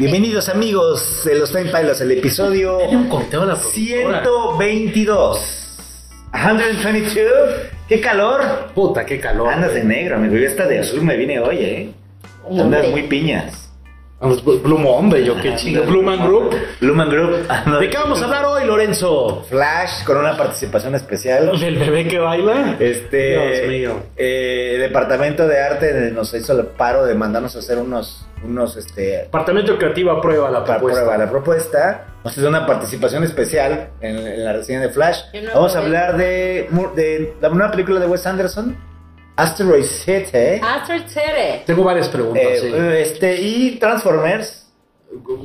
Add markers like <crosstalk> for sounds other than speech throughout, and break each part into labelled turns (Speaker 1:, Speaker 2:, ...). Speaker 1: Bienvenidos amigos de los Time Pilots, el episodio
Speaker 2: Hay un conteo a la productora.
Speaker 1: 122. 122. ¡Qué calor!
Speaker 2: Puta, qué calor.
Speaker 1: Andas de negro, amigo. Yo hasta de azul me vine hoy, ¿eh? Andas
Speaker 3: Hombre.
Speaker 1: muy piñas.
Speaker 2: Vamos, Bl- Bluma, hombre, yo qué chingo. Bluman Group. Ah,
Speaker 1: Lumen Group. anda-
Speaker 2: ¿De qué vamos a hablar hoy, Lorenzo?
Speaker 1: Flash con una participación especial.
Speaker 2: ¿Del bebé que baila?
Speaker 1: Este.
Speaker 2: Dios mío.
Speaker 1: eh, el departamento de arte nos hizo el paro de mandarnos a hacer unos. unos este,
Speaker 2: Departamento Creativo aprueba la
Speaker 1: para
Speaker 2: propuesta.
Speaker 1: prueba la propuesta. Vamos a hacer una participación especial en, en la reseña de Flash.
Speaker 3: Yo no
Speaker 1: Vamos a
Speaker 3: acordé.
Speaker 1: hablar de, Mur- de la nueva película de Wes Anderson, Asteroid City.
Speaker 3: Astro City.
Speaker 2: Tengo varias preguntas,
Speaker 1: Eh, este, y Transformers.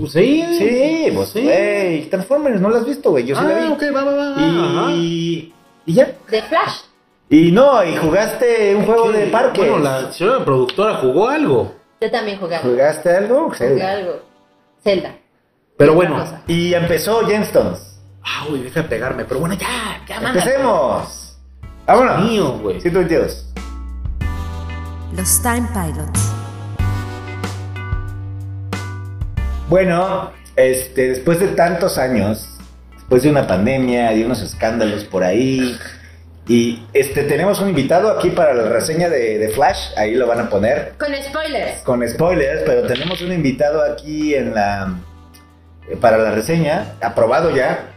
Speaker 2: sí. Sí,
Speaker 1: Sí, pues, güey, Transformers, ¿no la has visto, güey? Yo sí la vi.
Speaker 2: ah, ok, va, va, va. ajá.
Speaker 1: Y, y ya.
Speaker 3: De Flash.
Speaker 1: Y no, y jugaste un juego de
Speaker 2: Sí,
Speaker 1: parque.
Speaker 2: Bueno, la señora productora jugó algo.
Speaker 3: Yo también jugaba.
Speaker 1: ¿Jugaste algo? Sí.
Speaker 3: Jugué algo. Zelda.
Speaker 2: Pero bueno.
Speaker 3: cosa.
Speaker 1: Y empezó Gemstones.
Speaker 2: Ah, uy, deja de pegarme. Pero bueno, ya, ya, mándale.
Speaker 1: Empecemos. Vámonos.
Speaker 2: Mío, güey.
Speaker 1: 122.
Speaker 4: Los Time Pilots.
Speaker 1: Bueno, este, después de tantos años, después de una pandemia, de unos escándalos por ahí, y este, tenemos un invitado aquí para la reseña de, de Flash, ahí lo van a poner,
Speaker 3: Con spoilers.
Speaker 1: con spoilers, pero tenemos un invitado aquí en la, eh, para la reseña, aprobado ya.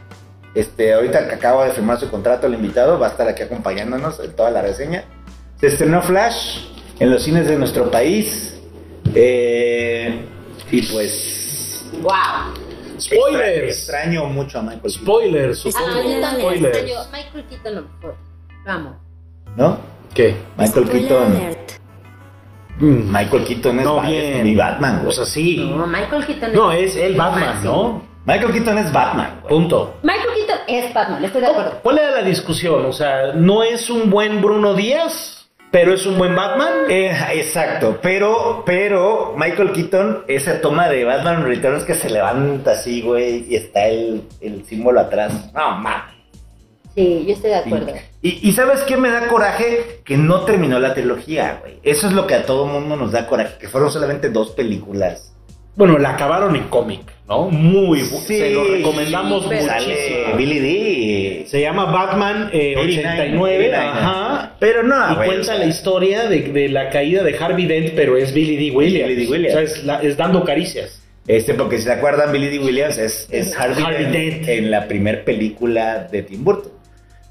Speaker 1: Este, ahorita que acaba de firmar su contrato, el invitado va a estar aquí acompañándonos en toda la reseña. Se estrenó Flash en los cines de nuestro país. eh, y pues
Speaker 3: Wow.
Speaker 2: Spoilers.
Speaker 1: Extraño mucho a Michael. Keaton,
Speaker 2: Spoilers.
Speaker 3: Ah, yo
Speaker 2: supongo.
Speaker 3: también
Speaker 2: Spoilers.
Speaker 3: extraño. Michael Keaton, lo mejor. Vamos.
Speaker 1: ¿No?
Speaker 2: ¿Qué?
Speaker 1: Michael
Speaker 4: Spoiler
Speaker 1: Keaton.
Speaker 4: alert.
Speaker 2: Mm,
Speaker 1: Michael Keaton es,
Speaker 2: No,
Speaker 1: Ba- es
Speaker 2: bien.
Speaker 1: mi Batman, güey.
Speaker 2: O sea, sí.
Speaker 3: No, Michael Keaton
Speaker 2: No, es el
Speaker 1: Ah,
Speaker 2: Batman, ¿no?
Speaker 1: Michael Keaton es Batman, güey.
Speaker 2: Punto.
Speaker 3: Michael Keaton es Batman, estoy de acuerdo.
Speaker 2: ¿Cuál era la discusión? O sea, ¿no es un buen Bruno Díaz, pero es un buen Batman?
Speaker 1: Eh, exacto, pero, pero Michael Keaton, esa toma de Batman Returns que se levanta así, güey, y está el, el símbolo atrás. No, mames.
Speaker 3: Sí, yo estoy de acuerdo.
Speaker 1: Y, y ¿sabes qué me da coraje? Que no terminó la trilogía, güey. Eso es lo que a todo mundo nos da coraje, que fueron solamente dos películas.
Speaker 2: Bueno, la acabaron en cómic, ¿no? Muy bueno.
Speaker 1: Sí,
Speaker 2: se lo recomendamos
Speaker 3: sí, pero-
Speaker 1: Sale
Speaker 2: muchísimo.
Speaker 1: Billy Dee.
Speaker 2: Se llama Batman eh, 89,
Speaker 1: 89,
Speaker 2: ajá.
Speaker 1: Pero no,
Speaker 2: y
Speaker 1: güey,
Speaker 2: cuenta
Speaker 1: Ah, o sea,
Speaker 2: la historia de, de la caída de Harvey Dent, pero es Billy D. Williams.
Speaker 1: Billy Dee Williams.
Speaker 2: O sea, es, la- es dando caricias.
Speaker 1: Este, porque si se acuerdan, Billy Dee Williams es, es Harvey,
Speaker 2: Harvey
Speaker 1: Dent
Speaker 2: Dent.
Speaker 1: en la primer película de Tim Burton.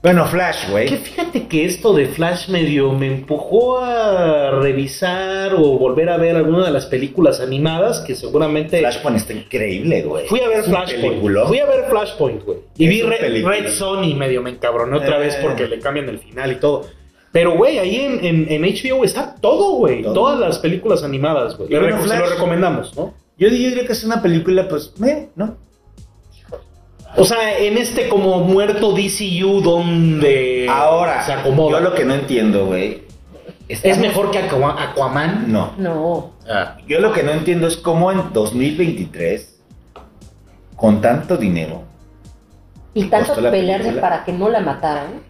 Speaker 1: Bueno, Flash,
Speaker 2: Que
Speaker 1: güey.
Speaker 2: fíjate que esto de Flash medio me empujó a revisar o volver a ver alguna de las películas animadas que seguramente
Speaker 1: Flashpoint está increíble, güey.
Speaker 2: Fui a ver
Speaker 1: Es un
Speaker 2: Flashpoint.
Speaker 1: peliculón.
Speaker 2: Fui a ver Flashpoint, güey. Y
Speaker 1: Es
Speaker 2: vi
Speaker 1: un
Speaker 2: Red,
Speaker 1: peliculón.
Speaker 2: Red Son y medio me encabroné otra
Speaker 1: Eh.
Speaker 2: vez porque le cambian el final y todo. Pero, güey, ahí en, en- en HBO está todo, güey.
Speaker 1: Todo.
Speaker 2: Todas las películas animadas, güey.
Speaker 1: Y
Speaker 2: Le
Speaker 1: bueno,
Speaker 2: reco- Se lo
Speaker 1: Flash.
Speaker 2: recomendamos, ¿no?
Speaker 1: Yo, yo diría que es una película, pues, meh, ¿no?
Speaker 2: O sea, en este como muerto DCU donde
Speaker 1: Ahora,
Speaker 2: se acomoda.
Speaker 1: yo lo que no entiendo, güey.
Speaker 2: ¿Es
Speaker 1: estamos-
Speaker 2: mejor que Aqua- Aquaman?
Speaker 1: No.
Speaker 3: No.
Speaker 2: Ah.
Speaker 1: Yo lo que no entiendo es cómo en 2023, con tanto dinero,
Speaker 3: Y tanto
Speaker 1: Costó la
Speaker 3: pelearse
Speaker 1: película.
Speaker 3: para que no la mataran.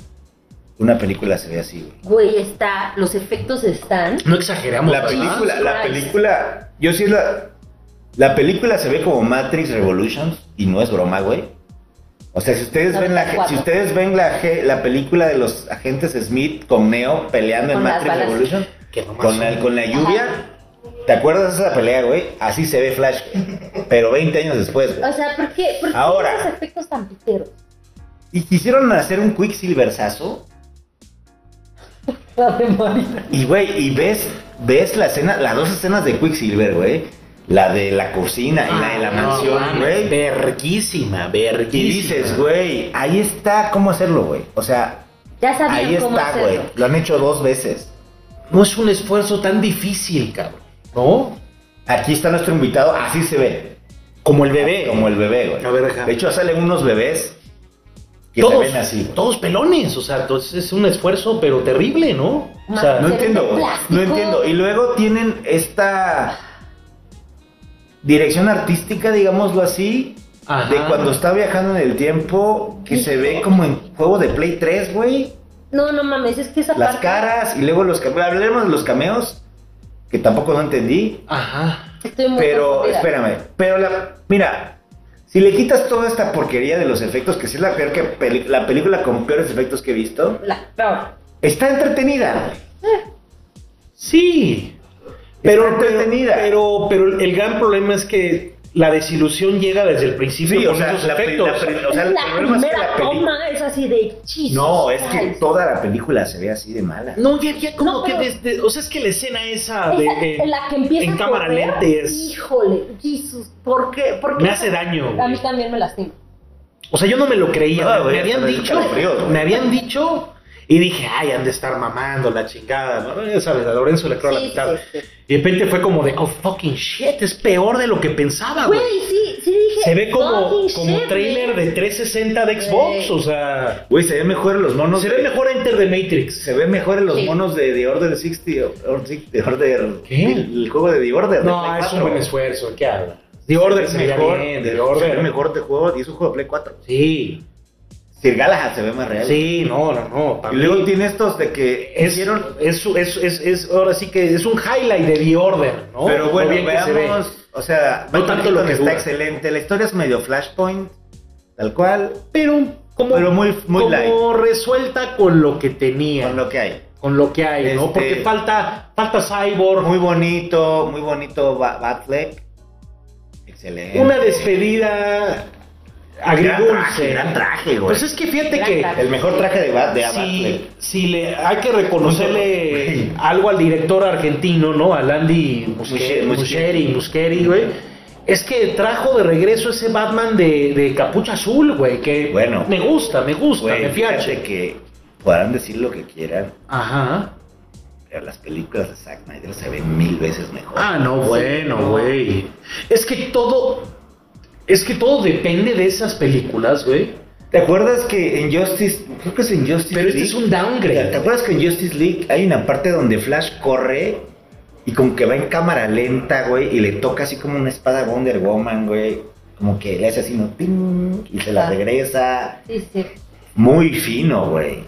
Speaker 1: una película se ve así, güey.
Speaker 3: Güey, está. Los efectos están.
Speaker 2: No exageramos,
Speaker 1: La
Speaker 2: ¿verdad?
Speaker 1: película, la
Speaker 3: Christ.
Speaker 1: película, yo sí la, la película se ve como Matrix Revolutions y no es broma, güey. O sea, si ustedes ven la,
Speaker 3: 94.
Speaker 1: si ustedes ven la, ge- la película de los agentes Smith con Neo peleando en
Speaker 3: Con las
Speaker 1: Matrix
Speaker 3: balas.
Speaker 1: Revolution,
Speaker 2: Que nomás
Speaker 1: con la, con la lluvia, ¿te acuerdas de esa pelea, güey? Así se ve Flash, güey. pero 20 años después, güey.
Speaker 3: O sea, ¿por qué, por qué
Speaker 1: Ahora.
Speaker 3: esos efectos tan piteros?
Speaker 1: Y quisieron hacer un Quicksilversazo
Speaker 3: La memoria.
Speaker 1: Y güey, y ves, ves la escena, las dos escenas de Quicksilver, güey. La de la cocina y la de la
Speaker 2: Ah, no
Speaker 1: mansión,
Speaker 2: mames,
Speaker 1: güey.
Speaker 2: Verguísima,
Speaker 1: Y
Speaker 2: verguísima.
Speaker 1: dices, güey, ahí está cómo hacerlo, güey. O sea,
Speaker 3: Ya sabían
Speaker 1: ahí
Speaker 3: cómo
Speaker 1: está, güey.
Speaker 3: hacerlo.
Speaker 1: Lo han hecho dos veces.
Speaker 2: No es un esfuerzo tan difícil, cabrón. ¿No?
Speaker 1: Aquí está nuestro invitado, así se ve.
Speaker 2: Como el bebé.
Speaker 1: Como el bebé, güey.
Speaker 2: A ver, deja.
Speaker 1: De hecho, salen unos bebés que se
Speaker 2: todos,
Speaker 1: ven así. güey.
Speaker 2: todos pelones. O sea, entonces es un esfuerzo, pero terrible, ¿no? O sea,
Speaker 1: No
Speaker 3: Se
Speaker 1: entiendo,
Speaker 3: ven de
Speaker 1: güey.
Speaker 3: plástico.
Speaker 1: no entiendo. Y luego tienen esta dirección artística, digámoslo así,
Speaker 2: Ajá.
Speaker 1: de cuando está viajando en el tiempo, que se ve como en juego de Play 3, güey.
Speaker 3: No, no mames, es que esa
Speaker 1: Las
Speaker 3: parte.
Speaker 1: caras y luego los cameos. Hablaremos de los cameos, que tampoco no entendí.
Speaker 2: Ajá.
Speaker 3: Estoy muy
Speaker 1: Pero,
Speaker 3: confundida.
Speaker 1: espérame, pero la, mira, si le quitas toda esta porquería de los efectos, que sí es la peor que peli- la película con peores efectos que he visto,
Speaker 3: La peor.
Speaker 1: está entretenida.
Speaker 2: Sí.
Speaker 1: Pero
Speaker 2: Está
Speaker 1: entretenida.
Speaker 2: Pero, pero el gran problema es que la desilusión llega desde el principio
Speaker 1: Sí, o
Speaker 2: con
Speaker 1: sea,
Speaker 2: esos
Speaker 1: la pe-
Speaker 2: efectos.
Speaker 1: la pe- o sea, el
Speaker 3: la
Speaker 1: problema es que
Speaker 3: primera
Speaker 1: la película...
Speaker 3: toma es así de chis.
Speaker 1: No, es que toda la película se ve así de mala.
Speaker 2: No, ya, ya como
Speaker 3: No,
Speaker 2: que
Speaker 3: pero-
Speaker 2: desde, o sea, es que la escena esa de,
Speaker 3: Esa-
Speaker 2: de-
Speaker 3: en la que empieza
Speaker 2: en
Speaker 3: a
Speaker 2: cámara
Speaker 3: correr,
Speaker 2: lenta es-
Speaker 3: Híjole, Jesus, ¿por qué? ¿Por qué?
Speaker 2: me hace daño.
Speaker 3: A mí también me lastima.
Speaker 2: O sea, yo no me lo creía.
Speaker 1: No,
Speaker 2: me- me,
Speaker 1: güey,
Speaker 2: habían
Speaker 1: hasta me dio
Speaker 2: dicho,
Speaker 1: escalofríos, güey.
Speaker 2: me habían dicho y dije, ay, han de estar mamando la chingada, ¿no? Ya sabes, a Lorenzo le creo la
Speaker 3: Sí,
Speaker 2: mitad.
Speaker 3: sí, sí.
Speaker 2: Y de repente fue como de, oh, fucking shit, es peor de lo que pensaba, Ah, güey.
Speaker 3: Güey, sí, sí dije.
Speaker 2: Se ve como,
Speaker 3: "Fucking
Speaker 2: como
Speaker 3: shit,
Speaker 2: trailer
Speaker 3: güey".
Speaker 2: de 360 de Xbox, o sea,
Speaker 1: Güey, se ve mejor en los monos.
Speaker 2: se ve
Speaker 1: de-
Speaker 2: mejor Enter the Matrix.
Speaker 1: Se ve mejor en los
Speaker 3: Sí.
Speaker 1: monos de The Order 60. o- or- sí, The Order.
Speaker 2: ¿Qué?
Speaker 1: El, el juego de The Order. de
Speaker 2: No,
Speaker 1: Play
Speaker 2: es un
Speaker 1: 4.
Speaker 2: buen esfuerzo, ¿qué habla? The Order
Speaker 1: Se
Speaker 2: se
Speaker 1: ve
Speaker 2: veía
Speaker 1: mejor.
Speaker 2: bien,
Speaker 1: de-
Speaker 2: The
Speaker 1: Se ve
Speaker 2: Order.
Speaker 1: mejor de juego. Y es un juego de Play 4.
Speaker 2: Sí,
Speaker 1: Sir Galahad se ve más real.
Speaker 2: sí, no, no, no. para
Speaker 1: Y
Speaker 2: mí
Speaker 1: luego tiene estos de que
Speaker 2: es,
Speaker 1: hicieron.
Speaker 2: es, es, es, es- ahora sí que es un highlight de The Order, ¿no?
Speaker 1: Pero
Speaker 2: Lo
Speaker 1: bueno,
Speaker 2: bien que se ve.
Speaker 1: veamos. O sea,
Speaker 2: No tanto lo que
Speaker 1: está
Speaker 2: dura.
Speaker 1: excelente. La historia es medio flashpoint. Tal cual.
Speaker 2: Pero como,
Speaker 1: pero muy, muy
Speaker 2: como
Speaker 1: light.
Speaker 2: resuelta con lo que tenía,
Speaker 1: Con lo que hay.
Speaker 2: con lo que hay, ¿no?
Speaker 1: Este-
Speaker 2: Porque falta, falta Cyborg,
Speaker 1: Muy bonito. Muy bonito. Ba- Batfleck. Excelente.
Speaker 2: una despedida
Speaker 1: Gran
Speaker 2: agridulce.
Speaker 1: traje, gran traje, güey.
Speaker 2: Pues es que fíjate
Speaker 3: Gran
Speaker 2: que
Speaker 3: traje.
Speaker 1: El mejor traje de Bat de
Speaker 2: si,
Speaker 1: Batfleck.
Speaker 2: si le hay que reconocerle
Speaker 1: Güey.
Speaker 2: algo al director argentino, ¿no? Al Andy
Speaker 1: Muschietti.
Speaker 2: Muschietti, Muschietti, Muschietti, güey. Es que trajo de regreso ese Batman de, de capucha azul, güey, que
Speaker 1: Bueno.
Speaker 2: me gusta, me gusta,
Speaker 1: Güey,
Speaker 2: me
Speaker 1: fíjate
Speaker 2: fiache.
Speaker 1: que podrán decir lo que quieran,
Speaker 2: Ajá.
Speaker 1: pero las películas de Zack Snyder se ven mil veces mejor.
Speaker 2: Ah, no,
Speaker 1: Sí,
Speaker 2: bueno,
Speaker 1: no.
Speaker 2: güey. Es que todo, es que todo depende de esas películas, güey.
Speaker 1: ¿Te acuerdas que en Justice, creo que es en Justice
Speaker 2: Pero
Speaker 1: League?
Speaker 2: este es un
Speaker 1: ¿Te
Speaker 2: downgrade.
Speaker 1: acuerdas que en Justice League hay una parte donde Flash corre y como que va en cámara lenta, güey, y le toca así como una espada a Wonder Woman, güey? Como que le hace así, ¿no? Ting, Y se la
Speaker 3: Ah.
Speaker 1: regresa.
Speaker 3: Sí, sí.
Speaker 1: Muy fino, güey.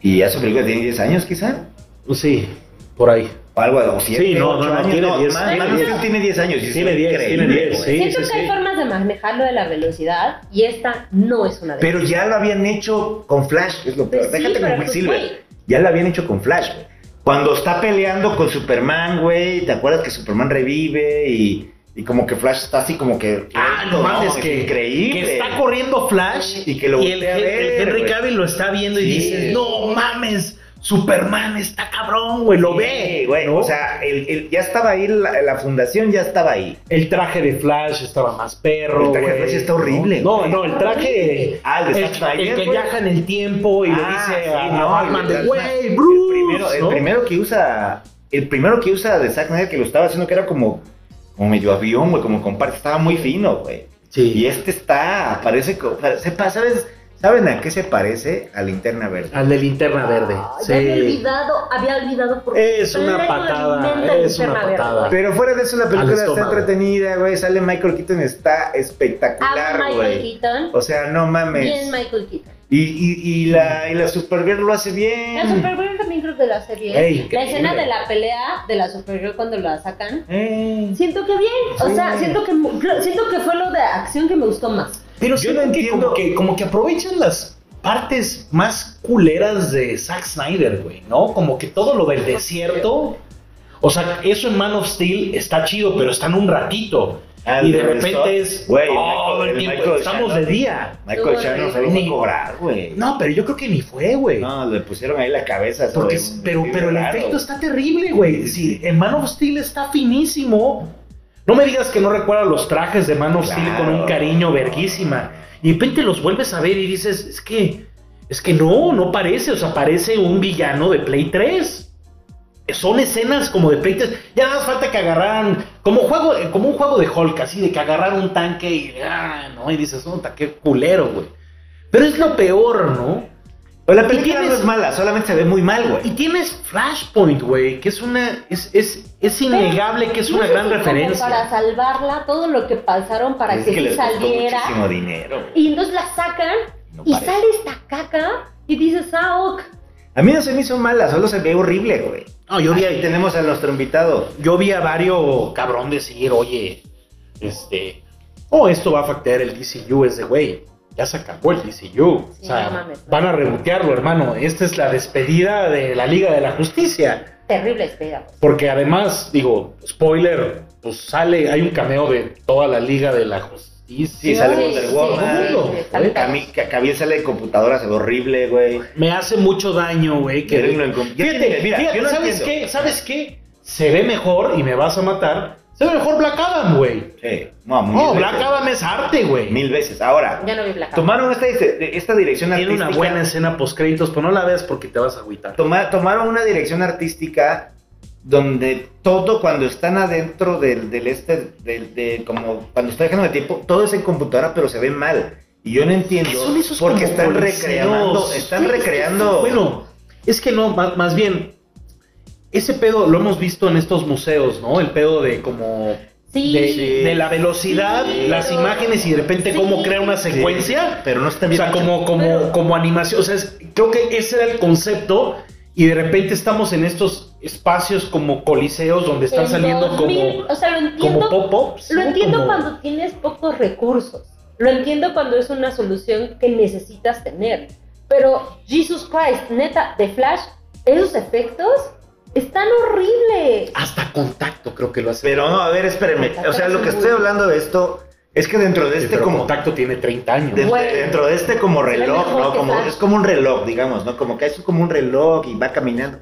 Speaker 1: Y ya su película tiene 10 años, quizá.
Speaker 2: Sí, por ahí.
Speaker 1: O algo, o siete,
Speaker 2: Sí, no, no,
Speaker 1: ocho
Speaker 2: no,
Speaker 1: años.
Speaker 2: tiene diez,
Speaker 1: más,
Speaker 2: tiene
Speaker 1: más bien
Speaker 3: diez.
Speaker 1: tiene 10 años. y
Speaker 2: Tiene
Speaker 1: es
Speaker 2: diez, tiene
Speaker 1: increíble,
Speaker 2: diez,
Speaker 1: güey.
Speaker 2: Sí,
Speaker 3: Siento
Speaker 2: sí,
Speaker 3: que hay
Speaker 2: sí.
Speaker 3: formas de manejarlo de la velocidad y esta no es una de
Speaker 1: Pero ya lo habían hecho con Flash, es lo peor.
Speaker 3: Pues sí,
Speaker 1: Déjate con
Speaker 3: pero pues,
Speaker 1: Quicksilver.
Speaker 3: güey.
Speaker 1: ya lo habían hecho con Flash, güey. Cuando está peleando con Superman, güey, ¿te acuerdas que Superman revive y, y como que Flash está así como que...
Speaker 2: Ah, no mames, que,
Speaker 1: increíble.
Speaker 2: que está corriendo Flash
Speaker 1: Y que lo
Speaker 2: el,
Speaker 1: voltea a
Speaker 2: el
Speaker 1: ver,
Speaker 2: Henry
Speaker 1: güey.
Speaker 2: Cavill lo está viendo y
Speaker 1: Sí.
Speaker 2: dices, no mames, Superman está cabrón, güey, lo
Speaker 1: Sí,
Speaker 2: ve.
Speaker 1: güey.
Speaker 2: ¿no?
Speaker 1: O sea, el- el- ya estaba ahí, la, la fundación ya estaba ahí.
Speaker 2: el traje de Flash estaba más perro.
Speaker 1: El traje de
Speaker 2: güey,
Speaker 1: Flash está
Speaker 2: ¿no?
Speaker 1: horrible,
Speaker 2: No,
Speaker 1: güey.
Speaker 2: no, el traje.
Speaker 1: Ah, el de Zack
Speaker 2: el,
Speaker 1: Snyder,
Speaker 2: que
Speaker 1: güey.
Speaker 2: viaja en el tiempo y
Speaker 1: Ah,
Speaker 2: le
Speaker 1: sí,
Speaker 2: dice a,
Speaker 1: no,
Speaker 2: a Batman
Speaker 1: el-
Speaker 2: de,
Speaker 1: el-
Speaker 2: güey,
Speaker 1: El
Speaker 2: Bruce.
Speaker 1: primero, el
Speaker 2: ¿no?
Speaker 1: primero que usa... El primero que usa de Zack Snyder que lo estaba haciendo que era como... Como medio avión, güey, como comparte, estaba muy fino, güey. Y
Speaker 2: Sí.
Speaker 1: este está, parece, co- se pa- ¿sabes, ¿saben a qué se parece? A Linterna Verde.
Speaker 2: Al de linterna verde.
Speaker 3: Ah,
Speaker 2: sí.
Speaker 3: Ya había olvidado, había olvidado por
Speaker 2: Es una
Speaker 3: completo
Speaker 2: patada,
Speaker 3: alimenta
Speaker 2: es una
Speaker 3: Linterna Verde.
Speaker 2: patada.
Speaker 1: Pero fuera de eso, la
Speaker 2: Al
Speaker 1: película está
Speaker 2: estómago.
Speaker 1: entretenida, güey. Sale Michael Keaton, está
Speaker 3: Amo
Speaker 1: espectacular,
Speaker 3: Michael
Speaker 1: güey. Pues,
Speaker 3: Keaton.
Speaker 1: O sea, no
Speaker 3: Bien
Speaker 1: mames.
Speaker 3: Michael Keaton.
Speaker 1: Y, y, y, la, y la Supergirl lo hace
Speaker 3: La
Speaker 1: bien.
Speaker 3: Supergirl también creo que lo hace bien.
Speaker 2: Ey,
Speaker 3: la
Speaker 2: increíble.
Speaker 3: escena de la pelea de la Supergirl cuando la sacan.
Speaker 1: Eh.
Speaker 3: Siento que bien, o
Speaker 1: Sí.
Speaker 3: sea, siento que siento que fue lo de acción que me gustó más.
Speaker 2: Pero
Speaker 1: Yo
Speaker 2: yo
Speaker 1: no entiendo-
Speaker 2: como que, como que aprovechan las partes más culeras de Zack Snyder, güey, ¿no? Como que todo lo del desierto. O sea, eso en Man of Steel está chido, pero están un ratito.
Speaker 1: Ah,
Speaker 2: y de
Speaker 1: el Sol.
Speaker 2: repente es
Speaker 1: Güey,
Speaker 2: todo
Speaker 1: Michael-
Speaker 2: el
Speaker 1: el
Speaker 2: tiempo,
Speaker 1: Michael
Speaker 2: estamos
Speaker 1: Shannon.
Speaker 2: de día.
Speaker 1: Michael
Speaker 3: Tú,
Speaker 1: Shannon
Speaker 3: güey.
Speaker 1: se vino
Speaker 2: Ni-
Speaker 1: a cobrar, güey.
Speaker 2: No, pero yo creo que ni fue, güey.
Speaker 1: No, le pusieron ahí la cabeza.
Speaker 2: Porque,
Speaker 1: sobre un
Speaker 2: pero,
Speaker 1: vestido
Speaker 2: pero el
Speaker 1: raro.
Speaker 2: efecto está terrible, güey. Si en Man of Steel está finísimo. No me digas que no recuerda los trajes de Man of Steel
Speaker 1: Claro.
Speaker 2: con un cariño verguísima. Y de repente los vuelves a ver y dices, es que, es que no, no parece, o sea, parece un villano de Play 3. Son escenas como de Play 3. Ya nada más falta que agarraran, como juego, como un juego de Hulk, así, de que agarraran un tanque y, ah, no, y dices, un tanque culero, güey. Pero es lo peor, ¿no?
Speaker 1: Pues la
Speaker 2: ¿Y
Speaker 1: película no
Speaker 2: tienes-
Speaker 1: es mala, solamente se ve muy mal,
Speaker 2: Y
Speaker 1: güey.
Speaker 2: tienes Flashpoint, güey, que es una. Es, es, es innegable que es
Speaker 3: No
Speaker 2: una
Speaker 3: sé
Speaker 2: gran
Speaker 3: si como Para
Speaker 2: referencia.
Speaker 3: salvarla, todo lo que pasaron para
Speaker 1: Es
Speaker 3: que,
Speaker 1: que
Speaker 3: sí
Speaker 1: les costó
Speaker 3: saliera.
Speaker 1: muchísimo dinero. güey.
Speaker 3: Y entonces la sacan
Speaker 1: No
Speaker 3: y
Speaker 1: parece.
Speaker 3: sale esta caca y dices, ah, ok.
Speaker 1: A mí no se me hizo mala, solo se ve horrible, güey.
Speaker 2: No, yo vi,
Speaker 1: Ahí tenemos a nuestro invitado.
Speaker 2: yo vi a varios cabrón decir, oye, este, oh, esto va a afectar el DCU ese güey. Ya se acabó el DCU.
Speaker 3: Sí,
Speaker 2: o sea,
Speaker 3: no mames.
Speaker 2: van a rebotearlo, hermano. Esta es la despedida de la Liga de la Justicia.
Speaker 3: Terrible espera.
Speaker 2: Porque además, digo, spoiler, pues sale, hay un cameo de toda la Liga de la
Speaker 1: Sí,
Speaker 2: Justicia.
Speaker 1: sale
Speaker 3: sí,
Speaker 1: Wonder
Speaker 3: sí,
Speaker 1: Woman.
Speaker 2: sí, sí,
Speaker 3: están
Speaker 1: Güey,
Speaker 3: todos.
Speaker 1: Cami- Ca- Cavill sale de computadora, se ve horrible, güey.
Speaker 2: Me hace mucho daño, güey, que
Speaker 1: Verlo en com- Ya
Speaker 2: Fíjate,
Speaker 1: tiene- mira,
Speaker 2: fíjate,
Speaker 1: yo no
Speaker 2: ¿sabes
Speaker 1: entiendo.
Speaker 2: qué? ¿Sabes qué? Se ve mejor, y me vas a matar, se ve mejor Black Adam, güey.
Speaker 1: Sí, no, mil
Speaker 2: No,
Speaker 1: veces.
Speaker 2: Black Adam es arte, güey.
Speaker 1: Mil veces. Ahora,
Speaker 3: Ya no vi Black Adam.
Speaker 1: tomaron esta, esta dirección
Speaker 2: Tiene
Speaker 1: artística.
Speaker 2: una buena escena post créditos, pero no la veas porque te vas a agüitar.
Speaker 1: Toma- tomaron una dirección artística donde todo cuando están adentro del, del este, del, de, como cuando está dejando de tiempo, todo es en computadora, pero se ve mal. Y yo no entiendo
Speaker 2: ¿Qué son esos
Speaker 1: porque
Speaker 2: como
Speaker 1: están
Speaker 2: coliseos?
Speaker 1: recreando, están
Speaker 2: Güey,
Speaker 1: recreando.
Speaker 2: Bueno, es que no, más, más bien, ese pedo lo hemos visto en estos museos, ¿no? El pedo de como
Speaker 3: Sí.
Speaker 2: de, de la velocidad,
Speaker 3: Sí,
Speaker 2: las
Speaker 3: pero-
Speaker 2: imágenes y de repente cómo
Speaker 3: Sí.
Speaker 2: crea una
Speaker 1: Sí,
Speaker 2: secuencia.
Speaker 1: pero no está
Speaker 2: O
Speaker 1: bien.
Speaker 2: sea, como, como,
Speaker 3: Pero-
Speaker 2: como animación. O sea, es- creo que ese era el concepto. Y de repente estamos en estos espacios como coliseos donde están
Speaker 3: En
Speaker 2: saliendo
Speaker 3: 2000,
Speaker 2: como,
Speaker 3: O sea, lo
Speaker 2: como
Speaker 3: entiendo.
Speaker 2: pop-ups.
Speaker 3: lo
Speaker 2: ¿no?
Speaker 3: entiendo
Speaker 2: Como-
Speaker 3: cuando tienes pocos recursos. Lo entiendo cuando es una solución que necesitas tener. Pero, Jesus Christ, neta, de Flash, esos efectos están horribles.
Speaker 2: Hasta contacto creo que lo hace.
Speaker 1: Pero no, a ver, espérenme. O sea, lo que estoy hablando de esto es que dentro de
Speaker 2: Sí,
Speaker 1: este
Speaker 2: pero
Speaker 1: como
Speaker 2: contacto tiene 30 años.
Speaker 1: de-
Speaker 3: Güey.
Speaker 1: dentro de este como reloj,
Speaker 3: mejor
Speaker 1: ¿no?
Speaker 3: que
Speaker 1: Como,
Speaker 3: Flash.
Speaker 1: es como un reloj, digamos, ¿no? Como que es como un reloj y va caminando.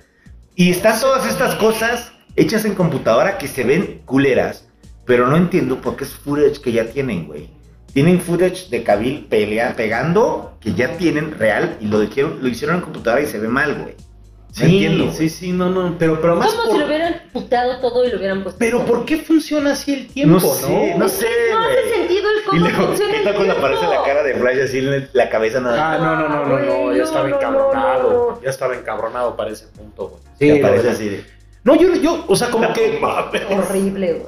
Speaker 1: Y están todas estas cosas hechas en computadora que se ven culeras, pero no entiendo por qué es footage que ya tienen, güey. Tienen footage de Kabil pelea, pegando, que ya tienen real, y lo, hicieron- lo hicieron en computadora y se ve mal, güey.
Speaker 2: sí,
Speaker 1: entiendo, güey.
Speaker 2: sí, sí, no, no. Pero, pero más.
Speaker 3: Como
Speaker 2: por-
Speaker 3: si lo hubieran putado todo y lo hubieran puesto.
Speaker 2: Pero
Speaker 3: todo.
Speaker 2: ¿por qué funciona así el tiempo?
Speaker 1: no sé, no sé,
Speaker 3: No hace
Speaker 1: güey.
Speaker 3: sentido el
Speaker 1: Y
Speaker 3: cómo
Speaker 1: luego
Speaker 3: funciona el
Speaker 1: quita cuando aparece la
Speaker 3: tiempo.
Speaker 1: cara de Flash así en la cabeza nada más.
Speaker 2: Ah, no, no, no, no, no, ya
Speaker 3: No,
Speaker 2: estaba
Speaker 3: no, no,
Speaker 2: encabronado.
Speaker 3: no, no.
Speaker 2: Ya estaba encabronado para ese punto, güey.
Speaker 1: Y
Speaker 2: Sí,
Speaker 1: aparece
Speaker 2: lo-
Speaker 1: así de-
Speaker 2: No, yo, yo, o sea, como que.
Speaker 3: Horrible, güey.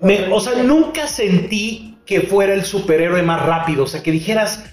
Speaker 2: Me- o sea, nunca sentí que fuera el superhéroe más rápido. O sea, que dijeras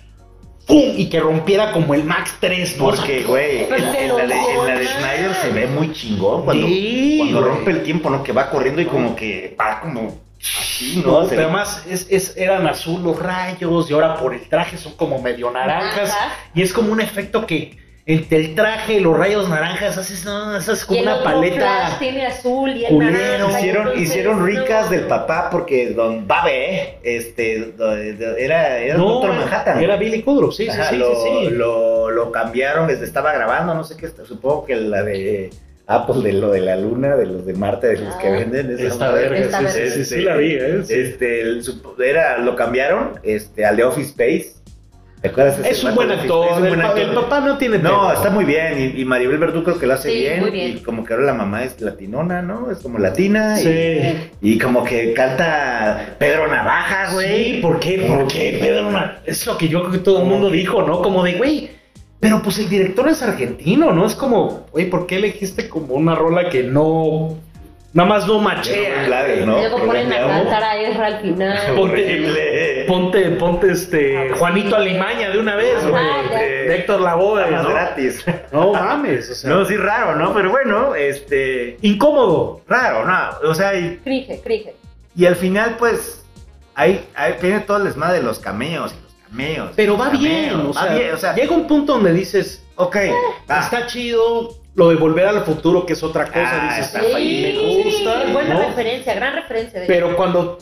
Speaker 2: ¡pum! y que rompiera como el Max 3, ¿no? O sea,
Speaker 1: Porque, güey, en, en la de, en la de Snyder se ve muy chingón cuando,
Speaker 2: Sí,
Speaker 1: cuando
Speaker 2: güey.
Speaker 1: rompe el tiempo, ¿no? Que va corriendo y como que va como así, ¿no?
Speaker 2: No,
Speaker 1: Se
Speaker 2: pero
Speaker 1: ve-
Speaker 2: además es, es- eran azul los rayos y ahora por el traje son como medio naranjas.
Speaker 3: Ajá.
Speaker 2: Y es como un efecto que entre el traje y los rayos naranjas haces, no, haces
Speaker 3: Y
Speaker 2: como
Speaker 3: el
Speaker 2: una
Speaker 3: otro
Speaker 2: paleta.
Speaker 3: Flash tiene azul y el
Speaker 2: culero.
Speaker 3: naranja,
Speaker 1: hicieron,
Speaker 3: entonces,
Speaker 1: hicieron
Speaker 3: no.
Speaker 1: ricas del papá porque Don Babe, este, do- do- era, era
Speaker 2: No,
Speaker 1: Doctor
Speaker 2: era-
Speaker 1: Manhattan.
Speaker 2: Era Billy Kudrow, sí, sí,
Speaker 1: Ajá,
Speaker 2: sí,
Speaker 1: lo,
Speaker 2: sí, sí.
Speaker 1: Lo, lo cambiaron, desde estaba grabando, no sé qué, supongo que la de Apple, de lo de la luna, de los de Marte, de los que
Speaker 3: Ah.
Speaker 1: venden. esa
Speaker 2: Esta
Speaker 1: madre.
Speaker 2: verga,
Speaker 3: Esta
Speaker 2: sí,
Speaker 3: verga.
Speaker 2: sí, sí, sí, la vi, ¿eh? Sí.
Speaker 1: Este, el sup- era, lo cambiaron este, al de Office Space. ¿Te acuerdas? ese
Speaker 2: Es
Speaker 1: vato
Speaker 2: un buen
Speaker 1: de Office Space?
Speaker 2: actor.
Speaker 1: Es un buen
Speaker 2: el, pa- el
Speaker 1: actor.
Speaker 2: papá no tiene
Speaker 1: No,
Speaker 2: pedo.
Speaker 1: está muy bien. Y, y Maribel Verdú creo que lo hace
Speaker 3: Sí,
Speaker 1: bien,
Speaker 3: muy bien.
Speaker 1: Y como que ahora la mamá es latinona, ¿no? Es como latina. y-
Speaker 2: Sí.
Speaker 1: Y, como que canta Pedro Navaja, güey.
Speaker 2: Sí, ¿por qué? ¿Por qué, Pedro? Una- Es lo que yo creo que todo el mundo dijo, ¿no? Como de, güey, pero pues el director es argentino, ¿no? Es como, güey, ¿por qué elegiste como una rola que no. Nada más no
Speaker 1: Pedro
Speaker 2: machea?
Speaker 1: Blades,
Speaker 3: Y
Speaker 1: ¿no?
Speaker 3: Luego ponen a
Speaker 1: Programado.
Speaker 3: cantar a Ezra
Speaker 1: <laughs>
Speaker 3: al final.
Speaker 1: Horrible.
Speaker 2: Ponte, ponte este. Juanito Alimaña de una vez,
Speaker 1: Ah,
Speaker 3: Ajá,
Speaker 2: güey.
Speaker 3: ya.
Speaker 2: De Héctor Lavoe,
Speaker 1: Más
Speaker 2: ¿no?
Speaker 1: gratis.
Speaker 2: No mames, o sea.
Speaker 1: No, sí, raro, ¿no? Pero bueno, este.
Speaker 2: Incómodo.
Speaker 1: Raro, ¿no? O sea, y
Speaker 3: Crige, crige.
Speaker 1: Y al final, pues, ahí, ahí viene todo el desmadre de los cameos y los cameos.
Speaker 2: Pero va
Speaker 1: Cameos,
Speaker 2: bien, o
Speaker 1: va
Speaker 2: sea,
Speaker 1: bien, o sea,
Speaker 2: llega un punto donde dices,
Speaker 1: ok, va.
Speaker 2: está chido, lo de volver al futuro, que es otra cosa,
Speaker 1: Ah,
Speaker 2: dices,
Speaker 1: está
Speaker 2: "Ay, me
Speaker 3: Sí,
Speaker 2: gusta.
Speaker 3: Buena
Speaker 2: ¿no?
Speaker 3: referencia, gran referencia. de-
Speaker 2: Pero cuando.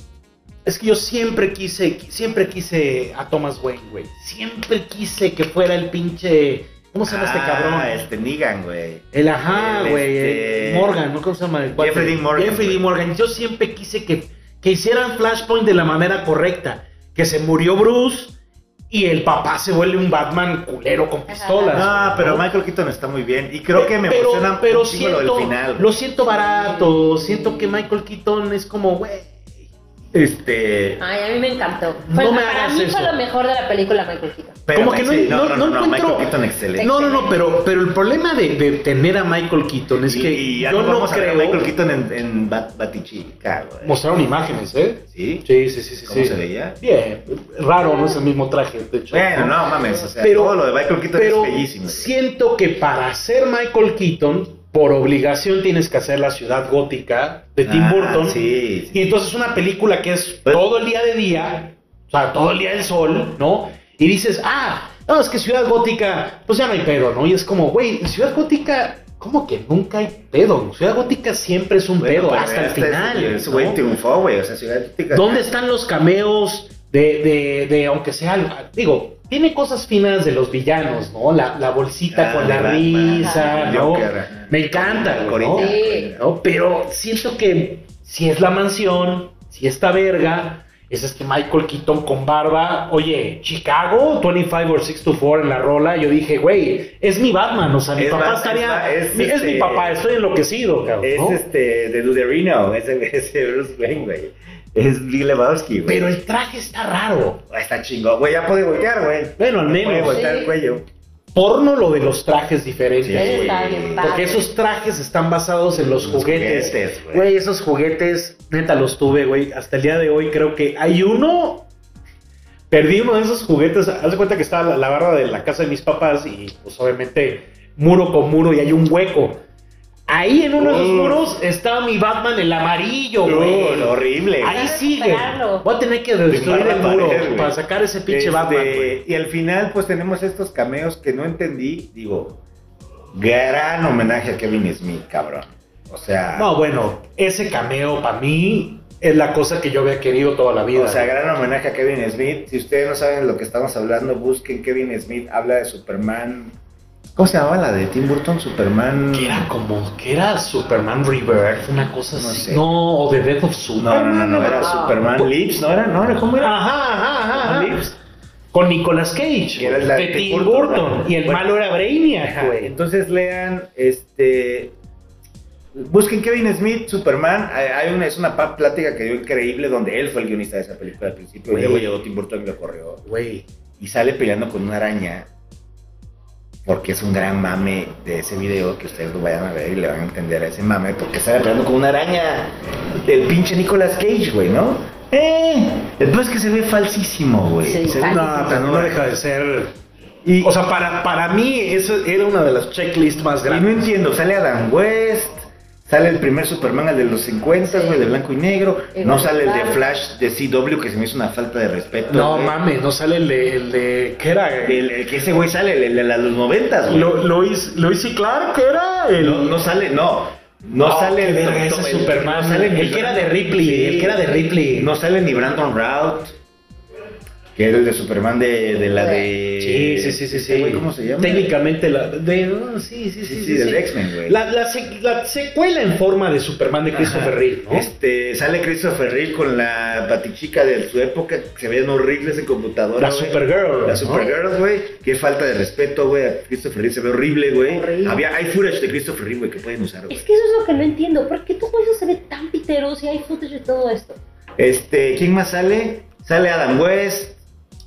Speaker 2: Es que yo siempre quise, siempre quise a Thomas Wayne, güey. Siempre quise que fuera el pinche. ¿Cómo se llama este
Speaker 1: Ah,
Speaker 2: cabrón?
Speaker 1: Este Negan, güey.
Speaker 2: El ajá,
Speaker 1: el,
Speaker 2: güey. el
Speaker 1: este,
Speaker 2: Morgan, ¿no? ¿Cómo se llama? El cuate?
Speaker 1: Jeffrey Dean Morgan,
Speaker 2: Jeffrey
Speaker 1: güey.
Speaker 2: Dean Morgan. Yo siempre quise que, que hicieran Flashpoint de la manera correcta. Que se murió Bruce y el papá se vuelve un Batman culero con pistolas.
Speaker 1: No,
Speaker 2: güey,
Speaker 1: Ah, pero
Speaker 2: ¿no?
Speaker 1: Michael Keaton está muy bien. Y creo que me
Speaker 2: pero,
Speaker 1: emociona
Speaker 2: pero
Speaker 1: un chingo
Speaker 2: siento,
Speaker 1: lo del final.
Speaker 2: Lo siento barato, siento que Michael Keaton es como, güey.
Speaker 1: Este.
Speaker 3: Ay, a mí me encantó.
Speaker 2: No
Speaker 3: Fue-
Speaker 2: me
Speaker 3: para
Speaker 2: hagas
Speaker 3: mí
Speaker 2: eso.
Speaker 3: fue lo mejor de la película Michael Keaton.
Speaker 1: pero
Speaker 2: como que no-
Speaker 1: sí,
Speaker 2: no- no encuentro-
Speaker 1: Michael Keaton, excelente.
Speaker 2: No, no, no, pero, pero el problema de, de tener a Michael Keaton es
Speaker 1: Y-
Speaker 2: que
Speaker 1: y ya
Speaker 2: yo no
Speaker 1: vamos a ver a
Speaker 2: creo.
Speaker 1: Michael Keaton en, en Bat- Batichica, güey.
Speaker 2: Mostraron imágenes, ¿eh?
Speaker 1: ¿Sí?
Speaker 2: Sí, sí, sí, sí.
Speaker 1: ¿Cómo
Speaker 2: sí.
Speaker 1: se veía?
Speaker 2: Bien, raro, no es el mismo traje, de hecho.
Speaker 1: Bueno, no mames, o sea,
Speaker 2: Pero-
Speaker 1: todo lo de Michael Keaton
Speaker 2: Pero
Speaker 1: es bellísimo.
Speaker 2: siento que para ser Michael Keaton, por obligación tienes que hacer la ciudad gótica de Tim
Speaker 1: Ah,
Speaker 2: Burton.
Speaker 1: Sí, sí.
Speaker 2: Y entonces una película que es
Speaker 1: Pues-
Speaker 2: todo el día de día, o sea, todo el día del sol, ¿no? Y dices, ah, no, es que Ciudad Gótica, pues ya no hay pedo, ¿no? Y es como, güey, en Ciudad Gótica, ¿cómo que nunca hay pedo? En Ciudad Gótica siempre es un
Speaker 1: Bueno,
Speaker 2: pedo,
Speaker 1: pero
Speaker 2: hasta el
Speaker 1: este-
Speaker 2: final.
Speaker 1: Ese güey
Speaker 2: ¿no?
Speaker 1: triunfó, güey. O sea, Ciudad Gótica.
Speaker 2: ¿Dónde están los cameos de, de, de, aunque sea, algo? digo, tiene cosas finas de los villanos, ¿no? La, la bolsita
Speaker 1: Ah,
Speaker 2: con
Speaker 1: de
Speaker 2: la
Speaker 1: Batman,
Speaker 2: risa,
Speaker 1: el
Speaker 2: ¿no?
Speaker 1: Joker, ajá.
Speaker 2: Me encanta,
Speaker 1: El
Speaker 2: ¿no?
Speaker 1: Corinthians,
Speaker 3: Sí.
Speaker 1: güey, ¿no?
Speaker 2: ¿no? Pero siento que si es la mansión, si está verga, es este Michael Keaton con barba. Oye, Chicago, 25 or 624 en la rola. Yo dije, güey, es mi Batman. O sea, mi
Speaker 1: Es
Speaker 2: papá
Speaker 1: Bat-
Speaker 2: estaría.
Speaker 1: es-
Speaker 2: Es, mi- es
Speaker 1: este-
Speaker 2: mi papá, estoy enloquecido, cabrón.
Speaker 1: Es
Speaker 2: ¿no?
Speaker 1: este, de Duderino, ese, ese Bruce Wayne, güey. Es Big Lebowski, güey.
Speaker 2: Pero el traje está raro.
Speaker 1: Ah, Está chingón, güey, ya puede voltear, güey.
Speaker 2: Bueno, al
Speaker 1: Puede
Speaker 2: menos.
Speaker 1: voltear
Speaker 3: Sí.
Speaker 1: el cuello.
Speaker 2: Porno lo de los trajes diferentes.
Speaker 1: Sí.
Speaker 2: güey.
Speaker 3: Está bien padre.
Speaker 2: Porque esos trajes están basados en los
Speaker 1: Los
Speaker 2: juguetes.
Speaker 1: juguetes, güey.
Speaker 2: Güey, esos juguetes, neta, los tuve, güey. Hasta el día de hoy creo que hay uno. Perdí uno de esos juguetes. Haz de cuenta que estaba la, la barra de la casa de mis papás y, pues, obviamente, muro con muro y hay un hueco. Ahí en uno de esos
Speaker 1: Uh.
Speaker 2: muros estaba mi Batman, el amarillo, güey.
Speaker 1: Uh, horrible.
Speaker 2: Ahí
Speaker 3: Hay que
Speaker 2: sigue.
Speaker 3: superarlo.
Speaker 2: Voy a tener que destruir
Speaker 1: Tumbar la
Speaker 2: el muro
Speaker 1: pared, güey.
Speaker 2: para sacar ese pinche
Speaker 1: Este,
Speaker 2: Batman. güey.
Speaker 1: y al final, pues tenemos estos cameos que no entendí. Digo, gran homenaje a Kevin Smith, cabrón. O sea,
Speaker 2: No, bueno, ese cameo para mí es la cosa que yo había querido toda la vida.
Speaker 1: o sea, gran homenaje a Kevin Smith. Si ustedes no saben lo que estamos hablando, busquen Kevin Smith. Habla de Superman. ¿Cómo se llamaba la de Tim Burton? Superman.
Speaker 2: que era como, que era Superman Rebirth, una cosa
Speaker 1: No
Speaker 2: así.
Speaker 1: sé.
Speaker 2: No, o The Death of
Speaker 1: No,
Speaker 2: Superman.
Speaker 1: no, no, no, era
Speaker 2: Ah.
Speaker 1: Superman Lips, ¿no era? ¿No era? ¿Cómo era?
Speaker 2: Ajá, ajá, ajá.
Speaker 1: Superman Lips.
Speaker 2: Con Nicolas Cage,
Speaker 1: Que era la
Speaker 2: de
Speaker 1: de
Speaker 2: Tim Burton,
Speaker 1: Burton,
Speaker 2: y el
Speaker 1: bueno.
Speaker 2: malo era Brainiac,
Speaker 1: Ajá,
Speaker 2: güey.
Speaker 1: Entonces lean, este, busquen Kevin Smith, Superman. Hay- Hay una, es una pa- plática que dio increíble donde él fue el guionista de esa película al principio.
Speaker 2: Güey.
Speaker 1: Y luego llegó Tim Burton y lo corrió.
Speaker 2: Güey,
Speaker 1: Y sale peleando con una araña. Porque es un gran mame de ese video que ustedes lo vayan a ver y le van a entender a ese mame. Porque sale peleando con una araña. El pinche Nicolas Cage, güey, ¿no? Eh, el peor es que se ve falsísimo, güey.
Speaker 3: Sí,
Speaker 1: Se ve-
Speaker 3: falsísimo.
Speaker 2: no, pero no deja de ser.
Speaker 1: Y-
Speaker 2: O sea, para, para mí, eso era una de las checklists más
Speaker 1: Y no
Speaker 2: grandes.
Speaker 1: entiendo, sale Adam West, sale el primer Superman, el de los 50, güey, de blanco y negro,
Speaker 3: El
Speaker 1: no
Speaker 3: de
Speaker 1: sale el de
Speaker 3: Flash.
Speaker 1: Flash de CW, que se me hizo una falta de respeto.
Speaker 2: No
Speaker 1: güey.
Speaker 2: mames, no sale el de. El de ¿Qué era?
Speaker 1: El, el que ese güey sale, el, el de la- los 90, güey.
Speaker 2: Lo, Lois, Lois y Clark era el.
Speaker 1: No, no sale, no. No
Speaker 2: Oh,
Speaker 1: sale
Speaker 2: qué
Speaker 1: el-
Speaker 2: verga, ese
Speaker 1: no,
Speaker 2: Superman.
Speaker 1: no sale ni
Speaker 2: El que era de Ripley, el que era de Ripley.
Speaker 1: No sale ni Brandon Routh, que era el de Superman de, de la de.
Speaker 2: Sí, sí, sí, sí,
Speaker 1: Ese
Speaker 2: sí.
Speaker 1: eh, este güey, ¿Cómo se llama?
Speaker 2: Técnicamente la de no, sí, sí, sí,
Speaker 1: Sí, sí, del X-Men, güey.
Speaker 2: La, la, sec- la secuela en forma de Superman de Christopher
Speaker 1: Ajá.
Speaker 2: Reeve, ¿no?
Speaker 1: Este, sale Christopher Reeve con la batichica de su época, que se veían horribles en computadora.
Speaker 2: la
Speaker 1: güey.
Speaker 2: Supergirl.
Speaker 1: La
Speaker 2: ¿no?
Speaker 1: Supergirl, güey. Qué falta de respeto, güey. A Christopher Reeve se ve horrible, güey.
Speaker 3: Horrible.
Speaker 1: Había, hay footage de Christopher Reeve, güey, que pueden usar, güey.
Speaker 3: Es que eso es lo que no entiendo. ¿Por qué todo eso se ve tan pitero si hay footage de todo esto?
Speaker 1: Este, ¿quién más sale? Sale Adam West.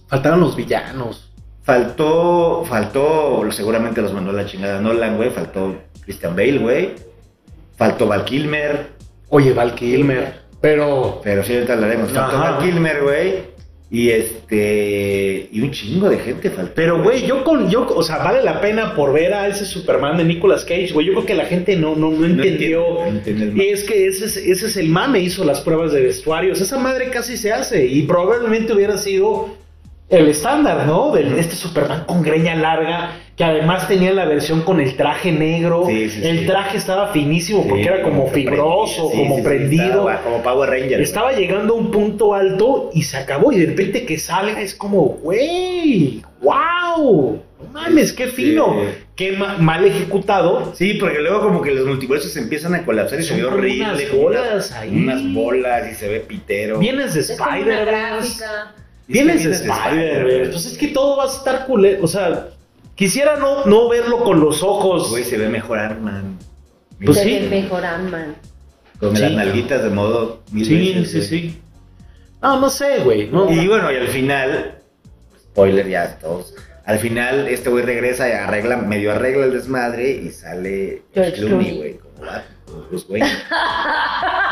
Speaker 2: Faltaron los villanos.
Speaker 1: Faltó, faltó, seguramente los mandó a la chingada Nolan, güey. Faltó Christian Bale, güey. Faltó Val Kilmer.
Speaker 2: Oye, Val Kilmer, pero
Speaker 1: Pero sí, ahorita hablaremos. Faltó
Speaker 2: Ajá.
Speaker 1: Val Kilmer, güey. Y este, y un chingo de gente faltó.
Speaker 2: pero güey, yo con yo, o sea, vale la pena por ver a ese Superman de Nicolas Cage, güey. Yo creo que la gente no no no
Speaker 1: entiendo,
Speaker 2: entendió.
Speaker 1: no entiendo el
Speaker 2: Y es que ese es, ese es el mame, hizo las pruebas de vestuarios. Esa madre casi se hace y probablemente hubiera sido el estándar, ¿no? Del, este Superman con greña larga, que además tenía la versión con el traje negro.
Speaker 1: Sí, sí,
Speaker 2: el
Speaker 1: sí.
Speaker 2: traje estaba finísimo porque
Speaker 1: Sí,
Speaker 2: era como
Speaker 1: que prendía,
Speaker 2: fibroso,
Speaker 1: sí,
Speaker 2: como
Speaker 1: sí, sí,
Speaker 2: prendido.
Speaker 1: estaba como Power Ranger. güey.
Speaker 2: Estaba llegando a un punto alto y se acabó. Y de repente que salga es como, güey, wow, no mames, qué fino,
Speaker 1: Este-
Speaker 2: qué ma- mal ejecutado.
Speaker 1: Sí, porque luego como que los multiversos empiezan a colapsar y se
Speaker 2: Son
Speaker 1: ve
Speaker 2: como
Speaker 1: horrible.
Speaker 2: unas
Speaker 1: como
Speaker 2: bolas
Speaker 1: unas-
Speaker 2: ahí.
Speaker 1: Unas bolas y se ve pitero.
Speaker 2: Vienes de
Speaker 3: Es como una
Speaker 2: Spider-Verse.
Speaker 3: gráfica.
Speaker 2: Vienes de
Speaker 1: Vienes de
Speaker 2: Spider-Man.
Speaker 1: Spider-Man.
Speaker 2: Entonces es que todo va a estar culé. O sea, quisiera no, no verlo con los ojos.
Speaker 1: Güey, se ve mejor Arman.
Speaker 2: Pues
Speaker 3: Se
Speaker 2: sí.
Speaker 3: ve mejor Ant-Man.
Speaker 1: Con
Speaker 2: Sí.
Speaker 1: las nalguitas de modo mil
Speaker 2: sí,
Speaker 1: veces,
Speaker 2: sí,
Speaker 1: güey.
Speaker 2: sí. No, no sé, güey. No,
Speaker 1: Y bueno, y al final, spoiler ya todos, al final este güey regresa y arregla, medio arregla el desmadre y sale
Speaker 3: George
Speaker 1: George Clooney,
Speaker 3: Clooney.
Speaker 1: güey, como Batman, como Bruce Wayne.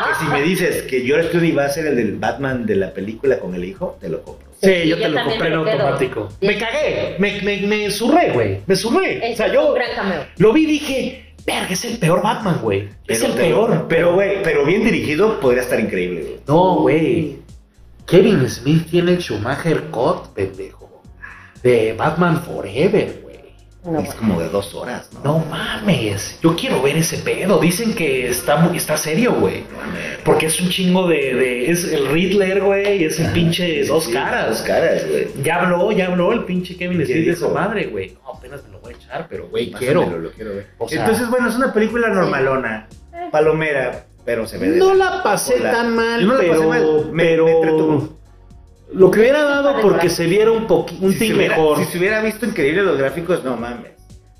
Speaker 1: que si me dices que George Clooney va a ser el del Batman de la película con el hijo, te lo compro.
Speaker 2: Sí, yo
Speaker 3: Yo
Speaker 2: te lo
Speaker 3: también
Speaker 2: compré en
Speaker 3: me lo quedo.
Speaker 2: automático.
Speaker 3: Sí.
Speaker 2: Me cagué, me, me, me zurré, güey. Me zurré. O sea,
Speaker 3: Es
Speaker 2: yo
Speaker 3: un gran cameo.
Speaker 2: lo vi y dije, verga, es el peor Batman, güey. Es el
Speaker 1: te-
Speaker 2: peor.
Speaker 1: Pero, güey, pero bien dirigido podría estar increíble, güey.
Speaker 2: No, güey. Kevin Smith tiene el Schumacher Cut, pendejo. De Batman Forever, güey.
Speaker 3: No,
Speaker 1: es como de dos horas, ¿no?
Speaker 2: No mames. Yo quiero ver ese pedo. Dicen que está, mu- está serio, güey. Porque es un chingo de, de- Es el Riddler, güey. y Es el pinche dos
Speaker 1: Sí, Dos
Speaker 2: caras.
Speaker 1: caras, güey.
Speaker 2: Ya habló, ya habló el pinche Kevin
Speaker 1: ¿Qué
Speaker 2: Smith de
Speaker 1: dijo?
Speaker 2: su madre, güey. No, apenas me lo voy a echar, pero güey,
Speaker 1: Pásamelo,
Speaker 2: quiero.
Speaker 1: lo quiero ver.
Speaker 2: O sea- Eh.
Speaker 1: Entonces, bueno, es una película normalona, palomera, pero se ve de
Speaker 2: No
Speaker 1: la-
Speaker 2: la pasé
Speaker 1: Hola.
Speaker 2: tan mal,
Speaker 1: Yo no la pasé
Speaker 2: pero,
Speaker 1: mal, me-
Speaker 2: pero
Speaker 1: me entretuvo.
Speaker 2: lo que hubiera dado porque se viera un poquito un
Speaker 1: si
Speaker 2: ting
Speaker 1: se hubiera-
Speaker 2: mejor.
Speaker 1: Si se hubiera visto increíble los gráficos, no mames.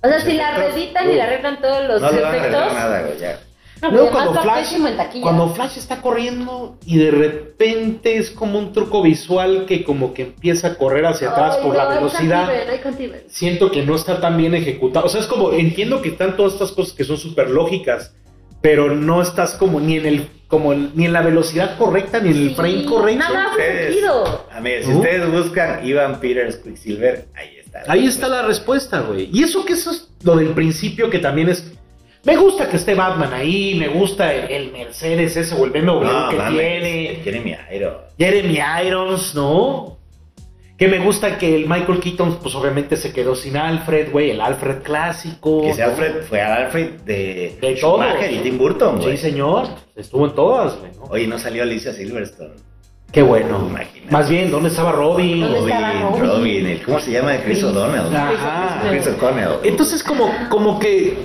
Speaker 3: O sea, si la reeditan y la arreglan todos los
Speaker 1: no le van a arreglar
Speaker 3: efectos.
Speaker 1: nada, güey, ya.
Speaker 3: No,
Speaker 2: Luego
Speaker 3: porque además
Speaker 2: cuando
Speaker 3: va
Speaker 2: Flash-
Speaker 3: pésimo en taquilla.
Speaker 2: Cuando Flash está corriendo y de repente es como un truco visual que como que empieza a correr hacia atrás
Speaker 3: Ay,
Speaker 2: por
Speaker 3: no,
Speaker 2: la
Speaker 3: hay
Speaker 2: velocidad.
Speaker 3: Cantiver, hay Cantiver.
Speaker 2: Siento que no está tan bien ejecutado. O sea, es como, entiendo que están todas estas cosas que son súper lógicas, pero no estás como ni en el, como en- ni en la velocidad correcta, ni en el
Speaker 3: Sí,
Speaker 2: frame correcto.
Speaker 3: Nada hace
Speaker 1: Ustedes.
Speaker 3: sentido.
Speaker 1: A ver, si
Speaker 2: ¿No?
Speaker 1: ustedes buscan Ivan Peters Quicksilver, ahí está.
Speaker 2: Ahí está la respuesta, güey. Y eso que eso es lo del principio que también es. Me gusta que esté Batman ahí, me gusta el, el Mercedes ese o el BMW
Speaker 1: No,
Speaker 2: que
Speaker 1: mames,
Speaker 2: tiene,
Speaker 1: Jeremy Iron.
Speaker 2: Jeremy Irons, ¿no? Que me gusta que el Michael Keaton, pues obviamente se quedó sin Alfred, güey, el Alfred clásico.
Speaker 1: Que ese
Speaker 2: ¿no?
Speaker 1: Alfred fue al Alfred de,
Speaker 2: De todos.
Speaker 1: Schumacher y Tim Burton,
Speaker 2: Sí,
Speaker 1: güey.
Speaker 2: señor, estuvo en todas, güey. ¿no?
Speaker 1: Oye, no salió Alicia Silverstone.
Speaker 2: Qué bueno.
Speaker 1: Imagínate.
Speaker 2: Más bien, ¿dónde estaba Robin?
Speaker 3: ¿Dónde estaba
Speaker 1: Robin,
Speaker 3: Robin?
Speaker 1: Robin, el- ¿cómo se llama? Chris O'Donnell.
Speaker 2: Ajá.
Speaker 1: Chris O'Connell.
Speaker 2: Entonces como, como que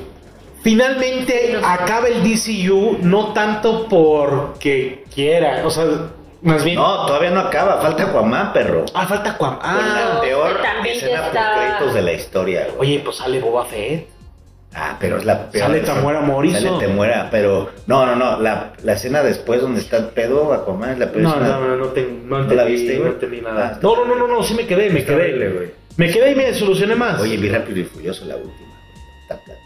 Speaker 2: finalmente acaba el DCU no tanto porque quiera, o sea, más bien...
Speaker 1: No, todavía no acaba, falta Aquaman, perro.
Speaker 2: Ah, falta Cuam. Ah,
Speaker 1: la peor
Speaker 3: también
Speaker 1: escena
Speaker 3: está-
Speaker 1: por créditos de la historia, güey.
Speaker 2: oye, pues sale Boba Fett.
Speaker 1: Ah, pero es la peor.
Speaker 2: Sale
Speaker 1: escena.
Speaker 2: Tamuera Morrison.
Speaker 1: Sale Tamuera, pero no, no, no, la, la escena después donde está el pedo Aquaman es la peor
Speaker 2: No,
Speaker 1: escena.
Speaker 2: no, no, no, te- no
Speaker 1: ¿No la
Speaker 2: entendí,
Speaker 1: viste,
Speaker 2: no
Speaker 1: güey?
Speaker 2: entendí
Speaker 1: Ah,
Speaker 2: nada. No, no, no, no, no, sí me quedé, me
Speaker 1: Está horrible,
Speaker 2: quedé.
Speaker 1: güey.
Speaker 2: Me quedé y me desilusioné más.
Speaker 1: Oye, vi rápido y furioso la última. Está platico.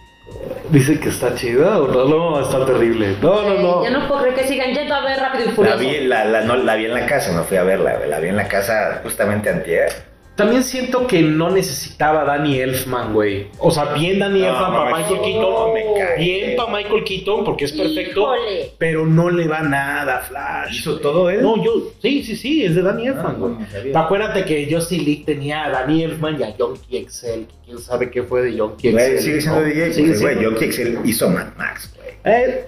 Speaker 2: Dicen que está chida, no, no, está terrible. No, no, no.
Speaker 3: Yo no puedo creer que sigan yendo a ver rápido y
Speaker 1: La
Speaker 3: furioso.
Speaker 1: vi, la, la- no, la vi en la casa, no fui a verla, güey. La vi en la casa justamente antier.
Speaker 2: También siento que no necesitaba a Danny Elfman, güey. O sea, bien Danny
Speaker 1: No,
Speaker 2: Elfman
Speaker 1: no
Speaker 2: para
Speaker 1: me-
Speaker 2: Michael
Speaker 1: no
Speaker 2: Keaton.
Speaker 1: me cagues.
Speaker 2: bien para Michael Keaton porque es perfecto.
Speaker 3: Híjole.
Speaker 2: Pero no le va nada, Flash.
Speaker 1: ¿Hizo todo él?
Speaker 2: No, yo. Sí, sí, sí, es de Danny
Speaker 1: Ah,
Speaker 2: Elfman,
Speaker 1: no,
Speaker 2: güey.
Speaker 1: no sabía.
Speaker 2: Acuérdate que Justin League tenía a Danny Elfman y a Yonky Excel. que ¿Quién sabe qué fue de Yonky Excel?
Speaker 1: Güey, sigue siendo
Speaker 2: ¿no?
Speaker 1: DJ,
Speaker 2: Sigue
Speaker 1: pues, güey.
Speaker 2: siendo-
Speaker 1: John Excel hizo Mad Max, güey.
Speaker 2: Eh,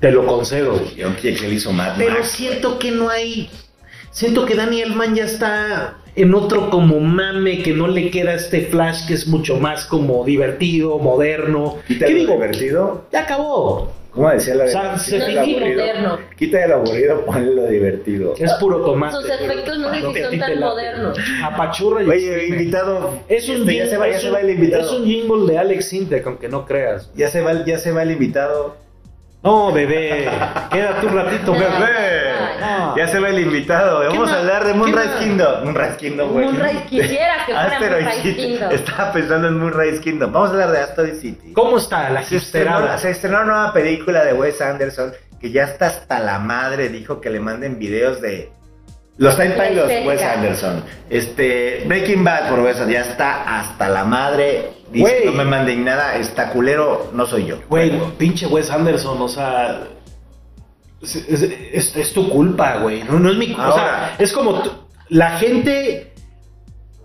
Speaker 2: te lo concedo, güey.
Speaker 1: John Excel hizo Mad
Speaker 2: Pero
Speaker 1: Max.
Speaker 2: siento que no hay. Siento que Danny Elfman ya está en otro como mame que no le queda este flash que es mucho más como divertido, moderno.
Speaker 1: Quita
Speaker 2: ¿Qué
Speaker 1: lo
Speaker 2: digo?
Speaker 1: divertido.
Speaker 2: Ya acabó.
Speaker 1: ¿Cómo decía la
Speaker 2: O sea,
Speaker 1: quita
Speaker 2: se
Speaker 1: lo
Speaker 2: fingió
Speaker 1: aburrido.
Speaker 3: moderno.
Speaker 1: Quita lo aburrido, ponle lo divertido.
Speaker 2: Es puro tomate.
Speaker 3: Sus efectos no sé
Speaker 2: Lo que
Speaker 3: si
Speaker 2: a ti
Speaker 3: son
Speaker 2: te
Speaker 3: tan
Speaker 2: late.
Speaker 3: modernos.
Speaker 2: Apachurra y
Speaker 1: Oye, invitado.
Speaker 2: es un,
Speaker 1: este, ya
Speaker 2: jingle-
Speaker 1: se va, ya
Speaker 2: es
Speaker 1: se
Speaker 2: un-
Speaker 1: va el invitado.
Speaker 2: es un jingle de Alex Intec, aunque no creas.
Speaker 1: Ya se va, el- ya se va el invitado.
Speaker 2: No, bebé, quédate un
Speaker 3: <laughs>
Speaker 2: ratito, bebé. Ah.
Speaker 1: Ya se va el invitado. Vamos
Speaker 2: más?
Speaker 1: a hablar de
Speaker 2: ¿Qué
Speaker 1: Moonrise
Speaker 2: más?
Speaker 1: Kingdom. Moonrise Kingdom, güey. <laughs> Ah, este
Speaker 3: Moonrise, quisiera que fuera
Speaker 1: Asteroid
Speaker 3: Moonrise
Speaker 1: City.
Speaker 3: Kingdom.
Speaker 1: Estaba pensando en Moonrise Kingdom. Vamos a hablar de Asteroid City.
Speaker 2: ¿Cómo está la
Speaker 1: Se estrenó,
Speaker 2: gisterada?
Speaker 1: se estrenó una nueva película de Wes Anderson que ya está hasta la madre dijo que le manden videos de los Time
Speaker 3: La
Speaker 1: Pilots,
Speaker 3: estética.
Speaker 1: Wes Anderson. Este, Breaking Bad por Wes Anderson, ya está hasta la madre. Dice,
Speaker 2: Güey.
Speaker 1: no me manden nada, está culero, no soy yo.
Speaker 2: Güey, pinche Wes Anderson, o sea. Es, es- es- es tu culpa, güey. No, no es mi culpa. O sea,
Speaker 1: Ahora.
Speaker 2: es como tú- la gente.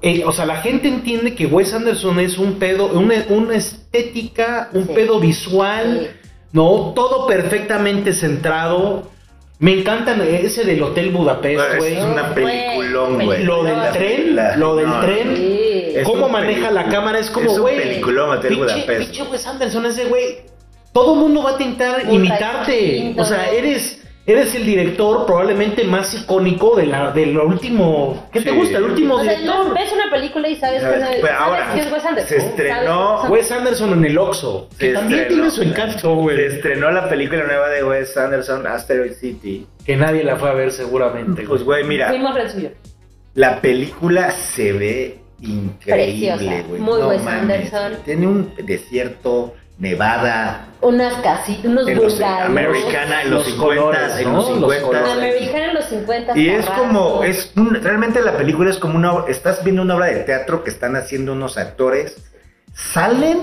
Speaker 2: eh, o sea, la gente entiende que Wes Anderson es un pedo, una, una estética, un
Speaker 3: Sí.
Speaker 2: pedo visual,
Speaker 3: Sí.
Speaker 2: ¿no? Todo perfectamente centrado. Me encantan ese del Hotel Budapest,
Speaker 1: Güey,
Speaker 2: güey.
Speaker 1: es una
Speaker 3: Güey,
Speaker 1: peliculón, güey.
Speaker 2: Lo del
Speaker 1: La-
Speaker 2: tren,
Speaker 1: la-
Speaker 2: lo del
Speaker 1: no,
Speaker 2: tren.
Speaker 3: Sí.
Speaker 1: Es
Speaker 2: ¿Cómo
Speaker 1: un
Speaker 2: maneja
Speaker 1: peliculón.
Speaker 2: la cámara? Es como,
Speaker 1: Es un
Speaker 2: güey.
Speaker 1: peliculón, Hotel
Speaker 2: pinche,
Speaker 1: Budapest.
Speaker 2: pinche Wes Anderson, ese güey. Todo mundo va a intentar
Speaker 3: Puta,
Speaker 2: imitarte.
Speaker 3: lindo.
Speaker 2: O sea, eres Eres el director probablemente más icónico de la, del último. ¿Qué te
Speaker 1: Sí.
Speaker 2: gusta? El último
Speaker 3: O sea, no
Speaker 2: director.
Speaker 3: ves una película y sabes,
Speaker 1: ¿Sabes?
Speaker 3: que, es-
Speaker 1: Pero
Speaker 3: sabes
Speaker 1: pues, ahora
Speaker 3: que es Wes Anderson.
Speaker 1: se estrenó-
Speaker 3: ¿sabes?
Speaker 2: Wes Anderson en el Oxxo. Que
Speaker 1: Se
Speaker 2: también
Speaker 1: estrenó.
Speaker 2: tiene su encanto,
Speaker 1: Se
Speaker 2: güey.
Speaker 1: estrenó la película nueva de Wes Anderson, Asteroid City.
Speaker 2: Que nadie la fue a ver seguramente.
Speaker 1: Pues,
Speaker 2: güey.
Speaker 1: güey, mira,
Speaker 3: Fuimos al suyo.
Speaker 1: la película se ve increíble,
Speaker 3: Preciosa.
Speaker 1: güey.
Speaker 3: Muy Wes
Speaker 1: mames.
Speaker 3: Anderson.
Speaker 1: Tiene un desierto, nevada,
Speaker 3: Unas casitas, unos
Speaker 1: en los,
Speaker 3: burgados.
Speaker 1: americana, en los,
Speaker 2: Los
Speaker 1: 50,
Speaker 2: colores,
Speaker 1: en
Speaker 2: ¿no?
Speaker 1: los
Speaker 2: Los
Speaker 1: 50.
Speaker 2: colores.
Speaker 3: Americana en los 50.
Speaker 1: Y es
Speaker 3: tabaco.
Speaker 1: como, es un- realmente la película es como una, estás viendo una obra de teatro que están haciendo unos actores, salen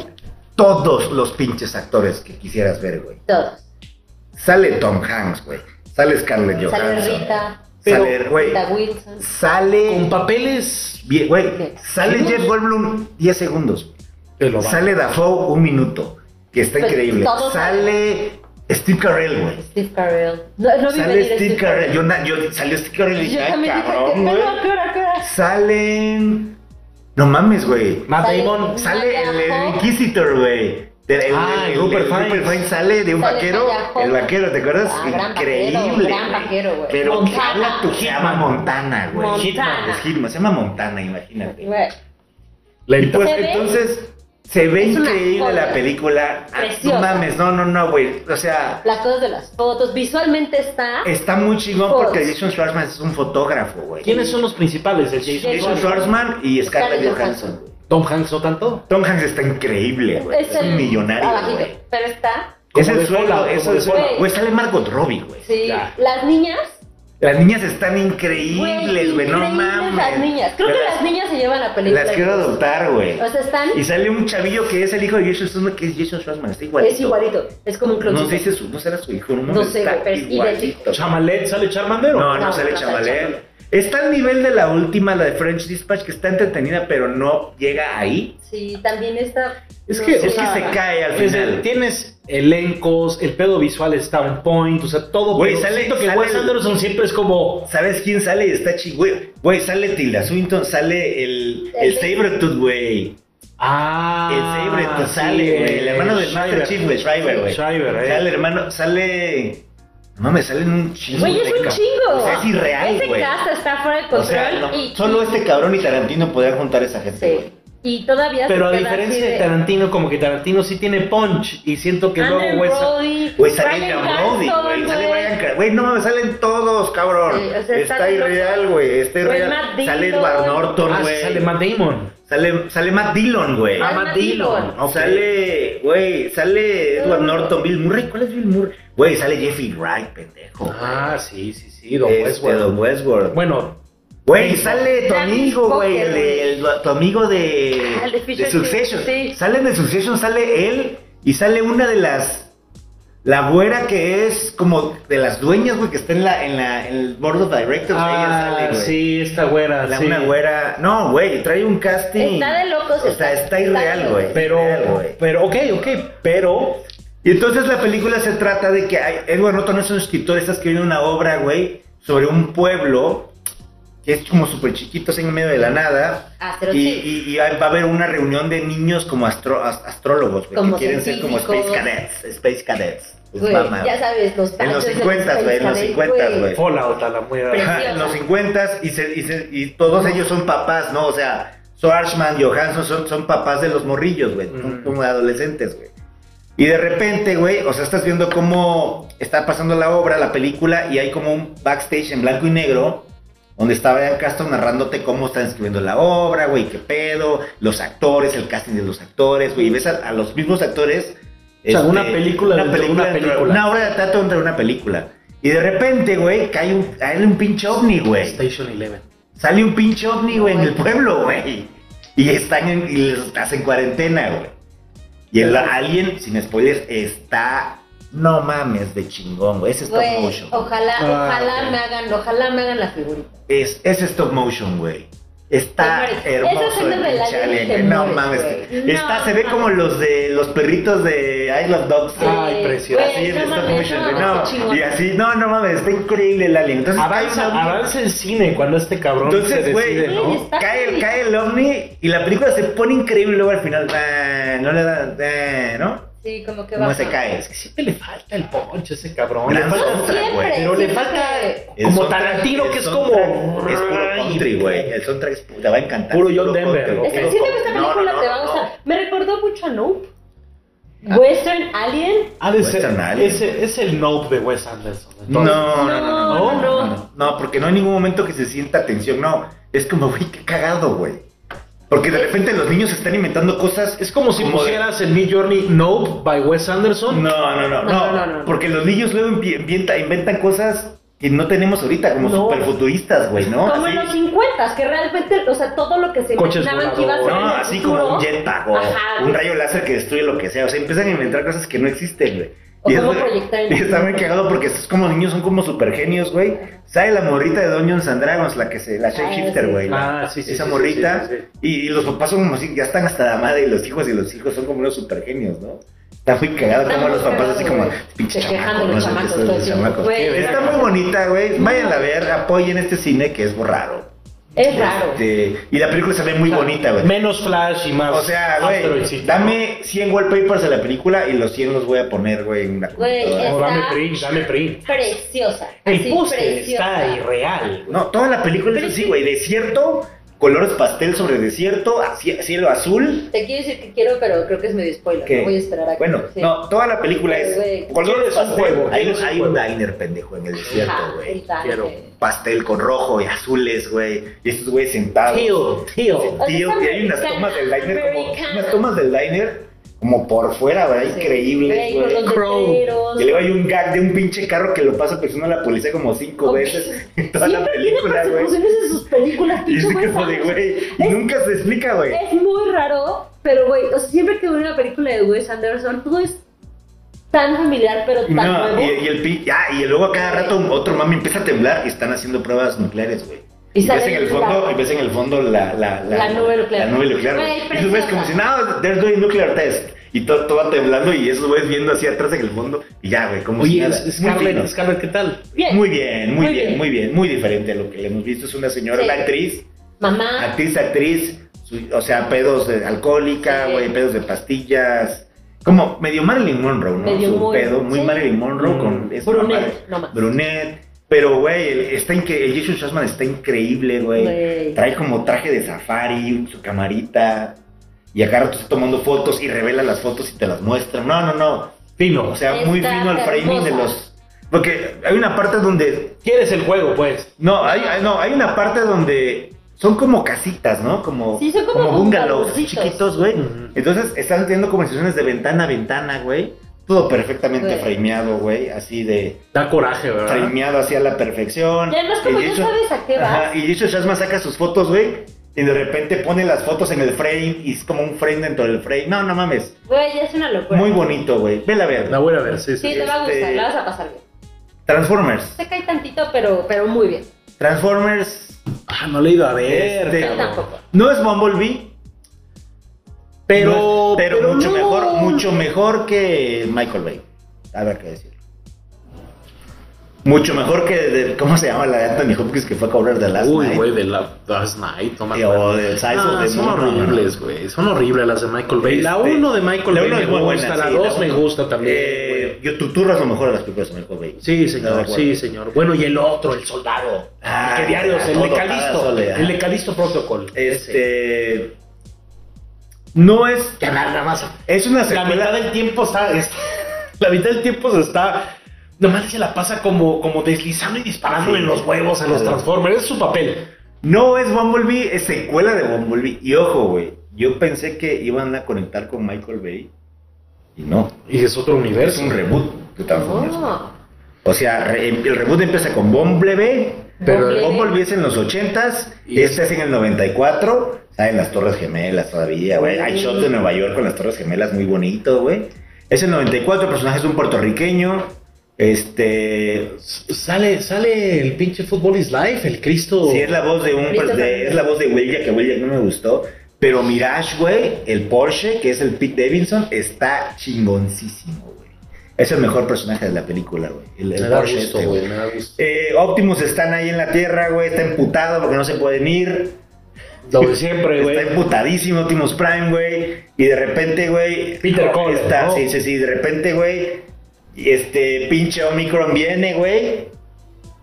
Speaker 1: todos los pinches actores que quisieras ver, güey.
Speaker 3: Todos.
Speaker 1: Sale Tom Hanks, güey, sale Scarlett
Speaker 3: Sale
Speaker 1: Johansson,
Speaker 3: Rita,
Speaker 1: sale, güey,
Speaker 3: Rita Wilson.
Speaker 2: Con
Speaker 1: sale,
Speaker 2: papeles.
Speaker 1: bien, güey, sale
Speaker 2: Sí.
Speaker 1: Jeff Goldblum 10 segundos,
Speaker 2: Te lo va.
Speaker 1: sale Dafoe un minuto, que está
Speaker 3: Pero
Speaker 1: increíble,
Speaker 3: todos
Speaker 1: sale Steve Carell, güey.
Speaker 3: Steve Carell. No, no vi
Speaker 1: Sale
Speaker 3: venir a
Speaker 1: Steve Carell, yo, na- yo salió Steve Carell y
Speaker 3: Yo
Speaker 1: dije, "Ay,
Speaker 3: también dije,
Speaker 1: cabrón,
Speaker 3: ¿qué
Speaker 1: güey.
Speaker 3: pedo? ¿Qué hora? ¿Qué hora?
Speaker 1: Salen. No mames, güey.
Speaker 2: Matt Damon.
Speaker 1: Sale el, el
Speaker 3: Dafoe.
Speaker 1: Inquisitor, güey. De- El,
Speaker 2: Ah,
Speaker 1: el-
Speaker 2: el Rupert
Speaker 1: el Rupert
Speaker 2: Fiennes.
Speaker 1: Fiennes sale de un
Speaker 3: Sale
Speaker 1: vaquero.
Speaker 3: Callajo.
Speaker 1: El vaquero, ¿te acuerdas?
Speaker 3: Ah, gran
Speaker 1: Increíble.
Speaker 3: vaquero, gran
Speaker 1: güey.
Speaker 3: vaquero, güey.
Speaker 1: Pero que
Speaker 3: Montana.
Speaker 1: habla tu se llama Montana, güey.
Speaker 3: Montana.
Speaker 1: Hitman, Es Hitman, se llama Montana, imagínate.
Speaker 3: Güey,
Speaker 1: Y
Speaker 2: Lento.
Speaker 1: pues
Speaker 3: Se ve-
Speaker 1: entonces. Se ve
Speaker 3: Es una
Speaker 1: increíble la
Speaker 3: joya.
Speaker 1: película. Ah,
Speaker 3: Preciosa.
Speaker 1: No mames, no, no, no, güey. O sea,
Speaker 3: Las cosas de las fotos. Visualmente está.
Speaker 1: está muy chingón
Speaker 3: Fotos.
Speaker 1: porque Jason Schwartzman es un fotógrafo, güey.
Speaker 2: ¿Quiénes son los principales? El Jason.
Speaker 1: Jason
Speaker 3: Schwartzman.
Speaker 1: Schwartzman y Scarlett
Speaker 3: Scarlett
Speaker 1: Johansson,
Speaker 3: Johansson.
Speaker 1: güey.
Speaker 2: Tom Hanks o tanto.
Speaker 1: Tom Hanks está increíble, güey. Es, un
Speaker 3: el-
Speaker 1: millonario,
Speaker 3: abajito,
Speaker 1: güey.
Speaker 3: Pero está.
Speaker 2: Como
Speaker 1: Es el
Speaker 2: de
Speaker 1: sueldo,
Speaker 2: Fallout,
Speaker 1: es
Speaker 2: como
Speaker 1: el
Speaker 2: de
Speaker 1: sueldo.
Speaker 3: Fallout.
Speaker 1: Güey, sale Margot Robbie, güey.
Speaker 3: Sí.
Speaker 2: Ya.
Speaker 3: Las niñas.
Speaker 1: Las niñas están
Speaker 3: güey,
Speaker 1: increíbles, güey, no
Speaker 3: increíbles
Speaker 1: mames.
Speaker 3: Las niñas. Creo que
Speaker 1: Las-
Speaker 3: las niñas se llevan la película.
Speaker 1: Las quiero adoptar, güey.
Speaker 3: O sea, están.
Speaker 1: Y sale un chavillo que es el hijo de Jason Schwartzman, que es Jason Schwartzman, está igualito.
Speaker 3: Es igualito. Es como un clon.
Speaker 1: No sé si su, no será su hijo, no,
Speaker 3: No sé,
Speaker 1: está
Speaker 3: güey, pero es
Speaker 1: igualito.
Speaker 2: Chamalet, sale Charmandero.
Speaker 1: No, no,
Speaker 3: No,
Speaker 1: sale
Speaker 3: no sale
Speaker 1: chavalé.
Speaker 3: Chamalet.
Speaker 1: Está al nivel de la última, la de French Dispatch, que está entretenida, pero no llega ahí.
Speaker 3: Sí, también está.
Speaker 2: Es que,
Speaker 3: no
Speaker 1: Es
Speaker 3: sé,
Speaker 1: que
Speaker 2: sea, pues,
Speaker 1: se cae al
Speaker 2: Es
Speaker 1: final.
Speaker 2: el- tienes elencos, el pedo visual está on point, o sea, todo.
Speaker 1: Güey,
Speaker 2: pero
Speaker 1: sale-
Speaker 2: siento que
Speaker 1: sale
Speaker 2: Wes
Speaker 1: el-
Speaker 2: Anderson siempre es como.
Speaker 1: ¿Sabes quién sale? Está chido, güey. Güey, sale Tilda Swinton, sale el, el
Speaker 3: El-
Speaker 1: Sabretooth, güey.
Speaker 2: Ah.
Speaker 1: El Sabretooth
Speaker 2: sí,
Speaker 1: sale, güey. El hermano del
Speaker 2: Shriver.
Speaker 1: Master Chief, güey. Shriver, güey.
Speaker 2: Shriver, eh.
Speaker 1: Sale, hermano, sale... No me salen un chingo.
Speaker 3: Güey, es
Speaker 1: de
Speaker 3: un
Speaker 1: ca-
Speaker 3: chingo.
Speaker 1: O sea, es irreal,
Speaker 3: Ese
Speaker 1: güey.
Speaker 3: cast está fuera de
Speaker 1: O
Speaker 3: control.
Speaker 1: sea, no,
Speaker 3: Pues, y,
Speaker 1: solo este cabrón y Tarantino podrían juntar a esa gente, güey.
Speaker 3: Sí. Y todavía.
Speaker 2: Pero a
Speaker 3: se queda
Speaker 2: diferencia
Speaker 3: así
Speaker 2: de Tarantino, como que Tarantino sí tiene punch y siento que luego
Speaker 3: Adrian
Speaker 2: Wes
Speaker 3: Brody,
Speaker 1: Güey, sale
Speaker 3: Ryan
Speaker 1: Ryan Brody,
Speaker 3: Cranston,
Speaker 1: güey. Sale
Speaker 3: güey.
Speaker 1: Ryan Cra- Güey, no mames, salen todos, cabrón.
Speaker 3: Sí, o sea,
Speaker 1: está,
Speaker 3: está bien
Speaker 1: irreal,
Speaker 3: loco.
Speaker 1: güey. Está
Speaker 3: Güey,
Speaker 1: irreal.
Speaker 3: Pues Matt
Speaker 1: Sale
Speaker 3: Dillon.
Speaker 1: Edward Norton,
Speaker 2: Ah,
Speaker 1: güey.
Speaker 2: sale Matt Damon.
Speaker 1: Sale, sale Matt Dillon, güey.
Speaker 2: Ah,
Speaker 3: Matt
Speaker 2: Matt Dillon.
Speaker 3: Dillon.
Speaker 2: ok.
Speaker 1: Sale, güey, sale Edward
Speaker 3: Ah.
Speaker 1: Norton, Bill Murray. ¿Cuál es Bill Murray? Güey, sale Jeffrey Wright, pendejo.
Speaker 2: Ah, sí, sí, sí, Don
Speaker 1: Este,
Speaker 2: Westworld.
Speaker 1: Don Westworld.
Speaker 2: Bueno,
Speaker 1: Güey, sale tu
Speaker 3: Travis
Speaker 1: amigo, güey,
Speaker 3: Barker,
Speaker 1: el, de- el- tu amigo
Speaker 3: Ah, <laughs> el
Speaker 1: de,
Speaker 3: de
Speaker 1: de
Speaker 3: Fisher King,
Speaker 1: Succession.
Speaker 3: sí.
Speaker 1: Sale de Succession, sale él y sale una de las. La güera que es como de las dueñas, güey, que está en la, en la, en el board of directors. ella
Speaker 2: ah,
Speaker 1: sale, güey.
Speaker 2: sí, esta güera,
Speaker 1: La
Speaker 2: sí.
Speaker 1: una güera. No, güey, trae un casting.
Speaker 3: Está de locos.
Speaker 1: O sea, está irreal, güey.
Speaker 2: Pero,
Speaker 1: Irreal, güey.
Speaker 2: pero, ok, ok, pero
Speaker 1: Y entonces la película se trata de que hay- Edward Norton es un escritor, está escribiendo una obra, güey, sobre un pueblo que es como súper chiquito, está en medio de la nada.
Speaker 3: Ah, pero
Speaker 1: y,
Speaker 3: sí.
Speaker 1: y- y va a haber una reunión de niños como astro- as- astrólogos, güey,
Speaker 3: Como
Speaker 1: que quieren ser como Space
Speaker 3: científicos.
Speaker 1: Cadets. Space Cadets. pues, Es
Speaker 3: Güey,
Speaker 1: mama,
Speaker 3: ya
Speaker 1: güey.
Speaker 3: sabes, los
Speaker 1: En los
Speaker 3: panchos de
Speaker 1: 50, güey, en los
Speaker 3: Space
Speaker 1: 50,
Speaker 3: Cadets,
Speaker 1: güey.
Speaker 2: Fallout a la mujer.
Speaker 3: Pero-
Speaker 1: Ajá, en los 50 y, se- y se- y todos ellos son papás, ¿no? O sea, Schwarzman, Johansson son, son papás de los morrillos, güey. Son
Speaker 2: Ujú.
Speaker 1: como adolescentes, güey. Y de repente, güey, o sea, estás viendo cómo está pasando la obra, la película, y hay como un backstage en blanco y negro, donde está Brian Castro narrándote cómo están escribiendo la obra, güey, qué pedo, los actores, el casting de los actores, güey, y ves a, a los mismos actores. este,
Speaker 2: O sea, una película
Speaker 1: una
Speaker 2: dentro de
Speaker 1: película,
Speaker 2: una
Speaker 1: dentro-
Speaker 2: película.
Speaker 1: una obra de teatro entre una película. Y de repente, güey, cae un, cae un pinche ovni, güey.
Speaker 2: Station Eleven.
Speaker 1: Sale un pinche ovni, güey, en el pueblo, güey. Y están en, y les hacen cuarentena, güey. Y el alien, sin spoilers, está. No mames de chingón, güey. Es stop
Speaker 3: Güey,
Speaker 1: motion.
Speaker 3: ojalá,
Speaker 2: Ah,
Speaker 3: ojalá
Speaker 2: ok.
Speaker 3: me hagan, ojalá me hagan la figurita.
Speaker 1: Es, es stop motion, güey. Está
Speaker 3: Pues, güey, esa
Speaker 1: hermoso
Speaker 3: escena
Speaker 1: el
Speaker 3: del
Speaker 1: pinche
Speaker 3: alien
Speaker 1: alien,
Speaker 3: te
Speaker 1: güey. No
Speaker 3: mueres,
Speaker 1: mames.
Speaker 3: güey.
Speaker 1: Está,
Speaker 3: No
Speaker 1: se ve como
Speaker 3: mames.
Speaker 1: los de los perritos de I Love Dogs.
Speaker 2: Sí. Ah, Ay, precioso.
Speaker 3: Eh, güey,
Speaker 1: Así en
Speaker 3: no
Speaker 1: stop
Speaker 3: mames,
Speaker 1: motion, güey.
Speaker 3: no,
Speaker 1: No,
Speaker 3: qué chingón.
Speaker 1: y así, no, no mames, está increíble el alien. Entonces,
Speaker 2: Avanza,
Speaker 1: hay un ovni.
Speaker 2: avanza en cine cuando este cabrón se
Speaker 1: Entonces,
Speaker 2: decide,
Speaker 1: güey,
Speaker 2: ¿no?
Speaker 3: Está
Speaker 1: cae, el,
Speaker 3: heavy.
Speaker 1: cae el ovni y la película se pone increíble luego al final. Ah, no le da, ah, ¿no?
Speaker 3: Sí, como que
Speaker 1: ¿Cómo
Speaker 3: va.
Speaker 1: se cae?
Speaker 2: Es que siempre le falta el poncho a ese cabrón.
Speaker 1: Gran
Speaker 2: Le falta-
Speaker 1: soundtrack,
Speaker 3: Siempre.
Speaker 1: güey.
Speaker 2: pero le
Speaker 3: siempre.
Speaker 2: falta
Speaker 1: El
Speaker 2: como
Speaker 1: soundtrack-
Speaker 2: Tarantino, que
Speaker 1: el
Speaker 2: es como.
Speaker 1: soundtrack Es puro
Speaker 2: Ay,
Speaker 1: country, güey. El soundtrack es pu- te va a encantar.
Speaker 2: Puro John Denver,
Speaker 1: country.
Speaker 2: ¿no?
Speaker 3: Es que
Speaker 2: Ok.
Speaker 3: siento que esta
Speaker 1: No, no,
Speaker 3: película
Speaker 1: no,
Speaker 3: te va a
Speaker 1: no.
Speaker 3: gustar. Me recordó mucho a Nope.
Speaker 2: Ah.
Speaker 3: Western Alien.
Speaker 2: Ha de ser.
Speaker 1: Western Alien.
Speaker 2: Es, es el nope de Wes Anderson.
Speaker 1: No,
Speaker 2: Entonces,
Speaker 1: no, no, no, no,
Speaker 2: No,
Speaker 1: no, no. No, porque no hay ningún momento que se sienta tensión. No, es como, güey, qué cagado, güey. Porque de repente los niños están inventando cosas.
Speaker 2: Es como si
Speaker 1: Como de-
Speaker 2: pusieras en Mid Journey Nope by Wes Anderson.
Speaker 1: No, no, no,
Speaker 3: No,
Speaker 1: no.
Speaker 3: no, no, no.
Speaker 1: Porque los niños luego empie- inventa- inventan cosas que no tenemos ahorita, como
Speaker 2: No.
Speaker 1: superfuturistas, güey, ¿no?
Speaker 3: como en los
Speaker 1: Así,
Speaker 3: 50, que realmente, o sea, todo lo que se
Speaker 2: Coches
Speaker 3: imaginaban que iba a ser.
Speaker 1: no,
Speaker 3: en el
Speaker 1: así
Speaker 3: futuro,
Speaker 1: como un jetpack o
Speaker 3: Ajá.
Speaker 1: un rayo láser que destruye lo que sea. O sea, empiezan a inventar cosas que no existen, güey.
Speaker 3: O
Speaker 1: Y es
Speaker 3: cómo
Speaker 1: muy-
Speaker 3: proyectar
Speaker 1: <laughs>
Speaker 3: en
Speaker 1: Y está muy
Speaker 3: futuro.
Speaker 1: cagado porque estos como niños son como supergenios, güey. Sale la morrita de Dungeons and Dragons, la que se, la shapeshifter,
Speaker 3: Ah, sí.
Speaker 1: güey. la-
Speaker 2: Ah, sí, sí.
Speaker 1: esa
Speaker 2: sí, sí,
Speaker 1: morrita.
Speaker 2: sí, sí, sí.
Speaker 1: Y, y los papás son como así, ya están hasta la madre, y los hijos y los hijos son como unos supergenios, ¿no? Está muy cagado
Speaker 3: Está
Speaker 1: como
Speaker 3: muy
Speaker 1: los papás
Speaker 3: cagado,
Speaker 1: así como,
Speaker 3: güey.
Speaker 1: pinche
Speaker 3: Se quejan
Speaker 1: chamaco,
Speaker 3: de
Speaker 1: no
Speaker 3: los
Speaker 1: sé qué
Speaker 3: chamacos,
Speaker 1: son
Speaker 3: todo
Speaker 1: los
Speaker 3: el tiempo.
Speaker 1: chamacos.
Speaker 3: Güey,
Speaker 1: Está muy bonita, güey. Vayan a ver, apoyen este cine que es raro.
Speaker 3: Es raro.
Speaker 1: Este, y la película se ve muy bonita, güey.
Speaker 2: Menos Flash Ah, y más.
Speaker 1: O sea,
Speaker 2: Asteroid
Speaker 1: güey,
Speaker 2: City.
Speaker 1: dame 100 wallpapers a la película y los 100 los voy a poner, güey, en una
Speaker 3: Güey,
Speaker 1: computadora.
Speaker 2: No, dame
Speaker 3: Está-
Speaker 2: print, dame print.
Speaker 3: Preciosa.
Speaker 2: El
Speaker 3: así,
Speaker 2: póster
Speaker 3: preciosa.
Speaker 2: está irreal. güey.
Speaker 1: No, toda la película es
Speaker 3: Pero
Speaker 1: así,
Speaker 3: sí.
Speaker 1: güey. Desierto, colores pastel sobre desierto, así- cielo azul.
Speaker 3: Te quiero decir que quiero, pero creo que es medio spoiler.
Speaker 1: ¿Qué?
Speaker 3: no voy a esperar a que-
Speaker 1: Bueno,
Speaker 3: sí.
Speaker 1: no, toda la película es
Speaker 3: Güey,
Speaker 1: colores
Speaker 2: ¿quieres un
Speaker 1: pastel.
Speaker 2: juego?
Speaker 1: Hay,
Speaker 2: ¿Quieres un
Speaker 1: hay un
Speaker 2: juego?
Speaker 1: diner pendejo en el
Speaker 3: Ajá,
Speaker 1: desierto,
Speaker 3: el
Speaker 1: güey.
Speaker 3: tal,
Speaker 2: quiero.
Speaker 3: güey.
Speaker 1: Pastel con rojo y azules, güey. Y estos güeyes sentados.
Speaker 2: Tío, tío.
Speaker 1: Tío,
Speaker 3: O sea,
Speaker 1: y hay unas
Speaker 3: está
Speaker 1: tomas del diner como
Speaker 3: americano.
Speaker 1: unas tomas del diner como por fuera, ¿verdad?
Speaker 3: Sí.
Speaker 1: Increíbles,
Speaker 3: Güey, con
Speaker 1: güey.
Speaker 3: los
Speaker 2: Crow.
Speaker 3: letreros.
Speaker 1: Y luego hay un gag de un pinche carro que lo pasa persona a la policía como cinco
Speaker 3: Ok.
Speaker 1: veces en toda la
Speaker 3: Siempre tiene
Speaker 1: película, güey.
Speaker 3: persecuciones en sus películas.
Speaker 1: Y es
Speaker 3: pinche
Speaker 1: como de,
Speaker 3: Wes
Speaker 1: güey. Y nunca se explica, güey.
Speaker 3: Es muy raro, pero güey, o sea, siempre que veo una película de Wes Anderson, todo es tan familiar, pero tan
Speaker 1: No,
Speaker 3: nuevo.
Speaker 1: y, y el pi- ah, y luego a cada rato otro mami empieza a temblar y están haciendo pruebas nucleares, güey.
Speaker 3: Y
Speaker 1: Y, ves
Speaker 3: sale
Speaker 1: en el
Speaker 3: la-
Speaker 1: fondo, y ves en el fondo la, la,
Speaker 3: La nube nuclear.
Speaker 1: La nube nuclear, güey.
Speaker 3: Güey,
Speaker 1: Y tú ves
Speaker 3: preciosa.
Speaker 1: como si nada, they're doing nuclear test. Y todo, todo va temblando y esos güeyes viendo así atrás en el fondo. Y ya, güey, como si
Speaker 2: Oye,
Speaker 1: nada.
Speaker 2: es-
Speaker 1: Muy
Speaker 2: Scarlett,
Speaker 1: fino.
Speaker 2: Scarlett, ¿qué tal?
Speaker 3: Bien,
Speaker 1: Muy bien, muy,
Speaker 3: Muy
Speaker 1: bien,
Speaker 3: bien.
Speaker 1: muy bien, muy diferente a lo que le hemos visto. Es una señora,
Speaker 3: Sí.
Speaker 1: una actriz,
Speaker 3: mamá.
Speaker 1: actriz, actriz, su- o sea, pedos de alcohólica,
Speaker 3: Sí.
Speaker 1: güey, pedos de pastillas. Como medio Marilyn Monroe, ¿no?
Speaker 3: Medio
Speaker 1: Su
Speaker 3: muy-
Speaker 1: pedo, muy
Speaker 3: sí.
Speaker 1: Marilyn Monroe
Speaker 2: Mm.
Speaker 1: con esa mamada.
Speaker 3: Brunette, no más.
Speaker 1: Brunet. Pero, güey, el- está incre- el Jason Schwartzman está increíble, güey.
Speaker 3: Güey.
Speaker 1: Trae como traje de safari, su camarita. Y acá rato está tomando fotos y revela las fotos y te las muestra. No, no, no.
Speaker 2: Fino.
Speaker 1: O sea, muy
Speaker 3: Está
Speaker 1: fino el framing de
Speaker 3: hermosa.
Speaker 1: los. Porque hay una parte donde
Speaker 2: ¿Quieres el juego, pues?
Speaker 1: no, hay, hay- no, hay una parte donde son como casitas, ¿no? Como,
Speaker 3: Sí, son como
Speaker 1: bungalows
Speaker 3: bungalowsitos.
Speaker 1: chiquitos, güey.
Speaker 2: Ujú.
Speaker 1: Entonces están teniendo conversaciones de ventana a ventana, güey. Todo perfectamente
Speaker 3: Güey.
Speaker 1: frameado, güey. Así de
Speaker 2: Da coraje, ¿verdad?
Speaker 1: frameado así a la perfección.
Speaker 3: Y además, como
Speaker 1: El
Speaker 3: ya
Speaker 1: Jason-
Speaker 3: sabes a qué vas,
Speaker 1: Ajá, y Jason Shazma saca sus fotos, güey. Y de repente pone las fotos en el frame y es como un frame dentro del frame. No, no mames.
Speaker 3: güey, es una locura.
Speaker 1: Muy bonito, güey. Vela a ver.
Speaker 2: La voy a ver, sí,
Speaker 3: Sí,
Speaker 2: sí.
Speaker 3: te va a gustar,
Speaker 1: Este-
Speaker 3: la vas a pasar bien.
Speaker 1: Transformers.
Speaker 3: Se cae tantito, pero, pero muy bien.
Speaker 1: Transformers.
Speaker 2: Ah, no le he ido a ver.
Speaker 1: Este-
Speaker 3: Yo
Speaker 2: cabrón.
Speaker 3: tampoco.
Speaker 1: No es Bumblebee,
Speaker 2: Pero,
Speaker 1: pero, mucho
Speaker 2: no.
Speaker 1: mejor, mucho mejor que Michael Bay. Habrá que decir. Mucho mejor que de- ¿cómo se llama la de Anthony Hopkins que fue a cobrar de las
Speaker 2: Uy, güey, de la Last Night, no me
Speaker 1: Eh,
Speaker 2: acuerdo.
Speaker 1: o del Size of
Speaker 2: Ah,
Speaker 1: the
Speaker 2: son
Speaker 1: Moon, no, no, no.
Speaker 2: horribles, güey. Son horribles las de Michael Bay. la
Speaker 1: Este,
Speaker 2: 1 de Michael
Speaker 1: la
Speaker 2: Bay
Speaker 1: uno
Speaker 2: me
Speaker 1: es muy
Speaker 2: gusta,
Speaker 1: buena,
Speaker 2: la
Speaker 1: sí, la
Speaker 2: 2 me
Speaker 1: uno.
Speaker 2: gusta también.
Speaker 1: Eh, yo tú turras lo mejor a las películas de Michael Bay.
Speaker 2: güey. sí,
Speaker 1: ¿Estás de
Speaker 2: señor,
Speaker 1: acuerdo?
Speaker 2: sí, señor. Bueno, y el otro, el soldado.
Speaker 1: Ah,
Speaker 2: el que diarios, el
Speaker 1: todo,
Speaker 2: de
Speaker 1: cada
Speaker 2: Calisto.
Speaker 1: soledad.
Speaker 2: El de Calisto Protocol. Ese.
Speaker 1: Este no es
Speaker 2: Que nada más.
Speaker 1: es una
Speaker 2: La mitad
Speaker 1: secuela.
Speaker 2: del tiempo está. está- <laughs> la mitad del tiempo se está. Nomás se la pasa como, como deslizando y disparando
Speaker 1: Sí.
Speaker 2: en los huevos a los Transformers. Es su papel.
Speaker 1: No es Bumblebee, es secuela de Bumblebee. Y ojo, güey, yo pensé que iban a conectar con Michael Bay y no.
Speaker 2: Y es otro
Speaker 1: Es
Speaker 2: universo.
Speaker 1: un reboot de Transformers.
Speaker 3: No.
Speaker 1: O sea, re- em, el reboot empieza con Bumblebee.
Speaker 2: Pero
Speaker 3: Doble
Speaker 2: el
Speaker 3: D.
Speaker 1: Bumblebee es en los 80s,
Speaker 2: Y-
Speaker 1: este es en el 94. Salen las Torres Gemelas todavía, güey. Hay shot de Nueva York con las Torres Gemelas muy bonito, güey. Es el 94, el personaje es un puertorriqueño. Este.
Speaker 2: Sale, sale el pinche Football is Life, el Cristo.
Speaker 1: Sí, es la voz de un.
Speaker 3: Ahorita
Speaker 1: de-
Speaker 3: también.
Speaker 1: es la voz de William, que William no me gustó. Pero Mirage, güey, el Porsche, que es el Pete Davidson, está chingoncísimo, güey. Es el mejor personaje de la película, güey. El, el
Speaker 2: me da
Speaker 1: Porsche,
Speaker 2: gusto,
Speaker 1: este, güey.
Speaker 2: güey, me da gusto.
Speaker 1: Eh, Optimus están ahí en la Tierra, güey, está emputado porque no se pueden ir. <laughs>
Speaker 2: Lo de siempre, güey.
Speaker 1: Está emputadísimo Timus Prime, güey. Y de repente, güey.
Speaker 2: Peter Cole,
Speaker 1: Está,
Speaker 2: ¿no?
Speaker 1: Sí, sí, sí. De repente, güey. Este pinche Omicron viene, güey.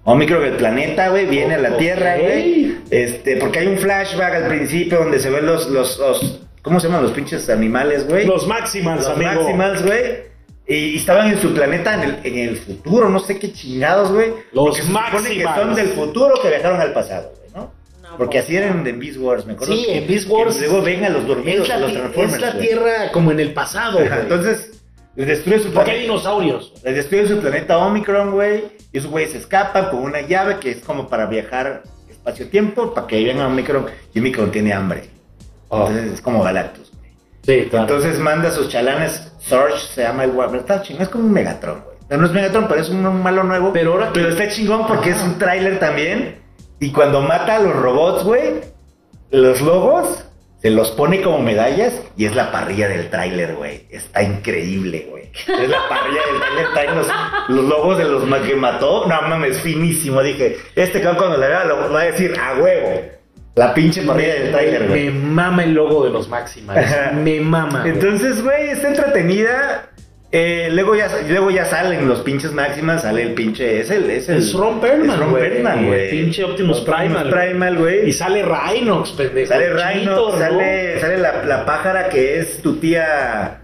Speaker 1: Omicron del planeta, güey. Viene a la
Speaker 2: Ok.
Speaker 1: Tierra, güey. Este, porque hay un flashback al principio donde se ven los, los, los- ¿Cómo se llaman los pinches animales, güey?
Speaker 5: Los Maximals,
Speaker 1: Los
Speaker 5: amigo.
Speaker 1: Maximals, güey. Y, y estaban en su planeta en el, en el futuro, no sé qué chingados, güey.
Speaker 5: Los
Speaker 1: Porque se supone
Speaker 5: Maximals.
Speaker 1: que son del futuro que viajaron al pasado, güey, ¿no?
Speaker 3: No,
Speaker 1: Porque así eran de Beast Wars, me acuerdo.
Speaker 2: Sí, en
Speaker 1: Que-
Speaker 2: Beast Wars-
Speaker 1: que Luego vengan los dormidos,
Speaker 2: Es la,
Speaker 1: los
Speaker 2: ti-
Speaker 1: Transformers.
Speaker 2: es la
Speaker 1: güey.
Speaker 2: tierra como en el pasado,
Speaker 1: Ajá,
Speaker 2: güey.
Speaker 1: Entonces, les destruye su
Speaker 2: Porque hay
Speaker 1: planeta.
Speaker 2: dinosaurios.
Speaker 1: Les destruye su planeta Omicron, güey. Y esos güeyes se escapan con una llave que es como para viajar espacio-tiempo para que vengan a Omicron. Y Omicron tiene hambre.
Speaker 5: Oh.
Speaker 2: Ah,
Speaker 1: Entonces es como Galactus, güey.
Speaker 2: Sí, claro.
Speaker 1: Entonces manda a sus chalanes. Surge se llama el Warner. Está chingón, es como un Megatron, güey. No, no es Megatron, pero es un, un malo nuevo.
Speaker 2: Pero ahora-
Speaker 1: Pero está chingón porque es un tráiler también. Y cuando mata a los robots, güey, los logos se los pone como medallas y es la parrilla del tráiler, güey. Está increíble, güey. Es la parrilla del tráiler, traen los, los logos de los ma- que mató. No mames, finísimo. Dije, este cabrón cuando le vea lo va a decir a huevo. La pinche parrilla del tráiler, güey.
Speaker 2: me mama el logo de los Maximals.
Speaker 1: Ajá.
Speaker 2: me
Speaker 3: Ah,
Speaker 2: mama. güey.
Speaker 1: Entonces, güey, está entretenida. Eh, luego, ya, luego ya salen los pinches máximas, sale el pinche. Es el. Es el
Speaker 2: Es Ron Perlman,
Speaker 1: es Ron
Speaker 2: güey.
Speaker 1: Perlman, güey.
Speaker 2: Pinche Optimus Primal, güey.
Speaker 1: Primal, güey.
Speaker 2: Y sale Rhinox, pendejo.
Speaker 1: Sale
Speaker 2: Cheetor,
Speaker 1: Rhino,
Speaker 2: ¿no?
Speaker 1: sale, sale la, la pájara que es tu tía.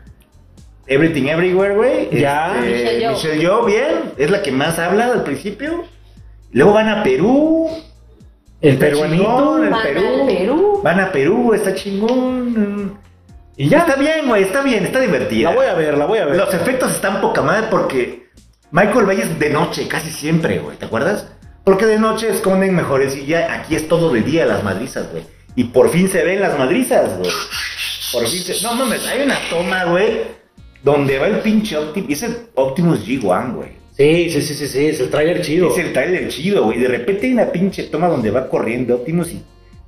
Speaker 1: Everything Everywhere, güey.
Speaker 2: Ya.
Speaker 3: Michelle
Speaker 1: Este,
Speaker 3: Yeoh.
Speaker 1: Michelle Yeoh, bien. Es la que más habla al principio. Luego van a Perú.
Speaker 2: El
Speaker 1: Está
Speaker 2: peruanito.
Speaker 1: chingón, el
Speaker 3: Van
Speaker 1: Perú.
Speaker 3: al Perú.
Speaker 1: Van a Perú, está chingón.
Speaker 2: Y ya.
Speaker 1: Está bien, güey, está bien, está divertida.
Speaker 2: La voy a ver, la voy a ver.
Speaker 1: Los efectos están poca madre porque Michael Bay es de noche casi siempre, güey, ¿te acuerdas? Porque de noche esconden mejores y ya aquí es todo de día las madrizas, güey. Y por fin se ven las madrizas, güey. Por fin se... No mames, hay una toma, güey, donde va el pinche Optimus, es el Optimus G1, güey.
Speaker 2: Sí, sí, sí, sí, sí, es el trailer chido.
Speaker 1: Es el trailer chido, güey. De repente hay una pinche toma donde va corriendo Optimus y...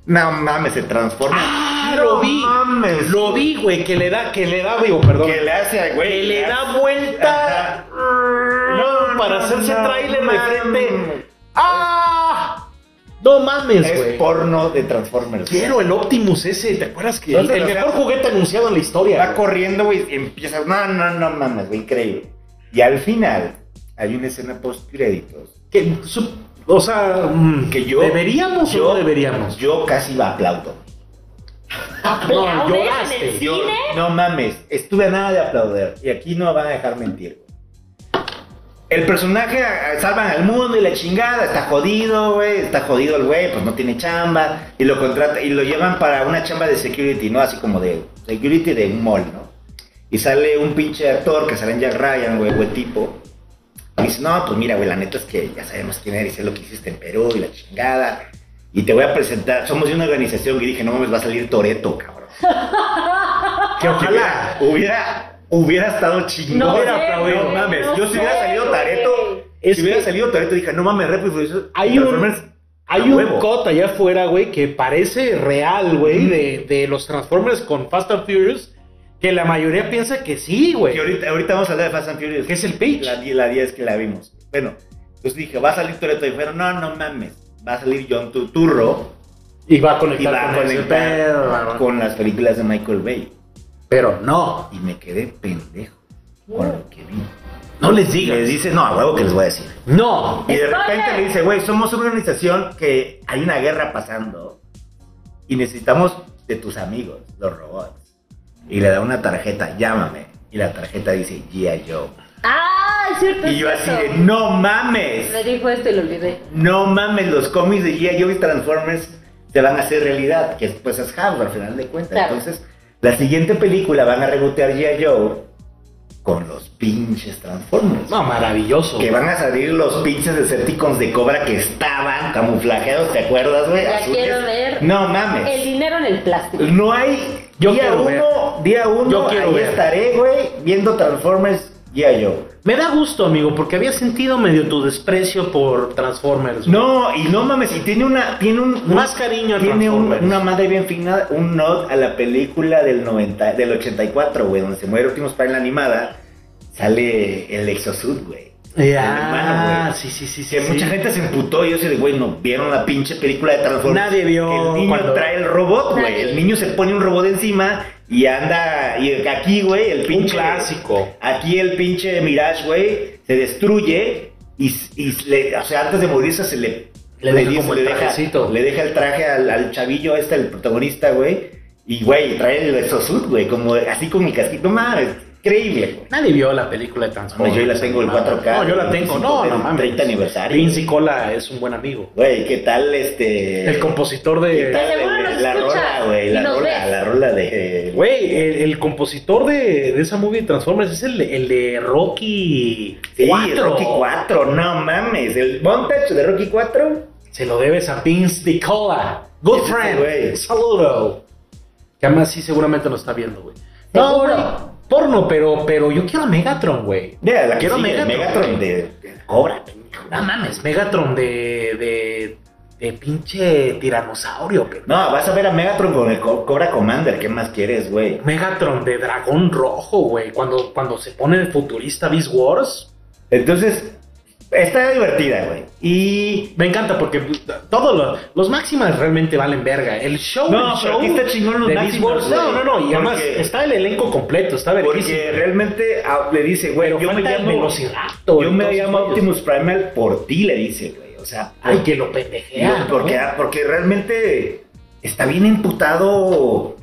Speaker 1: No mames, se transforma.
Speaker 2: Ah, lo
Speaker 1: No
Speaker 2: vi.
Speaker 1: mames.
Speaker 2: Lo vi, güey, que le da, que le da, digo, perdón.
Speaker 1: Que le hace, a- güey.
Speaker 2: que le
Speaker 1: hace-
Speaker 2: da vuelta
Speaker 1: Ajá.
Speaker 2: no, para hacerse
Speaker 1: no,
Speaker 2: tráiler de
Speaker 1: mames.
Speaker 2: frente. ¡Ah! No mames,
Speaker 1: Es
Speaker 2: güey.
Speaker 1: porno de Transformers.
Speaker 2: Quiero el Optimus ese, ¿te acuerdas que? El,
Speaker 1: ¿Dónde lo
Speaker 2: mejor
Speaker 1: saca?
Speaker 2: juguete anunciado en la historia.
Speaker 1: Va
Speaker 2: güey.
Speaker 1: corriendo, güey, y empieza. No, no, no mames, güey, increíble. Y al final, hay una escena post créditos
Speaker 2: Que su- o sea, mm,
Speaker 1: que yo.
Speaker 2: ¿Deberíamos
Speaker 1: yo,
Speaker 2: o no deberíamos?
Speaker 1: Yo casi la aplaudo.
Speaker 2: No,
Speaker 3: ¿Aplauden en
Speaker 2: lloraste.
Speaker 3: el
Speaker 1: Yo,
Speaker 3: cine?
Speaker 1: no mames, estuve a nada de aplaudir. Y aquí no van a dejar mentir. El personaje a- a- salvan al mundo y la chingada, está jodido, güey, está jodido el güey, pues no tiene chamba y lo contrata y lo llevan para una chamba de security, ¿no? Así como de security de un mall, ¿no? Y sale un pinche actor que sale en Jack Ryan, güey, buen tipo. Y dice, "No, pues mira, güey, la neta es que ya sabemos quién eres, es lo que hiciste en Perú y la chingada. Y te voy a presentar, somos de una organización que dije, "No mames, va a salir Toreto, cabrón."
Speaker 2: Que ojalá.
Speaker 1: Hubiera, hubiera estado chingón.
Speaker 3: No
Speaker 1: Hubiera
Speaker 3: sé,
Speaker 1: aplaudido,
Speaker 3: güey,
Speaker 1: no mames.
Speaker 3: no
Speaker 1: Yo si hubiera
Speaker 3: sé,
Speaker 1: salido
Speaker 3: güey.
Speaker 1: Tareto,
Speaker 2: Es
Speaker 1: si hubiera
Speaker 2: que-
Speaker 1: salido Tareto, dije, no mames, pues, Rápido y Furioso.
Speaker 2: Hay un-
Speaker 1: Transformers,
Speaker 2: Hay
Speaker 1: a
Speaker 2: un
Speaker 1: huevo.
Speaker 2: cot allá afuera, güey, que parece real, güey, de, de los Transformers con Fast and Furious, que la mayoría piensa que sí, güey.
Speaker 1: Que ahorita, ahorita vamos a hablar de Fast and Furious.
Speaker 2: Que es el pitch.
Speaker 1: La, la 10 que la vimos. Bueno, entonces dije, va a salir Toreto. Y dijeron, no, no mames. Va a salir John Turturro
Speaker 2: Y va a
Speaker 1: y
Speaker 2: conectar,
Speaker 1: va a
Speaker 2: con ese pedo,
Speaker 1: conectar
Speaker 2: güey.
Speaker 1: con las películas de Michael Bay.
Speaker 2: Pero no,
Speaker 1: Y me quedé pendejo con lo que vi.
Speaker 2: no les
Speaker 1: Y
Speaker 2: digas.
Speaker 1: les dice, no, a huevo que les voy a decir.
Speaker 2: No.
Speaker 1: Y de repente
Speaker 3: Spoiler.
Speaker 1: le dice, güey, somos una organización que hay una guerra pasando y necesitamos de tus amigos, los robots. Y le da una tarjeta, llámame. Y la tarjeta dice, yeah, yo.
Speaker 3: Ah, es cierto.
Speaker 1: Y yo
Speaker 3: es
Speaker 1: así
Speaker 3: cierto.
Speaker 1: de, no
Speaker 3: Me
Speaker 1: mames,
Speaker 3: dijo esto y lo olvidé.
Speaker 1: no mames, los cómics de G.I. Joe y Transformers se van a hacer realidad, que pues es hardware al final de cuentas.
Speaker 3: Claro.
Speaker 1: Entonces, la siguiente película van a rebotear G.I. Joe con los pinches Transformers.
Speaker 2: No, maravilloso.
Speaker 1: Que van a salir los pinches Decepticons de Cobra que estaban camuflajeados, ¿te acuerdas, güey?
Speaker 3: Ya
Speaker 1: Azules.
Speaker 3: quiero ver.
Speaker 1: No
Speaker 3: El
Speaker 1: mames.
Speaker 3: dinero en el plástico.
Speaker 1: No hay.
Speaker 2: Yo
Speaker 1: día
Speaker 2: quiero
Speaker 1: uno,
Speaker 2: ver.
Speaker 1: día uno,
Speaker 2: Yo quiero
Speaker 1: ahí
Speaker 2: ver.
Speaker 1: estaré, güey, viendo Transformers, ya yo.
Speaker 2: Me da gusto, amigo, porque había sentido medio tu desprecio por Transformers. güey.
Speaker 1: No, y no mames, y tiene una, tiene un.
Speaker 2: Más cariño a
Speaker 1: tiene un-
Speaker 2: Transformers.
Speaker 1: una madre bien fina, un nod a la película del 90, del 84, güey, donde se muere Optimus Prime la animada, sale el Exosuit, güey. hermana,
Speaker 2: Ah,
Speaker 1: güey.
Speaker 2: sí, sí, sí, sí.
Speaker 1: Que
Speaker 2: sí.
Speaker 1: mucha gente se emputó y yo así de, güey, no vieron la pinche película de Transformers.
Speaker 2: Nadie vio
Speaker 1: Que El niño
Speaker 2: cuando-
Speaker 1: trae el robot, güey.
Speaker 3: Nadie.
Speaker 1: El niño se pone un robot encima y anda. Y aquí, güey, el
Speaker 2: Un
Speaker 1: pinche.
Speaker 2: clásico.
Speaker 1: Aquí el pinche Mirage, güey, se destruye y, y le- o sea, antes de morirse se le
Speaker 2: Le deja como el trajecito.
Speaker 1: le deja el traje al, al chavillo este, el protagonista, güey. Y, güey, trae el exosuit, güey, como así con mi casquito. No mames, increíble, güey.
Speaker 2: Nadie vio la película de Transformers.
Speaker 1: Pues yo la tengo el 4K.
Speaker 2: No, yo la tengo. No, no mames.
Speaker 1: 30 aniversario.
Speaker 2: Vince Cola es un buen amigo. Eh,
Speaker 1: Güey, ¿qué tal este?
Speaker 2: El compositor
Speaker 1: ¿Qué
Speaker 2: de.
Speaker 1: tal,
Speaker 3: Que seguro
Speaker 1: güey?
Speaker 3: nos
Speaker 1: la
Speaker 3: escucha
Speaker 1: rola, güey,
Speaker 3: y
Speaker 1: la
Speaker 3: nos
Speaker 1: rola,
Speaker 3: ves.
Speaker 1: la rola de
Speaker 2: Güey, el, el compositor de, de esa movie de Transformers es el, el de Rocky
Speaker 1: Sí,
Speaker 2: IV.
Speaker 1: Rocky 4, no mames, el montage de Rocky 4.
Speaker 2: Se lo debes a Vince DiCola. Good
Speaker 1: Ese
Speaker 2: friend.
Speaker 1: güey.
Speaker 2: Saludo. Que además sí seguramente lo está viendo, güey. No,
Speaker 3: Seguro.
Speaker 2: güey. Porno, pero, pero yo quiero a Megatron, güey.
Speaker 1: Ya, la que
Speaker 2: Quiero
Speaker 1: sigue,
Speaker 2: Megatron.
Speaker 1: Megatron de de Cobra, pendejo.
Speaker 2: No mames, Megatron de. de. de pinche tiranosaurio, pero.
Speaker 1: No, vas a ver a Megatron con el Co- Cobra Commander, ¿qué más quieres, güey?
Speaker 2: Megatron de dragón rojo, güey. Cuando, cuando se pone el futurista Beast Wars.
Speaker 1: Entonces, está divertida, güey. Y
Speaker 2: Me encanta porque todos los, los máximas realmente valen verga. El show,
Speaker 1: No,
Speaker 2: el
Speaker 1: pero
Speaker 2: show
Speaker 1: aquí está chingón los
Speaker 2: de Beast
Speaker 1: Máximas,
Speaker 2: Wars.
Speaker 1: güey.
Speaker 2: No, no, no. Y
Speaker 1: Porque-
Speaker 2: además está el elenco completo, está verguísimo.
Speaker 1: porque realmente ah, le dice, güey,
Speaker 2: Pero
Speaker 1: yo me
Speaker 2: falta el
Speaker 1: llamo
Speaker 2: Velociraptor.
Speaker 1: yo me
Speaker 2: entonces,
Speaker 1: llamo
Speaker 2: güey,
Speaker 1: Optimus Primal por ti, le dice, güey. O sea,
Speaker 2: Ay, que lo pendejea.
Speaker 1: No, porque,
Speaker 2: ¿no?
Speaker 1: porque realmente está bien imputado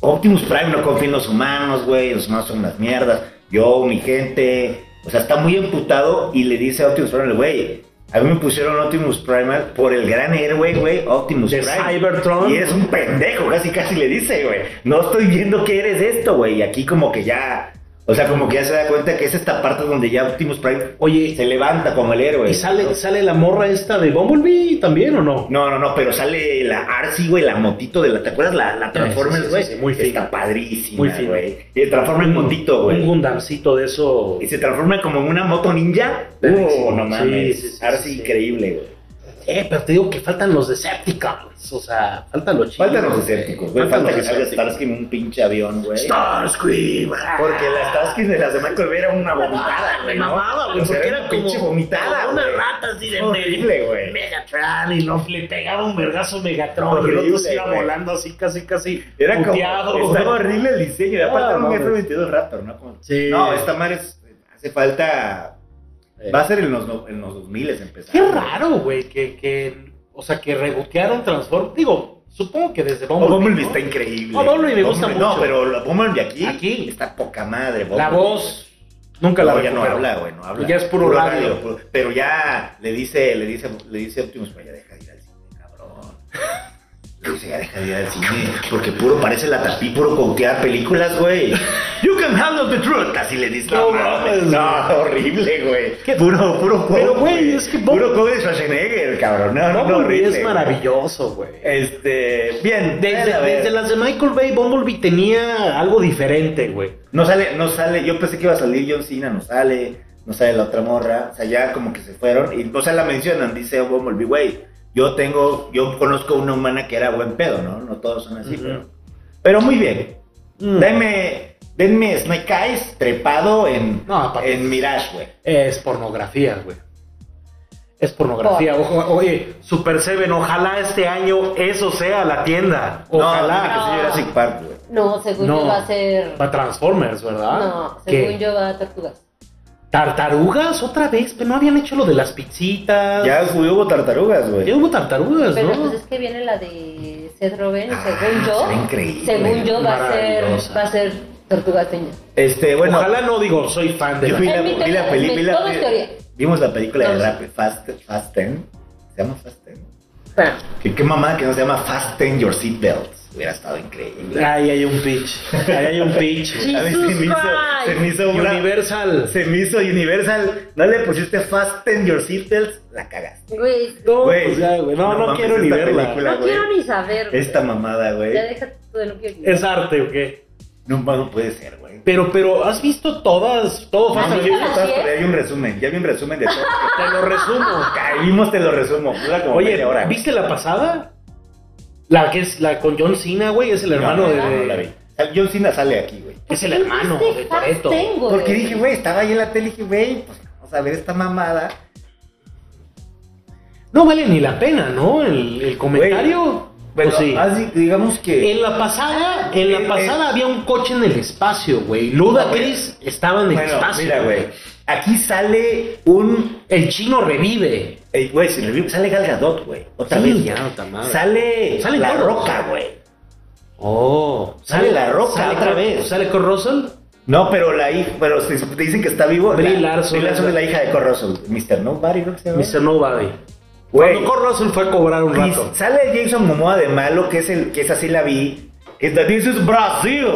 Speaker 1: Optimus Prime, no confía en los humanos, güey, los humanos son unas mierdas, yo, mi gente, o sea, está muy imputado y le dice a Optimus Prime, güey, a mí me pusieron Optimus Primal por el gran héroe, güey, Optimus
Speaker 2: De
Speaker 1: Prime.
Speaker 2: Cybertron.
Speaker 1: Y eres un pendejo, casi casi le dice, güey, no estoy viendo que eres esto, güey, y aquí como que ya, o sea, como que ya se da cuenta que es esta parte donde ya Optimus Prime
Speaker 2: Oye,
Speaker 1: se levanta como el héroe.
Speaker 2: ¿y sale,
Speaker 1: ¿no?
Speaker 2: sale la morra esta de Bumblebee también o no?
Speaker 1: No, no, no, pero sale la Arcy, güey, la motito de la. ¿Te acuerdas la, la
Speaker 2: Sí,
Speaker 1: Transformers,
Speaker 2: sí,
Speaker 1: güey?
Speaker 2: sí, sí, muy
Speaker 1: Está
Speaker 2: fina.
Speaker 1: padrísima,
Speaker 2: Muy fina.
Speaker 1: güey. Y el Transformer
Speaker 2: Un-
Speaker 1: motito,
Speaker 2: Un
Speaker 1: güey.
Speaker 2: Gundamcito de eso.
Speaker 1: Y se transforma como en una moto ninja.
Speaker 2: Buenísimo.
Speaker 1: Uh, no mames.
Speaker 2: Sí, sí, sí,
Speaker 1: Arcy
Speaker 2: sí, sí.
Speaker 1: increíble, güey.
Speaker 2: Eh, pero te digo que faltan los Decepticons. O sea, faltan los eh. chicos.
Speaker 1: Faltan los escépticos, güey. Falta que salga Starsky en un pinche avión, güey.
Speaker 2: Starscream. Ah,
Speaker 1: Porque la Starsky de las de Michael Bay era una vomitada, güey.
Speaker 2: Me mamaba, güey,
Speaker 1: O sea,
Speaker 2: porque
Speaker 1: una
Speaker 2: era
Speaker 1: pinche
Speaker 2: como-
Speaker 1: vomitada,
Speaker 2: como una
Speaker 1: güey.
Speaker 2: rata así de
Speaker 1: Horrible, güey.
Speaker 2: Megatron y no, le pegaba un vergazo Megatron y el
Speaker 1: Horrible,
Speaker 2: otro se iba
Speaker 1: güey.
Speaker 2: volando así casi casi
Speaker 1: Era como.
Speaker 2: puteado, güey.
Speaker 1: estaba horrible el diseño. Y aparte
Speaker 2: Ah,
Speaker 1: era un
Speaker 2: mames.
Speaker 1: F-22 Raptor, ¿no? Como-
Speaker 2: Sí.
Speaker 1: No, esta madre es- hace falta.
Speaker 2: Eh,
Speaker 1: Va a ser en los, no- en los 2000 empezar.
Speaker 2: Qué raro, güey, que, que o sea, que rebotearon Transform, digo, supongo que desde
Speaker 1: Oh,
Speaker 2: Bumblebee,
Speaker 1: Bumblebee
Speaker 2: ¿no?
Speaker 1: está increíble.
Speaker 2: Oh, Bumblebee me gusta
Speaker 1: Bumblebee- No,
Speaker 2: mucho.
Speaker 1: pero la Bumblebee aquí,
Speaker 2: Aquí.
Speaker 1: está poca madre.
Speaker 2: La
Speaker 1: Bumblebee.
Speaker 2: voz nunca la
Speaker 1: No, ya no
Speaker 2: recupero.
Speaker 1: habla, güey, no habla.
Speaker 2: Ya es puro radio.
Speaker 1: puro- <laughs> pero ya le dice, le dice, le dice Optimus, "Güey, ya deja de ir al cine, cabrón. Le dice, ya deja de ir al cine, porque puro parece la tapí, puro cautear películas, güey. You can handle the truth, así le dice.
Speaker 2: No
Speaker 1: No, mames,
Speaker 2: mames,
Speaker 1: no, horrible, güey.
Speaker 2: Qué-
Speaker 1: Puro, puro
Speaker 2: Pero,
Speaker 1: coke,
Speaker 2: güey, es que Bumble-
Speaker 1: Puro coke de Schwarzenegger, cabrón. No, no, no,
Speaker 2: Bumblebee
Speaker 1: horrible,
Speaker 2: es maravilloso, güey.
Speaker 1: Este, bien,
Speaker 2: Desde,
Speaker 1: a ver.
Speaker 2: desde las de Michael Bay, Bumblebee tenía algo diferente, güey.
Speaker 1: No sale, no sale, yo pensé que iba a salir John Cena, no sale, no sale la otra morra, o sea, ya como que se fueron, y o sea, la mencionan, dice Bumblebee, güey, yo tengo, yo conozco una humana que era buen pedo, ¿no? No todos son así,
Speaker 2: Ujú.
Speaker 1: pero, pero muy bien,
Speaker 2: Mm.
Speaker 1: denme, denme Snake Eyes trepado en,
Speaker 2: No, aparte-
Speaker 1: en Mirage, güey.
Speaker 2: Es pornografía, güey. Es pornografía. Ojo, oye, Super Seven, ojalá este año eso sea la tienda.
Speaker 1: No,
Speaker 2: Ojalá.
Speaker 1: tiene que ser Jurassic Park, güey.
Speaker 3: No, según
Speaker 2: No.
Speaker 3: yo va a ser.
Speaker 2: Para Transformers, ¿verdad?
Speaker 3: No,
Speaker 2: ¿Qué?
Speaker 3: según yo va a Tortugas.
Speaker 2: ¿Tartarugas otra vez? Pero no habían hecho lo de las pizzitas.
Speaker 1: Ya hubo tartarugas,
Speaker 2: Ya
Speaker 1: güey.
Speaker 2: hubo tartarugas,
Speaker 3: Pero
Speaker 2: ¿no?
Speaker 3: pues es que viene la de Seth Rogen, y
Speaker 1: Ah,
Speaker 3: según
Speaker 1: se ve
Speaker 3: yo.
Speaker 1: increíble.
Speaker 3: Según yo va a ser.
Speaker 2: Maravillosa.
Speaker 3: Va a ser Tortugas Ninja.
Speaker 1: Este, bueno,
Speaker 2: ojalá no digo, soy fan de
Speaker 1: Yo
Speaker 2: la-
Speaker 1: vi la,
Speaker 3: Es mi
Speaker 1: vi la
Speaker 3: teoría,
Speaker 1: peli-
Speaker 3: es mi-
Speaker 1: vi la-
Speaker 3: todo es teoría.
Speaker 1: Vimos la película de
Speaker 3: Todo es-
Speaker 1: rap, Fast, Fast Ten. ¿Se llama Fast Ten?
Speaker 3: Bueno,
Speaker 1: Que qué mamada que no se llama Fasten Your Seatbelts. Hubiera estado increíble.
Speaker 2: Ahí hay un pitch. Ahí hay un pitch.
Speaker 3: Sí.
Speaker 1: A mí se me hizo, se me hizo <laughs> una-
Speaker 2: Universal.
Speaker 1: se me hizo Universal. No le pusiste Fasten Your Seatbelts, la cagaste.
Speaker 3: güey.
Speaker 2: No,
Speaker 1: Güey.
Speaker 2: pues ya, güey. No, no,
Speaker 1: mames,
Speaker 2: quiero ni
Speaker 1: esta
Speaker 2: verla.
Speaker 1: película,
Speaker 3: No
Speaker 1: güey.
Speaker 3: quiero ni saber. güey.
Speaker 1: Esta mamada,
Speaker 3: Ya
Speaker 1: güey.
Speaker 3: deja todo lo que
Speaker 2: ¿Es arte o qué?
Speaker 1: No, no puede ser, güey.
Speaker 2: Pero, pero, ¿has visto todas? Todo
Speaker 1: No,
Speaker 2: Fast
Speaker 1: no,
Speaker 2: and
Speaker 1: yo
Speaker 2: Furious?
Speaker 1: ya estaba por ahí, hay un resumen. Ya vi un resumen de todo.
Speaker 2: <laughs> Te lo resumo.
Speaker 1: Ahí vimos, te lo resumo. Dura <laughs> como
Speaker 2: Oye,
Speaker 1: media hora.
Speaker 2: ¿viste la pasada? La que es la con John Cena, güey, es el
Speaker 1: No,
Speaker 2: hermano
Speaker 1: no,
Speaker 2: de.
Speaker 1: no, no la vi. John Cena sale aquí, güey.
Speaker 3: este
Speaker 2: Es el hermano de Toreto.
Speaker 1: Porque dije, güey, estaba ahí en la tele y dije, güey, pues no vamos a ver esta mamada.
Speaker 2: No vale ni la pena, ¿no? El, el comentario.
Speaker 1: Bueno,
Speaker 2: pues sí.
Speaker 1: así, digamos que.
Speaker 2: En la pasada, en
Speaker 1: Eh,
Speaker 2: la pasada había un coche en el espacio, güey. Luda
Speaker 1: No, güey.
Speaker 2: Chris estaba en el
Speaker 1: bueno,
Speaker 2: espacio.
Speaker 1: mira, güey. Aquí sale un.
Speaker 2: El chino revive.
Speaker 1: Ey, Güey, si le vi- sale Gal Gadot, güey. Otra
Speaker 2: Sí,
Speaker 1: vez.
Speaker 2: ya, puta madre.
Speaker 1: Sale,
Speaker 2: Salen
Speaker 1: La
Speaker 2: todos.
Speaker 1: Roca, güey.
Speaker 2: Oh,
Speaker 1: Sale La Roca otra
Speaker 2: con-
Speaker 1: vez.
Speaker 2: Sale con Russell.
Speaker 1: No, pero la hija, pero si te dicen que está vivo.
Speaker 2: Brie
Speaker 1: la-
Speaker 2: Larson.
Speaker 1: Brie Larson es la hija de Corroso. Mr. Nobody, creo que se llama.
Speaker 2: Mr. Nobody.
Speaker 1: Güey.
Speaker 2: Cuando Kurt Russell fue a cobrar un
Speaker 1: Y
Speaker 2: rato.
Speaker 1: sale Jason Momoa de malo, que es el que es así la vi. Que es This is Brasil.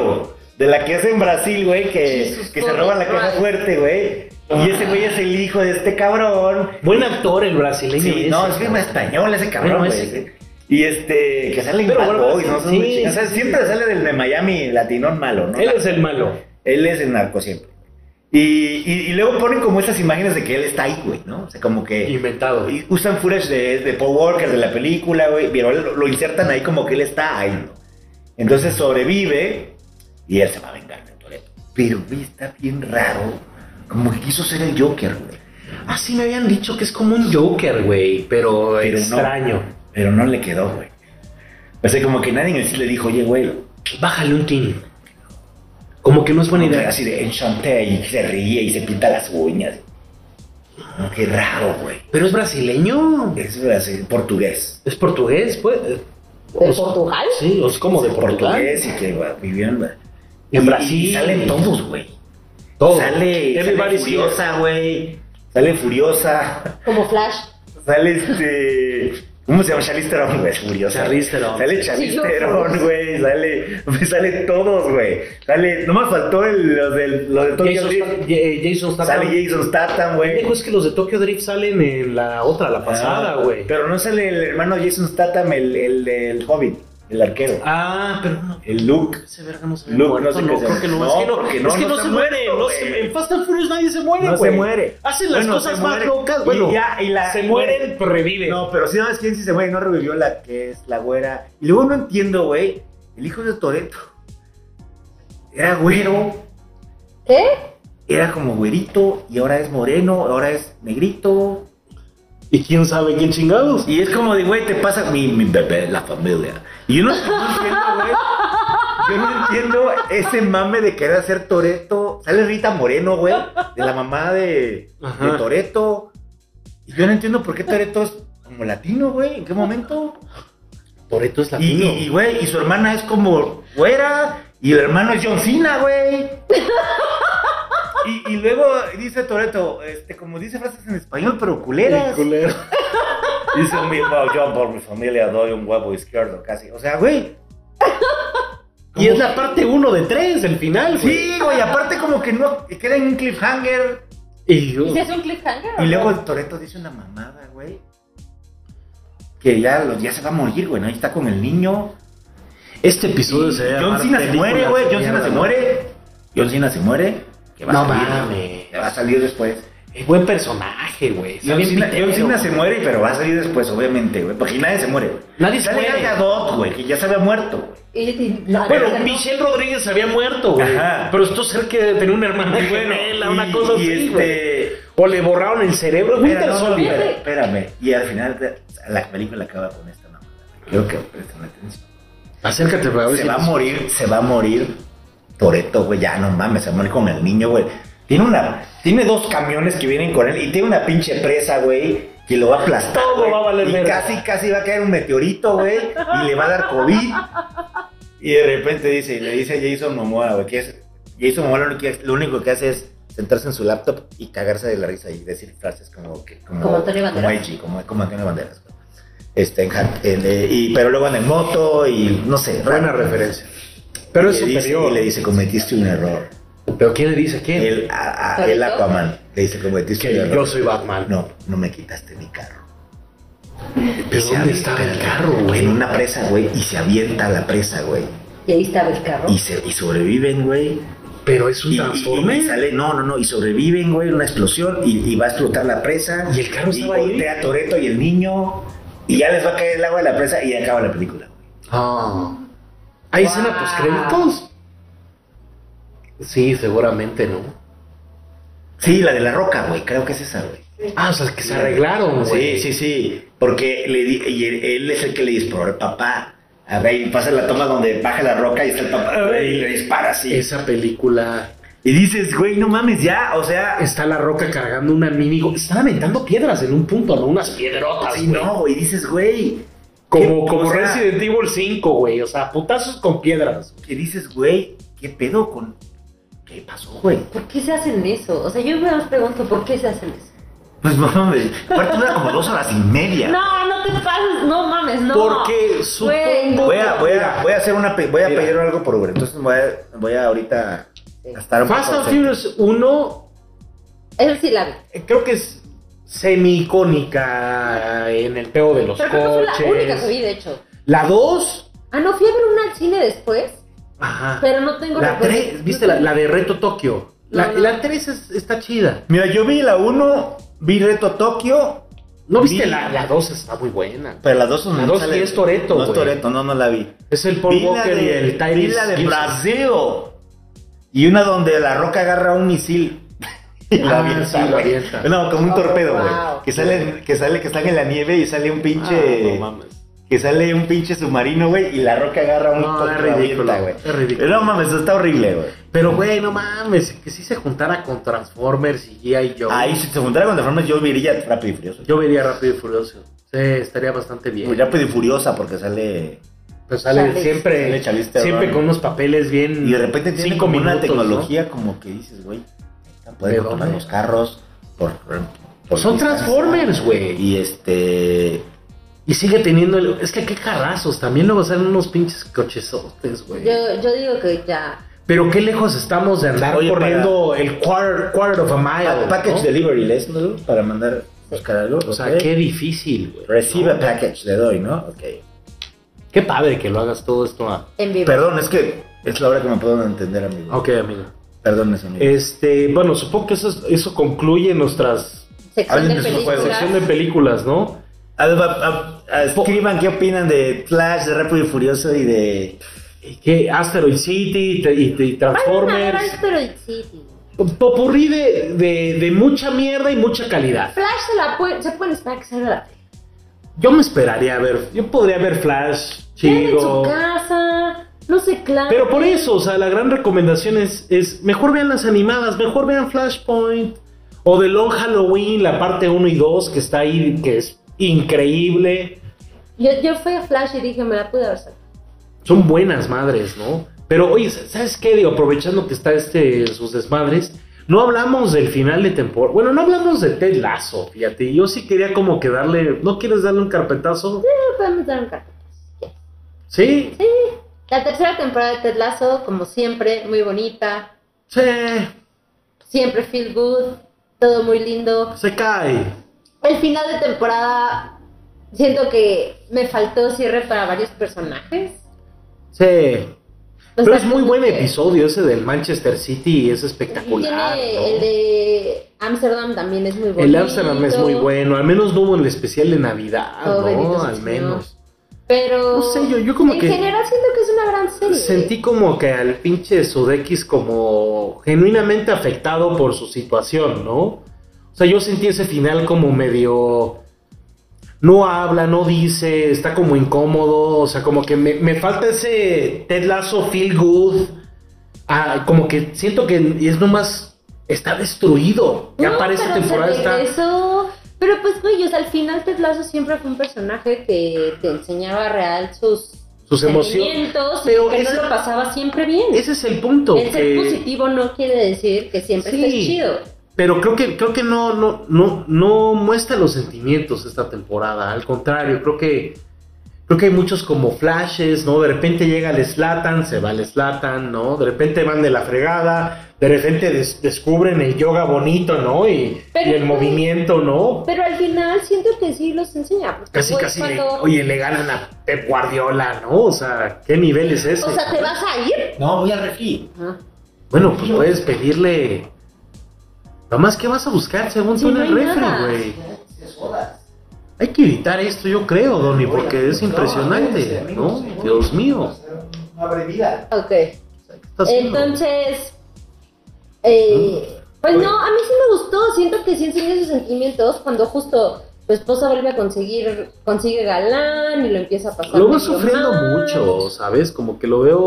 Speaker 1: De la que es en Brasil, güey, que,
Speaker 3: Jesus
Speaker 1: que se roba la caja
Speaker 3: Christ.
Speaker 1: fuerte, güey. Y ese güey es el hijo de este cabrón.
Speaker 2: Buen actor el brasileño. ¿eh?
Speaker 1: Sí,
Speaker 2: ese,
Speaker 1: no, es que es
Speaker 2: cabrón.
Speaker 1: una española ese cabrón,
Speaker 2: Bueno,
Speaker 1: güey.
Speaker 2: ese.
Speaker 1: Y este, que sale en
Speaker 2: Pero
Speaker 1: Bad
Speaker 2: bueno,
Speaker 1: Boys, ¿no? Son
Speaker 2: sí,
Speaker 1: muy chingados. O sea,
Speaker 2: sí,
Speaker 1: siempre sale del de Miami latinón malo, ¿no?
Speaker 2: Él es el malo.
Speaker 1: Él es el narco siempre. Y, y, y luego ponen como esas imágenes de que él está ahí, güey, ¿no? O sea, como que...
Speaker 2: Inventado.
Speaker 1: Y usan footage de, de Paul Walker, de la película, güey, pero lo, lo insertan ahí como que él está ahí, ¿no? Entonces sobrevive y él se va a vengar de Toreto. Pero, güey, está bien raro. Como que quiso ser el Joker, güey.
Speaker 2: Así Ah, me habían dicho que es como un Joker, güey. Pero,
Speaker 1: Pero no.
Speaker 2: extraño.
Speaker 1: Pero no le quedó, güey. O sea, como que nadie en el sí le dijo, oye, güey,
Speaker 2: Bájale un tin. Como que no es buena
Speaker 1: como que
Speaker 2: idea.
Speaker 1: así de enchanté y se ríe y se pinta las uñas. Como que raro, güey.
Speaker 2: Pero es brasileño.
Speaker 1: Es brasile- portugués.
Speaker 2: Es portugués, pues. ¿De
Speaker 3: ¿De Portugal?
Speaker 2: Sí, o es como de
Speaker 1: Es
Speaker 2: Portugal.
Speaker 1: Portugués y que güey, vivió en,
Speaker 2: En
Speaker 1: y-
Speaker 2: Brasil. Oh,
Speaker 1: Y salen todos, güey.
Speaker 2: Todo.
Speaker 1: Sale, sale
Speaker 2: Everybody's
Speaker 1: furiosa, güey. Sale furiosa. <laughs>
Speaker 3: Como Flash.
Speaker 1: Sale este. ¿Cómo se llama? Charlize Theron, güey. es Furiosa.
Speaker 2: Charlize Theron.
Speaker 1: Sale
Speaker 3: Sí, yo-
Speaker 1: Charlize Theron, güey. Sale, sale todos, güey. Sale. Nomás faltó el, los del- los de Tokyo
Speaker 2: Jason,
Speaker 1: Drift.
Speaker 2: Stat- eh, Jason Statham.
Speaker 1: Sale Jason Statham, güey.
Speaker 2: Pendejo, es que los de Tokyo Drift salen en la otra, la pasada,
Speaker 1: Ah,
Speaker 2: güey.
Speaker 1: Pero no sale el hermano Jason Statham, el, el del Hobbit, el arquero.
Speaker 2: Ah, pero no.
Speaker 1: El Luke.
Speaker 2: Ese verga no se
Speaker 1: Luke,
Speaker 2: había muerto,
Speaker 1: no sé qué
Speaker 2: no,
Speaker 1: se-
Speaker 2: creo que no,
Speaker 1: no,
Speaker 2: es que no,
Speaker 1: porque no,
Speaker 2: es que
Speaker 1: no
Speaker 2: no
Speaker 1: se
Speaker 2: se
Speaker 1: ha
Speaker 2: muere,
Speaker 1: muerto,
Speaker 2: no se-
Speaker 1: güey.
Speaker 2: en Fast and Furious nadie se muere,
Speaker 1: No se
Speaker 2: güey.
Speaker 1: muere.
Speaker 2: Hacen las
Speaker 1: Bueno,
Speaker 2: cosas
Speaker 1: se
Speaker 2: más
Speaker 1: muere.
Speaker 2: locas,
Speaker 1: Y
Speaker 2: bueno,
Speaker 1: ya, y la-
Speaker 2: se mueren, pero reviven.
Speaker 1: No, pero si no es quién sí se muere, no revivió la que es la güera. Y luego no entiendo, güey. El hijo de Toreto era güero,
Speaker 3: ¿Qué?
Speaker 1: era como güerito, y ahora es moreno, ahora es negrito.
Speaker 2: ¿Y quién sabe quién chingados?
Speaker 1: Y es como de, güey, te pasa mi, mi bebé, la familia. Y yo no, no entiendo, güey. Yo no entiendo ese mame de querer hacer Toreto. Sale Rita Moreno, güey, de la mamá de,
Speaker 2: Ajá.
Speaker 1: de Toreto. Y yo no entiendo por qué Toreto es como latino, güey. ¿En qué momento?
Speaker 2: Toreto es
Speaker 1: Y,
Speaker 2: latino.
Speaker 1: y, y, güey, y su hermana es como güera, y el hermano es John Cena, güey. Y, y luego dice Toreto, este, como dice frases en español, pero culeras.
Speaker 2: culero.
Speaker 1: Dice mi no, yo por mi familia doy un huevo izquierdo casi. O sea, güey.
Speaker 2: Y es la parte 1 de 3, el final, güey.
Speaker 1: Sí, güey, aparte como que no, queda en un cliffhanger.
Speaker 2: Y yo-
Speaker 3: ¿Y se hace un cliffhanger?
Speaker 1: Y luego el Toreto dice una mamada, güey. Que ya, lo- ya se va a morir, güey, ¿no? Ahí está con el niño.
Speaker 2: Este episodio se va
Speaker 1: John
Speaker 2: a llamar
Speaker 1: Cena se
Speaker 2: película
Speaker 1: muere, güey. John Cena
Speaker 2: mierda,
Speaker 1: se
Speaker 2: ¿no?
Speaker 1: muere. John Cena se muere. Que va
Speaker 2: No
Speaker 1: a salir,
Speaker 2: mames.
Speaker 1: Que va a salir después.
Speaker 2: Es buen personaje, güey. Está
Speaker 1: John
Speaker 2: bien
Speaker 1: Cena,
Speaker 2: pitero,
Speaker 1: John Cena se
Speaker 2: güey.
Speaker 1: muere, pero va a salir después, obviamente, güey. Porque nadie se muere, güey.
Speaker 2: Nadie se
Speaker 1: Sale Gal
Speaker 2: muere.
Speaker 1: Gadot, güey, que ya se había muerto, güey.
Speaker 3: Y- y- no,
Speaker 2: Bueno,
Speaker 3: no, no.
Speaker 2: Michelle Rodríguez se había muerto, güey.
Speaker 1: Ajá.
Speaker 2: Pero esto ser que tenía una hermana
Speaker 1: Y bueno,
Speaker 2: gemela, una
Speaker 1: y-
Speaker 2: cosa
Speaker 1: y
Speaker 2: así, güey.
Speaker 1: este,
Speaker 2: O le borraron el cerebro.
Speaker 1: Espera, no,
Speaker 2: Winter
Speaker 1: no,
Speaker 2: Soldier.
Speaker 1: espera, espérame. Y al final de- la película acaba con esta mamada. Creo que presten atención.
Speaker 2: Acércate para ver
Speaker 1: Se
Speaker 2: si-
Speaker 1: va a morir, se va a morir Toreto, güey. Ya no mames, se muere con el niño, güey. Tiene una, tiene dos camiones que vienen con él y tiene una pinche presa, güey, que lo va a aplastar.
Speaker 2: Todo
Speaker 1: güey.
Speaker 2: va a valer
Speaker 1: Y
Speaker 2: verga.
Speaker 1: casi, casi va a caer un meteorito, güey, y le va a dar COVID. Y de repente dice, y le dice a Jason Momoa, güey, que es Jason Momoa lo único, que, lo único que hace es sentarse en su laptop y cagarse de la risa y decir frases como que como,
Speaker 3: Como Antonio Banderas.
Speaker 1: Como, IG, como, como Antonio Banderas. güey. Este, en ja- en, eh, y, pero luego anda en moto y no sé.
Speaker 2: Buena
Speaker 1: raro.
Speaker 2: referencia. Pero es
Speaker 1: Y le dice-
Speaker 2: superior.
Speaker 1: y le dice, cometiste un error.
Speaker 2: ¿Pero quién le dice quién?
Speaker 1: El, a- a-
Speaker 3: ¿Solito?
Speaker 1: el Aquaman le dice, cometiste un
Speaker 2: que
Speaker 1: error.
Speaker 2: yo soy Batman.
Speaker 1: No, no me quitaste mi carro.
Speaker 2: ¿Pero dónde estaba el carro, güey?
Speaker 1: En una presa, güey, y se avienta a la presa, güey.
Speaker 3: Y ahí estaba el carro.
Speaker 1: Y, se, y sobreviven, güey.
Speaker 2: Pero es un
Speaker 1: Y, y- y
Speaker 2: transforme.
Speaker 1: sale, no, no, no, y sobreviven, güey, una explosión y, y va a explotar la presa.
Speaker 2: Y el carro estaba ahí.
Speaker 1: voltea a Toreto y el niño, y ya les va a caer el agua de la presa y acaba la película.
Speaker 2: Ah. ¿Hay
Speaker 3: Wow.
Speaker 2: escena post créditos? Sí, seguramente no.
Speaker 1: Sí, la de la roca, güey. Creo que es esa, güey.
Speaker 2: Ah, o sea, que se arreglaron, güey.
Speaker 1: Sí, sí, sí. Porque le di- y él, él es el que le disparó al papá. A ver, y pasa la toma donde baja la roca y está el papá y le dispara así.
Speaker 2: Esa película.
Speaker 1: Y dices, güey, no mames, ya. O sea,
Speaker 2: Está la roca cargando una mini. Están aventando piedras en un punto, ¿no? Unas piedrotas,
Speaker 1: así
Speaker 2: güey.
Speaker 1: no, güey. Dices, güey.
Speaker 2: Como,
Speaker 1: ¿Qué?
Speaker 2: como
Speaker 1: O sea,
Speaker 2: Resident Evil 5, güey. O sea, putazos con piedras.
Speaker 1: Que dices, güey, ¿qué pedo con.? ¿Qué pasó, güey?
Speaker 3: ¿Por qué se hacen eso? O sea, yo me pregunto, ¿por qué se hacen eso?
Speaker 1: Pues no mames. Aparte dura como dos horas y media.
Speaker 3: No, no te pases, no mames, no.
Speaker 2: Porque supongo.
Speaker 1: Voy a, voy a, voy a hacer una. pe- Voy a
Speaker 2: Mira.
Speaker 1: pedir algo por Uber. Entonces voy a, voy a ahorita gastar un
Speaker 2: Fast
Speaker 1: poco
Speaker 2: and
Speaker 1: de-
Speaker 2: Furious 1
Speaker 3: Eso sí la vi.
Speaker 2: eh, creo que es semi-icónica en el peo de los
Speaker 3: Pero creo que
Speaker 2: coches.
Speaker 3: fue la única que vi, de hecho.
Speaker 2: La 2.
Speaker 3: Ah, no, fui a ver una al cine después,
Speaker 2: Ajá.
Speaker 3: pero no tengo
Speaker 2: La
Speaker 3: recuerdo.
Speaker 2: 3. ¿Viste la, la de Reto Tokio? La,
Speaker 3: No, no.
Speaker 2: 3 está chida.
Speaker 1: Mira, yo vi la 1, vi Reto Tokio.
Speaker 2: ¿No viste
Speaker 1: Vi-
Speaker 2: la, la 2? Está muy buena.
Speaker 1: Pero las dos son
Speaker 2: La dos sí es Toretto,
Speaker 1: No es
Speaker 2: güey.
Speaker 1: Toreto, no, no la vi.
Speaker 2: Es el Paul
Speaker 1: vi la
Speaker 2: Walker y
Speaker 1: de,
Speaker 2: el
Speaker 1: vi
Speaker 2: Tyrese
Speaker 1: la de
Speaker 2: Gibson.
Speaker 1: Brasil. Y una donde la roca agarra un misil. <laughs> Y
Speaker 2: Ah,
Speaker 1: la avienta,
Speaker 2: sí, la
Speaker 1: güey.
Speaker 2: avienta.
Speaker 1: No, como un
Speaker 3: Oh,
Speaker 1: torpedo, güey.
Speaker 3: wow.
Speaker 1: Que sale, que sale, que están en la nieve y sale un pinche.
Speaker 2: Ah, no mames.
Speaker 1: que sale un pinche submarino, güey. Y la roca agarra un
Speaker 2: No, es
Speaker 1: torpedo y la
Speaker 2: ridículo,
Speaker 1: avienta, güey.
Speaker 2: es ridículo.
Speaker 1: No mames, está horrible, güey.
Speaker 2: Pero, güey, no mames, que si se juntara con Transformers y G.I. Joe.
Speaker 1: Ahí si se juntara con Transformers, yo viría rápido y furioso.
Speaker 2: Yo vería Rápido y Furioso. Sí, estaría bastante bien.
Speaker 1: Rápido y furiosa porque sale.
Speaker 2: Pero sale
Speaker 3: Charlize.
Speaker 2: siempre,
Speaker 1: Sale Charlize Theron.
Speaker 2: siempre con unos papeles bien.
Speaker 1: Y de repente tiene
Speaker 2: cinco
Speaker 1: como una
Speaker 2: minutos,
Speaker 1: tecnología como que dices, güey, pueden
Speaker 2: ¿De
Speaker 1: controlar
Speaker 2: dónde?
Speaker 1: los carros por, por
Speaker 2: Son
Speaker 1: distancia.
Speaker 2: Transformers, güey.
Speaker 1: Y este
Speaker 2: ¿no? Y sigue teniendo. el- Es que qué carrazos. También luego salen unos pinches cochesotes, güey.
Speaker 3: Yo, yo digo que ya.
Speaker 2: Pero qué lejos estamos de andar
Speaker 1: Oye,
Speaker 2: corriendo el quarter, quarter of a mile.
Speaker 1: pa- package
Speaker 2: ¿no?
Speaker 1: delivery le es, ¿no? para mandar buscar algo.
Speaker 2: O sea,
Speaker 1: ok.
Speaker 2: qué difícil, güey.
Speaker 1: Receive
Speaker 2: ¿no?
Speaker 1: a package, le doy, ¿no? Ok.
Speaker 2: Qué padre que lo hagas todo esto. a-
Speaker 3: En vivo.
Speaker 1: Perdón, es que es la hora que me puedo entender, amigo.
Speaker 2: Ok, amigo.
Speaker 1: Perdón, eso, amigo.
Speaker 2: Este, bueno, supongo que eso, es- eso concluye nuestras
Speaker 3: sección de
Speaker 1: Hablen de sus juegos.
Speaker 3: películas.
Speaker 2: sección de películas, ¿no?
Speaker 1: A ver, va- va- a- escriban qué opinan de Flash, de Rápido y Furioso y de...
Speaker 2: Y que Asteroid City y, te- y te- y Transformers.
Speaker 3: Pero sí, sí.
Speaker 2: Popurrí de, de- de mucha mierda y mucha calidad.
Speaker 3: Flash se la puede, se pueden esperar que salga la tele.
Speaker 2: Yo me esperaría a ver, yo podría ver Flash,
Speaker 3: Quédate en su
Speaker 2: chido.
Speaker 3: casa, no se clave.
Speaker 2: Pero por eso, o sea, la gran recomendación es, es mejor vean las animadas, mejor vean Flashpoint o The Long Halloween, la parte 1 y 2 que está ahí, que es increíble.
Speaker 3: Yo, yo fui a Flash y dije, me la pude haber sacado.
Speaker 2: son buenas madres, ¿no? Pero oye, ¿sabes qué? Digo, aprovechando que está este sus desmadres, no hablamos del final de temporada. Bueno, no hablamos de Ted Lasso, fíjate. Yo sí quería como que darle, ¿no quieres darle un carpetazo?
Speaker 3: No podemos dar un cartón.
Speaker 2: Sí.
Speaker 3: Sí. La tercera temporada de Ted Lasso, como siempre, muy bonita.
Speaker 2: Sí.
Speaker 3: Siempre feel good. Todo muy lindo.
Speaker 2: Se cae.
Speaker 3: El final de temporada, siento que me faltó cierre para varios personajes.
Speaker 2: Sí.
Speaker 3: O
Speaker 2: Pero
Speaker 3: sea, eh,
Speaker 2: es muy
Speaker 3: siento
Speaker 2: buen
Speaker 3: que-
Speaker 2: episodio ese del Manchester City, es
Speaker 3: Y tiene
Speaker 2: espectacular.
Speaker 3: el
Speaker 2: ¿no?
Speaker 3: de Amsterdam también es muy bueno.
Speaker 2: El de Amsterdam es muy bueno, al menos no hubo el especial de Navidad,
Speaker 3: Oh, bendito
Speaker 2: ¿no?
Speaker 3: sea
Speaker 2: Al
Speaker 3: el
Speaker 2: menos.
Speaker 3: Pero.
Speaker 2: No sé, yo- yo como
Speaker 3: en
Speaker 2: que-
Speaker 3: general siento que es una gran serie.
Speaker 2: Sentí como que al pinche Sudex como genuinamente afectado por su situación, ¿no? O sea, yo sentí ese final como medio... No habla, no dice, está como incómodo, o sea, como que me, me falta ese Ted Lasso feel good. Ah, como que siento que es nomás... Está destruido. Ya
Speaker 3: No,
Speaker 2: para esta
Speaker 3: pero
Speaker 2: temporada
Speaker 3: se
Speaker 2: está...
Speaker 3: regresó. Pero pues, güey, o sea, al final Ted Lasso siempre fue un personaje que te enseñaba real sus.
Speaker 2: Sus emociones.
Speaker 3: sentimientos y
Speaker 2: Pero
Speaker 3: que
Speaker 2: ese-
Speaker 3: no lo pasaba siempre bien.
Speaker 2: Ese es el punto.
Speaker 3: El ser
Speaker 2: que-
Speaker 3: positivo no quiere decir que siempre
Speaker 2: Sí.
Speaker 3: estés chido.
Speaker 2: Pero creo que, creo que no, no, no, no muestra los sentimientos esta temporada. Al contrario, creo que, creo que hay muchos como flashes, ¿no? De repente llega el Slatan, se va el Slatan, ¿no? De repente van de la fregada, de repente des- descubren el yoga bonito, ¿no? Y,
Speaker 3: Pero-
Speaker 2: y el movimiento, ¿no?
Speaker 3: Pero al final siento que sí los enseña. porque,
Speaker 2: Casi,
Speaker 3: güey,
Speaker 2: casi, le,
Speaker 3: cuando-
Speaker 2: oye, le ganan a Pep Guardiola, ¿no? O sea, ¿qué nivel es ese?
Speaker 3: O sea, ¿te vas a ir?
Speaker 1: No, voy a regir.
Speaker 3: Ajá.
Speaker 2: Bueno, pues puedes pedirle... Nomás, ¿qué vas a buscar según
Speaker 3: Sí,
Speaker 2: tú en
Speaker 3: no
Speaker 2: el
Speaker 3: hay
Speaker 2: refri,
Speaker 3: nada.
Speaker 2: güey? Hay que evitar esto, yo creo, Donny, porque es impresionante, ¿no? Dios mío.
Speaker 1: Una brevida.
Speaker 3: Ok.
Speaker 2: ¿qué está haciendo? Ah.
Speaker 3: Entonces, eh, Pues no, a mí sí me gustó. Siento que sí enseña sus sentimientos cuando justo su esposa vuelve a conseguir, consigue galán y lo empieza a pasar.
Speaker 2: Lo va
Speaker 3: medio
Speaker 2: sufriendo
Speaker 3: mal.
Speaker 2: mucho, ¿sabes? Como que lo veo.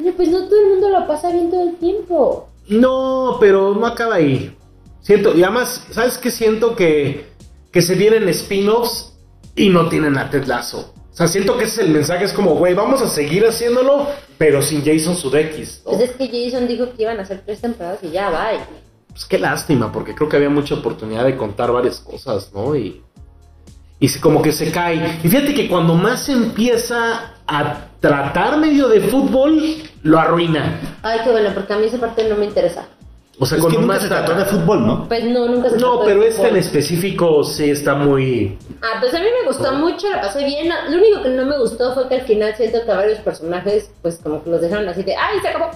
Speaker 3: Oye, Pues no todo el mundo lo pasa bien todo el tiempo.
Speaker 2: No, pero no acaba ahí. Siento, y además, ¿sabes qué? Siento que, que se vienen spin-offs y no tienen a Ted Lasso. O sea, siento que ese es el mensaje, es como, güey, vamos a seguir haciéndolo, pero sin Jason Sudeikis. ¿no?
Speaker 3: Pues es que Jason dijo que iban a hacer tres temporadas y ya va. y-
Speaker 2: Pues qué lástima, porque creo que había mucha oportunidad de contar varias cosas, ¿no? Y, y se- como que se cae. Y fíjate que cuando más empieza a tratar medio de fútbol, lo arruina.
Speaker 3: Ay, qué bueno, porque a mí esa parte no me interesa.
Speaker 2: O sea,
Speaker 1: Es que
Speaker 2: cuando
Speaker 1: nunca
Speaker 2: más
Speaker 1: se
Speaker 2: trata-
Speaker 1: trató de fútbol, ¿no?
Speaker 3: Pues no, nunca se
Speaker 2: No,
Speaker 3: trató de
Speaker 2: pero este en
Speaker 3: fútbol.
Speaker 2: específico sí está muy...
Speaker 3: Ah, pues a mí me gustó mucho, la pasé bien. Lo único que no me gustó fue que al final siento que a varios personajes, pues como que los dejaron así de, ¡ay, se acabó!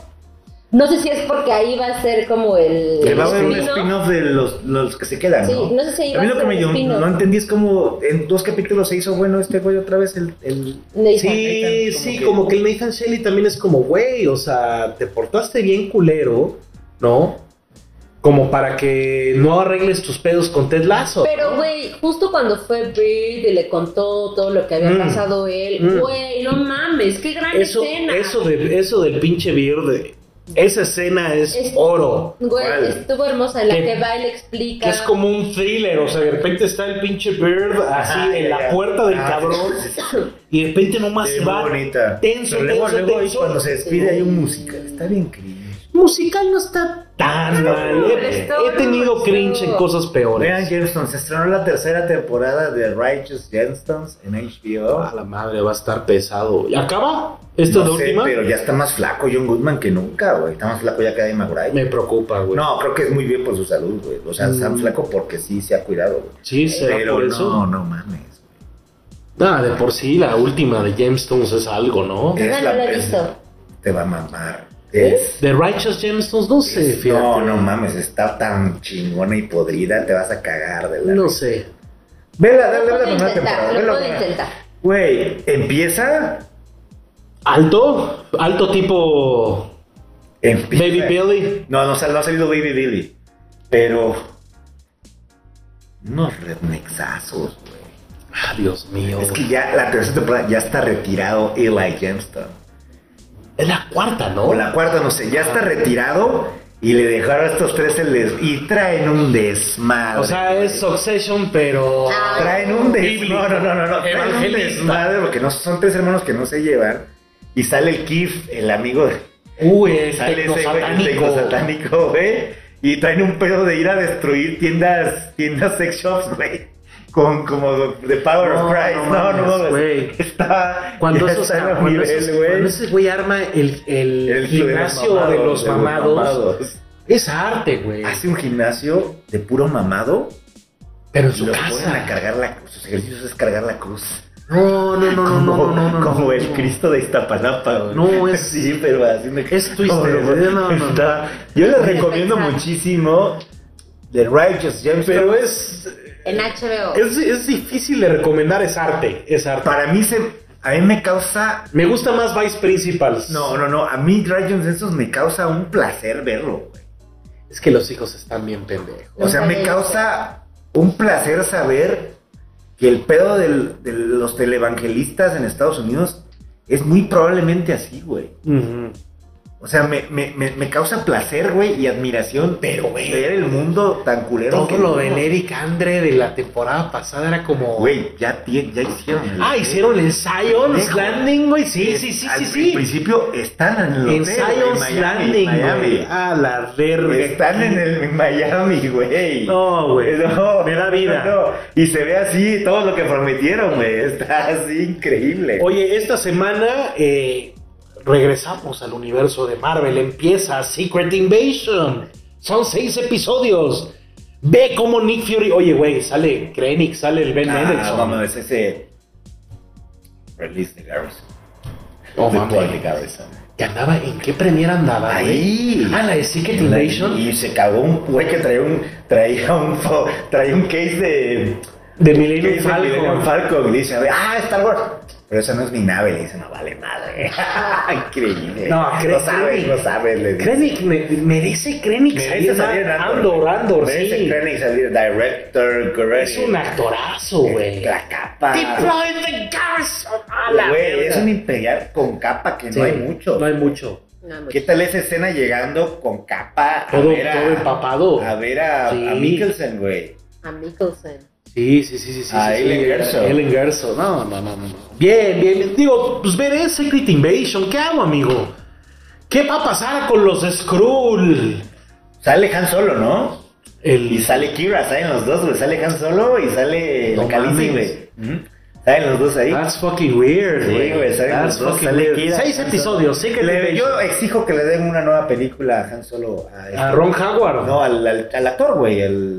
Speaker 3: No sé si es porque ahí va a ser como el.
Speaker 1: Que va a haber un
Speaker 3: spin-off.
Speaker 1: spin-off de los, los que se quedan,
Speaker 3: Sí,
Speaker 1: ¿no?
Speaker 3: no sé si ahí
Speaker 1: A
Speaker 3: va
Speaker 1: mí
Speaker 3: a
Speaker 1: lo
Speaker 3: ser
Speaker 1: que me
Speaker 3: un spin-off.
Speaker 1: no entendí es cómo en dos capítulos se hizo bueno este güey otra vez el... el...
Speaker 3: Nathan.
Speaker 2: Sí,
Speaker 1: Nathan,
Speaker 2: sí,
Speaker 1: como que-
Speaker 2: como que el Nathan Shelley también es como, güey, o sea, te portaste bien culero, ¿no? Como para que no arregles tus pedos con Ted Lasso.
Speaker 3: Pero, güey, justo cuando fue Bird y le contó todo lo que había
Speaker 2: Mm.
Speaker 3: pasado él,
Speaker 2: Mm.
Speaker 3: güey, no mames, qué gran
Speaker 2: eso,
Speaker 3: escena.
Speaker 2: eso, de, eso del pinche verde, esa escena es,
Speaker 3: Es-
Speaker 2: oro.
Speaker 3: Güey,
Speaker 1: ¿Cuál?
Speaker 3: estuvo hermosa en la
Speaker 2: Que-
Speaker 3: que va y le
Speaker 2: Que
Speaker 3: explica.
Speaker 2: es como un thriller, o sea, de repente está el pinche Bird así
Speaker 1: Ajá,
Speaker 2: en
Speaker 1: ya,
Speaker 2: la
Speaker 1: ya.
Speaker 2: puerta del
Speaker 1: Ah,
Speaker 2: cabrón
Speaker 1: sí, sí, sí.
Speaker 2: y de repente nomás
Speaker 1: Sí,
Speaker 2: se
Speaker 1: muy
Speaker 2: va.
Speaker 1: bonita.
Speaker 2: tenso,
Speaker 1: Pero luego,
Speaker 2: tenso,
Speaker 1: luego ahí
Speaker 2: tenso.
Speaker 1: cuando se despide hay un musical. Está bien cringe.
Speaker 2: Musical no está tan mal.
Speaker 3: pero
Speaker 2: He,
Speaker 3: está
Speaker 2: he tenido
Speaker 3: bueno,
Speaker 2: cringe
Speaker 3: está-
Speaker 2: en cosas peores.
Speaker 1: Vean Gemstones, se estrenó la tercera temporada de Righteous Gemstones en HBO.
Speaker 2: A la madre, va a estar pesado. ¿Y acaba? ¿Esta es
Speaker 1: No
Speaker 2: la
Speaker 1: sé,
Speaker 2: última?
Speaker 1: Pero ya está más flaco John Goodman que nunca, güey. Está más flaco ya que Eddie McBride.
Speaker 2: Me preocupa, güey.
Speaker 1: No, creo que es muy bien por su salud, güey. O sea, está
Speaker 2: Mm.
Speaker 1: flaco porque sí se ha cuidado, güey.
Speaker 2: Sí, será
Speaker 1: Pero
Speaker 2: por
Speaker 1: no,
Speaker 2: eso.
Speaker 1: no mames.
Speaker 2: Nada, de por sí, la última de Gemstones es algo, ¿no?
Speaker 1: Eh.
Speaker 3: Ah,
Speaker 1: es
Speaker 3: no
Speaker 1: la
Speaker 3: la he
Speaker 1: pres-
Speaker 3: visto.
Speaker 1: Te va a mamar. Es.
Speaker 2: De Righteous Gemstones, no sé, ¿Eh? fíjate.
Speaker 1: no, no mames, está tan chingona y podrida, te vas a cagar de la.
Speaker 2: No sé.
Speaker 1: Vela, dale,
Speaker 3: Lo
Speaker 1: dale la
Speaker 3: puedo
Speaker 1: primera
Speaker 3: intentar,
Speaker 1: temporada.
Speaker 3: lo
Speaker 1: vela la
Speaker 3: puedo
Speaker 1: primera.
Speaker 3: intentar.
Speaker 1: Güey, empieza.
Speaker 2: Alto, alto tipo
Speaker 1: Empieza.
Speaker 2: Baby Billy.
Speaker 1: No, no, sal- no ha salido Baby Billy. Pero. Unos rednexazos, güey.
Speaker 2: Ah, Dios mío.
Speaker 1: Es que
Speaker 2: güey.
Speaker 1: ya la tercera temporada ya está retirado Eli Gemstone.
Speaker 2: Es la cuarta, ¿no?
Speaker 1: O la cuarta, no sé, ya está retirado y le dejaron a estos tres el des- y traen un desmadre.
Speaker 2: O sea, es Succession, pero.
Speaker 3: Ah.
Speaker 1: traen un desmadre.
Speaker 2: Bíblico.
Speaker 1: No, no, no, no, no, traen un
Speaker 2: Evangelista.
Speaker 1: desmadre porque no, son tres hermanos que no se llevan. Y sale el Kif, el amigo de
Speaker 2: Uy, es
Speaker 1: Sale ese güey, el
Speaker 2: tecnosatánico.
Speaker 1: tecnosatánico, güey. Y traen un pedo de ir a destruir tiendas, tiendas sex shops, güey. Con como The Power
Speaker 2: No,
Speaker 1: of Christ.
Speaker 2: no
Speaker 1: No, no,
Speaker 2: mames,
Speaker 1: mames.
Speaker 2: güey.
Speaker 1: Está,
Speaker 2: Cuando,
Speaker 1: ya
Speaker 2: esos,
Speaker 1: está en los
Speaker 2: cuando,
Speaker 1: nivel,
Speaker 2: esos-
Speaker 1: güey.
Speaker 2: cuando ese güey arma el, el,
Speaker 1: El
Speaker 2: gimnasio
Speaker 1: mamados,
Speaker 2: de los mamados,
Speaker 1: mamados.
Speaker 2: es arte, güey.
Speaker 1: Hace un gimnasio de puro mamado.
Speaker 2: Pero en
Speaker 1: Y
Speaker 2: su
Speaker 1: lo ponen a
Speaker 2: casa.
Speaker 1: cargar la cruz. Sus ejercicios es cargar la cruz.
Speaker 2: No, no, no, no, no,
Speaker 1: Como-
Speaker 2: no, no, no,
Speaker 1: Como
Speaker 2: no,
Speaker 1: el
Speaker 2: no.
Speaker 1: Cristo de Iztapalapa, güey.
Speaker 2: No, es-
Speaker 1: Sí, pero haciendo...
Speaker 2: Es twister,
Speaker 1: No, no,
Speaker 2: güey, no, no, no.
Speaker 1: Está- Yo les recomiendo muchísimo The Righteous Gemstones.
Speaker 2: Pero es,
Speaker 3: En HBO.
Speaker 2: es, es difícil de recomendar, es arte, es arte.
Speaker 1: Para mí se... A mí me causa...
Speaker 2: Me gusta más Vice Principals.
Speaker 1: No, no, no. A mí Righteous Gemstones me causa un placer verlo, güey.
Speaker 2: Es que los hijos están bien pendejos.
Speaker 1: O sea, me causa un placer saber que el pedo del- de los televangelistas en Estados Unidos es muy probablemente así, güey.
Speaker 2: Ujú.
Speaker 1: O sea, me, me- me- me causa placer, güey, y admiración
Speaker 2: Pero, güey.
Speaker 1: ver el mundo tan culero.
Speaker 2: Todo lo
Speaker 1: vivimos.
Speaker 2: del Eric Andre de la temporada pasada era como.
Speaker 1: Güey, ya, tie- ya hicieron. el-
Speaker 2: Ah, hicieron el Zion's
Speaker 1: Pendejo.
Speaker 2: Landing, güey. Sí, sí, sí,
Speaker 1: Al-
Speaker 2: sí,
Speaker 1: En
Speaker 2: sí.
Speaker 1: principio están en el
Speaker 2: En
Speaker 1: hotel, güey,
Speaker 2: Zion's
Speaker 1: Miami,
Speaker 2: Landing,
Speaker 1: Miami.
Speaker 2: güey. Ah, la verga.
Speaker 1: Están en el
Speaker 2: <laughs>
Speaker 1: en Miami, güey.
Speaker 2: No,
Speaker 1: <laughs>
Speaker 2: güey.
Speaker 1: No,
Speaker 2: Me da vida.
Speaker 1: no, no. Y se ve así todo lo que prometieron, güey. <laughs> Está así increíble.
Speaker 2: Oye, esta semana eh, regresamos al universo de Marvel. Empieza Secret Invasion. Son seis episodios. Ve cómo Nick Fury. Oye, güey, sale Krennic, sale el Ben
Speaker 1: ah,
Speaker 2: Mendelsohn.
Speaker 1: vamos, es ese. Release the Garrison.
Speaker 2: Oh,
Speaker 1: The
Speaker 2: mames.
Speaker 1: Paul de Garrison.
Speaker 2: Que andaba, ¿en qué premier andaba?
Speaker 1: Ahí.
Speaker 2: güey? Ah, la de Secret
Speaker 1: En la-
Speaker 2: Invasion.
Speaker 1: Y se cagó un güey que traía un, traía un, fo- traía un case de.
Speaker 2: De
Speaker 1: case de
Speaker 2: Millennium
Speaker 1: Millennium
Speaker 2: Falcon.
Speaker 1: Falcon. Y dice, a ver, ah, Star Wars. Pero esa no es mi nave, le dice, no vale madre. <laughs> Increíble.
Speaker 2: No,
Speaker 1: lo
Speaker 2: cre-
Speaker 1: sabes,
Speaker 2: créeme.
Speaker 1: lo sabes, le dice.
Speaker 2: Krennic, me- merece Krennic
Speaker 1: Merece salir en
Speaker 2: Andor, Andor,
Speaker 1: Merece
Speaker 2: sí.
Speaker 1: Krennic salir director, Krennic.
Speaker 2: Es un actorazo, güey.
Speaker 1: La capa.
Speaker 2: the garrison.
Speaker 1: Güey, es un imperial con capa que no hay mucho.
Speaker 2: No hay mucho.
Speaker 3: No,
Speaker 1: ¿Qué tal esa escena llegando con capa a
Speaker 2: Todo,
Speaker 1: ver a,
Speaker 2: todo empapado.
Speaker 1: a ver a,
Speaker 2: Sí.
Speaker 1: a Mikkelsen, güey?
Speaker 3: A Mikkelsen.
Speaker 2: Sí, sí, sí, sí. sí,
Speaker 1: A
Speaker 2: sí,
Speaker 1: Ellen
Speaker 2: sí,
Speaker 1: Gerson.
Speaker 2: Ellen Gerson. No, no, no, no. Bien, bien, bien. Digo, pues veré Secret Invasion. ¿Qué hago, amigo? ¿Qué va a pasar con los Skrull?
Speaker 1: Sale Han Solo, ¿no? Y
Speaker 2: El...
Speaker 1: sale Kira, salen los dos, güey. Sale Han Solo y sale
Speaker 2: No
Speaker 1: el Khaleesi,
Speaker 2: mames. Ah,
Speaker 1: güey. ¿Mm? Salen los dos ahí.
Speaker 2: That's fucking weird,
Speaker 1: Sí,
Speaker 2: güey.
Speaker 1: güey, salen
Speaker 2: That's
Speaker 1: los dos,
Speaker 2: fucking
Speaker 1: sale
Speaker 2: weird.
Speaker 1: Kira.
Speaker 2: Seis episodios, Secret
Speaker 1: Le-
Speaker 2: Invasion.
Speaker 1: yo exijo que le den una nueva película a Han Solo. A, este-
Speaker 2: A Ron Howard.
Speaker 1: No, al, al- al actor, güey. Al,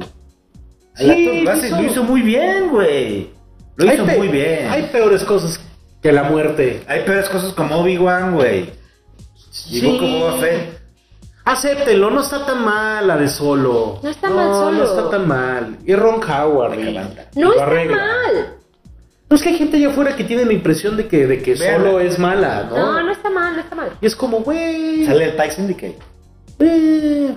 Speaker 1: al
Speaker 2: Sí,
Speaker 1: actor. Lo, hace-
Speaker 2: hizo-
Speaker 1: lo hizo muy bien, güey. Lo
Speaker 2: Hay
Speaker 1: hizo
Speaker 2: pe-
Speaker 1: muy bien.
Speaker 2: Hay peores cosas que la muerte.
Speaker 1: Hay peores cosas como Obi-Wan, güey. Llegó como Boba Fett.
Speaker 2: Acéptenlo, no está tan mal la de solo.
Speaker 3: No está mal Solo.
Speaker 2: No está tan mal. Y Ron Howard.
Speaker 1: Me
Speaker 2: y-
Speaker 1: encanta.
Speaker 2: y lo
Speaker 3: No está
Speaker 2: arregla.
Speaker 3: mal.
Speaker 2: No es que hay gente allá afuera que tiene la impresión de que, de que
Speaker 1: Vean.
Speaker 2: solo es mala, ¿no?
Speaker 3: No, no está mal, no está mal.
Speaker 2: Y es como, güey.
Speaker 1: Sale el Pike Syndicate.
Speaker 2: eh,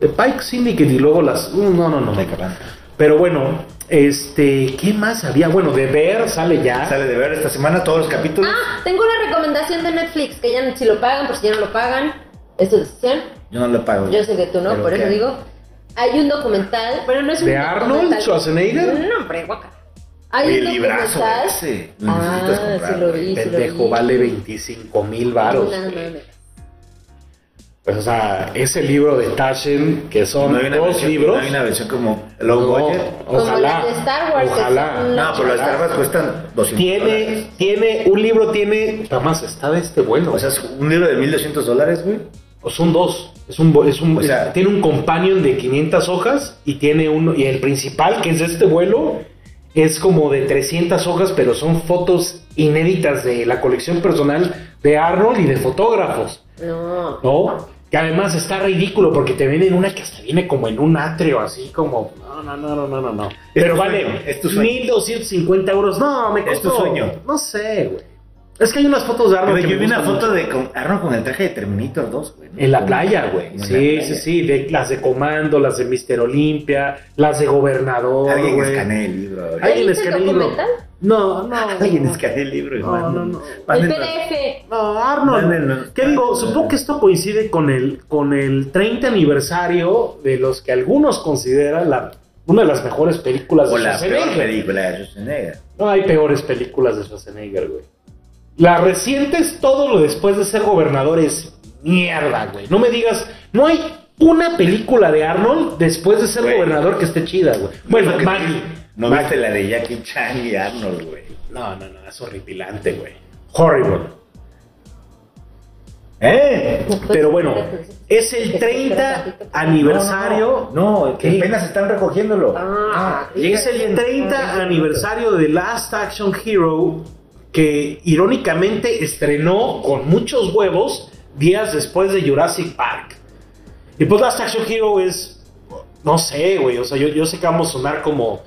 Speaker 2: de Pike Syndicate y luego las. uh, no, no, no.
Speaker 1: Me encanta.
Speaker 2: Pero bueno, este. ¿Qué más había? Bueno, de ver sale ya.
Speaker 1: Ah. Sale de ver esta semana todos los capítulos.
Speaker 3: Ah, tengo una recomendación de Netflix que ya si lo pagan, por si ya no lo pagan, es tu decisión.
Speaker 1: Yo no lo pago.
Speaker 3: Yo sé que tú no,
Speaker 1: Pero
Speaker 3: por eso
Speaker 1: ¿qué?
Speaker 3: digo. Hay un documental, pero no es un
Speaker 2: ¿De Arnold
Speaker 3: documental.
Speaker 2: Schwarzenegger?
Speaker 3: No, hombre, guaca.
Speaker 1: Oye,
Speaker 3: Hay
Speaker 1: el
Speaker 3: un
Speaker 1: librazo
Speaker 3: documental.
Speaker 1: ese. Lo necesitas
Speaker 3: Ah,
Speaker 1: comprar,
Speaker 3: sí lo
Speaker 1: güey.
Speaker 3: vi, sí lo
Speaker 2: Pendejo,
Speaker 3: vi.
Speaker 2: vale 25 mil varos.
Speaker 3: No, no,
Speaker 2: güey.
Speaker 3: no.
Speaker 2: Pues, o sea, ese libro de Taschen, que son
Speaker 1: No hay una
Speaker 2: dos
Speaker 1: versión-
Speaker 2: libros.
Speaker 1: No hay una versión como Low
Speaker 2: No,
Speaker 1: Budget.
Speaker 2: ojalá.
Speaker 3: Como las de Star Wars, que
Speaker 2: ojalá.
Speaker 3: son una
Speaker 1: No, pero las
Speaker 2: Ojalá.
Speaker 1: tarpas cuestan 200
Speaker 2: Tiene, tiene, un libro tiene. Nada más está de este bueno.
Speaker 1: O sea, es un libro de 1200 dólares, güey.
Speaker 2: O Pues son dos. Es un, bo- es un,
Speaker 1: O sea-
Speaker 2: es- tiene un companion de 500 hojas y tiene uno. Y el principal, que es de este vuelo, es como de 300 hojas, pero son fotos inéditas de la colección personal de Arnold y de fotógrafos,
Speaker 3: No.
Speaker 2: ¿no? Que además está ridículo porque te venden una que hasta viene como en un atrio, así como. No, no, no, no, no, no. no. Pero
Speaker 1: tu
Speaker 2: vale,
Speaker 1: sueño, es tu sueño.
Speaker 2: 1250 euros. No, me costó.
Speaker 1: Es tu sueño.
Speaker 2: No sé, güey. Es que hay unas fotos de Arnold.
Speaker 1: Güey,
Speaker 2: que
Speaker 1: yo
Speaker 2: me
Speaker 1: vi una
Speaker 2: gustan
Speaker 1: foto
Speaker 2: mucho.
Speaker 1: de con Arnold con el traje de Terminator 2, güey. ¿no?
Speaker 2: En la
Speaker 1: Con-
Speaker 2: playa, güey.
Speaker 1: en la
Speaker 2: Sí,
Speaker 1: playa.
Speaker 2: sí, sí. De, las de comando, las de Mister Olimpia, las de gobernador.
Speaker 1: Alguien
Speaker 2: güey.
Speaker 1: escanea el libro. güey.
Speaker 2: Alguien
Speaker 3: ¿Leíste el
Speaker 2: escanea el libro.
Speaker 3: documental?
Speaker 2: No, no.
Speaker 1: Alguien escanea el libro.
Speaker 2: No, no, no.
Speaker 3: El PDF.
Speaker 2: No, Arnold.
Speaker 1: Mándenlo.
Speaker 2: ¿Qué digo? Supongo que esto coincide con el, con el 30 aniversario de los que algunos consideran la, una de las mejores películas de
Speaker 1: O la peor
Speaker 2: Schwarzenegger.
Speaker 1: película de Schwarzenegger.
Speaker 2: No hay peores películas de Schwarzenegger, güey. Las recientes, todo lo después de ser gobernador es mierda, güey. No me digas, no hay una película de Arnold después de ser
Speaker 1: Güey.
Speaker 2: gobernador que esté chida, güey. Bueno,
Speaker 1: Porque
Speaker 2: Maggie.
Speaker 1: No
Speaker 2: Maggie.
Speaker 1: viste la de Jackie Chan y Arnold, güey.
Speaker 2: No, no, no, es horripilante, güey. Horrible.
Speaker 1: ¿Eh?
Speaker 2: Pero bueno, es el 30 aniversario.
Speaker 1: No, no, que
Speaker 2: ¿Qué?
Speaker 1: apenas están recogiéndolo.
Speaker 3: Ah,
Speaker 2: Y es el
Speaker 1: Ah,
Speaker 2: 30 aniversario de Last Action Hero, que irónicamente estrenó con muchos huevos días después de Jurassic Park. Y pues Last Action Hero es, no sé, güey, o sea, yo, yo sé que vamos a sonar como,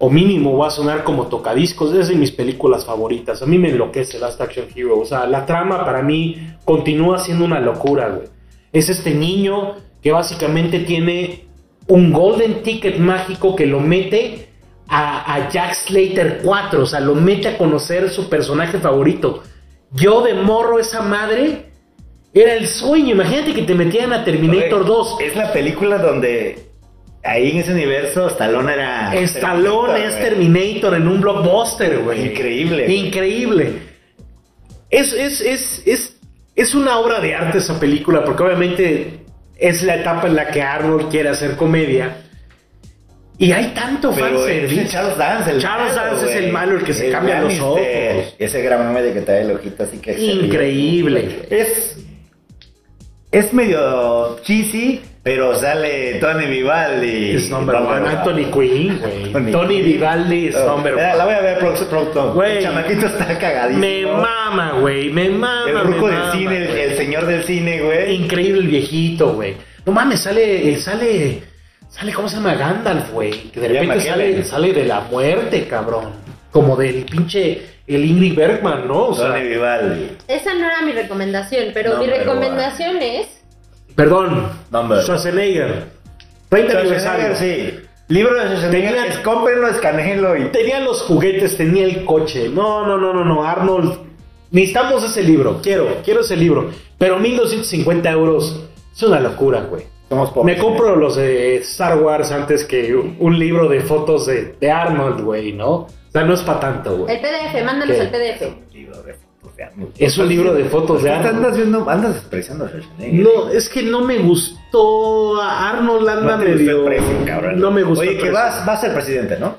Speaker 2: o mínimo va a sonar como tocadiscos, es de mis películas favoritas, a mí me enloquece Last Action Hero, o sea, la trama para mí continúa siendo una locura, güey. Es este niño que básicamente tiene un golden ticket mágico que lo mete a, a Jack Slater 4, o sea, lo mete a conocer su personaje favorito. Yo de morro esa madre era el sueño, imagínate que te metían a Terminator
Speaker 1: Güey,
Speaker 2: 2.
Speaker 1: Es la película donde ahí en ese universo Stallone era.
Speaker 2: Stallone es
Speaker 1: güey.
Speaker 2: Terminator en un blockbuster, güey.
Speaker 1: Increíble, güey.
Speaker 2: Increíble. Es, es, es, es, es una obra de arte esa película, porque obviamente es la etapa en la que Arnold quiere hacer comedia. Y hay tanto
Speaker 1: Pero
Speaker 2: fanservice.
Speaker 1: es Charles Dance, el
Speaker 2: Charles
Speaker 1: malo,
Speaker 2: Dance es
Speaker 1: güey.
Speaker 2: el malo, el que se cambia los
Speaker 1: Lannister.
Speaker 2: ojos.
Speaker 1: Ese gran mame de que trae el ojito así que. se ríe.
Speaker 2: Increíble.
Speaker 1: Es. Es medio cheesy, pero sale Tony Vivaldi.
Speaker 2: Es number
Speaker 1: Number
Speaker 2: one.
Speaker 1: one.
Speaker 2: Anthony Quinn, güey. Tony,
Speaker 1: Quinn.
Speaker 2: Vivaldi es
Speaker 1: Oh,
Speaker 2: number
Speaker 1: mira,
Speaker 2: one.
Speaker 1: La voy a ver pro- pronto.
Speaker 2: Güey.
Speaker 1: El chamaquito está cagadísimo.
Speaker 2: Me mama, güey. Me mama.
Speaker 1: El
Speaker 2: me
Speaker 1: ruco del
Speaker 2: mama,
Speaker 1: cine, el,
Speaker 2: güey.
Speaker 1: el señor del cine, güey.
Speaker 2: Increíble el viejito, güey. No mames, sale, sale, sale, ¿cómo se llama? Gandalf, güey. Que de
Speaker 1: Ya me
Speaker 2: repente
Speaker 1: quedé.
Speaker 2: sale, sale de la muerte, cabrón. como del pinche el Ingrid Bergman, ¿no? O sea,
Speaker 1: Tony Vivaldi.
Speaker 3: Esa no era mi recomendación, pero
Speaker 1: No,
Speaker 3: mi
Speaker 1: pero,
Speaker 3: recomendación es.
Speaker 2: perdón,
Speaker 1: Number.
Speaker 2: Schwarzenegger. 30 aniversario.
Speaker 1: Schwarzenegger, sí. Libro de Schwarzenegger,
Speaker 2: Tenía-
Speaker 1: es- cómprenlo, escanéenlo y...
Speaker 2: Tenía los juguetes, tenía el coche. No, no, no, no, no, Arnold. Necesitamos ese libro. Quiero, quiero ese libro. Pero 1250 euros es una locura, güey.
Speaker 1: Somos pobres.
Speaker 2: Me compro los de Star Wars antes que un, un libro de fotos de, de Arnold, güey, ¿no? O sea, no es para tanto,
Speaker 3: El
Speaker 2: güey.
Speaker 3: PDF, mándanos
Speaker 2: ¿Qué?
Speaker 3: el PDF.
Speaker 1: Libro de fotos de Arnold.
Speaker 2: Es un libro de fotos de Arnold.
Speaker 1: Andas viendo, andas despreciando a Schwarzenegger.
Speaker 2: No, es que no me gustó a Arnold, anda
Speaker 1: No te gusta
Speaker 2: medio...
Speaker 1: el precio, cabrón.
Speaker 2: no me gustó
Speaker 1: Oye,
Speaker 2: el
Speaker 1: que
Speaker 2: precio.
Speaker 1: va, va a ser presidente, ¿no?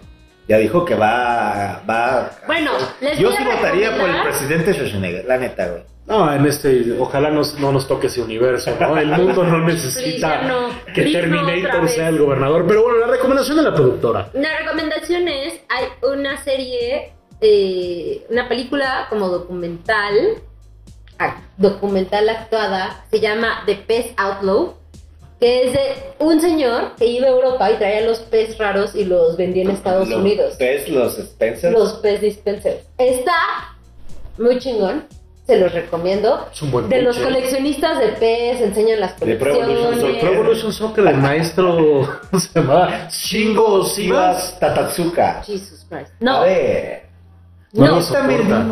Speaker 1: Ya dijo que va. va
Speaker 3: Bueno, les
Speaker 1: Yo
Speaker 3: voy
Speaker 1: sí
Speaker 3: a
Speaker 1: votaría por el
Speaker 3: recomendar-
Speaker 1: presidente Schwarzenegger, la neta, güey.
Speaker 2: No, en este, ojalá nos- no nos toque ese universo, ¿no? El mundo no necesita
Speaker 3: Please, ya no.
Speaker 2: que
Speaker 3: Please, no, otra
Speaker 2: Terminator
Speaker 3: vez.
Speaker 2: sea el gobernador. Pero bueno, la recomendación de la productora.
Speaker 3: La recomendación es, hay una serie, eh, una película como documental, ac- documental actuada, se llama The Pest Outlaw, que es de un señor que iba a Europa y traía los pez raros y los vendía en Estados
Speaker 1: Los
Speaker 3: Unidos.
Speaker 1: Pez, los Spencer.
Speaker 3: Los pez dispensers. Está muy chingón, se los recomiendo.
Speaker 2: Es un buen
Speaker 3: De los
Speaker 2: pinche.
Speaker 3: coleccionistas de pez, enseñan las
Speaker 1: De Pro Evolution
Speaker 2: Pro
Speaker 1: Soccer.
Speaker 3: colecciones.
Speaker 2: Evolution Soccer del maestro se llama Shingo Sivas.
Speaker 1: Sivas Tatatsuka.
Speaker 3: Jesus Christ.
Speaker 1: A
Speaker 3: No,
Speaker 1: ver.
Speaker 2: No,
Speaker 3: no.
Speaker 2: nos soporta.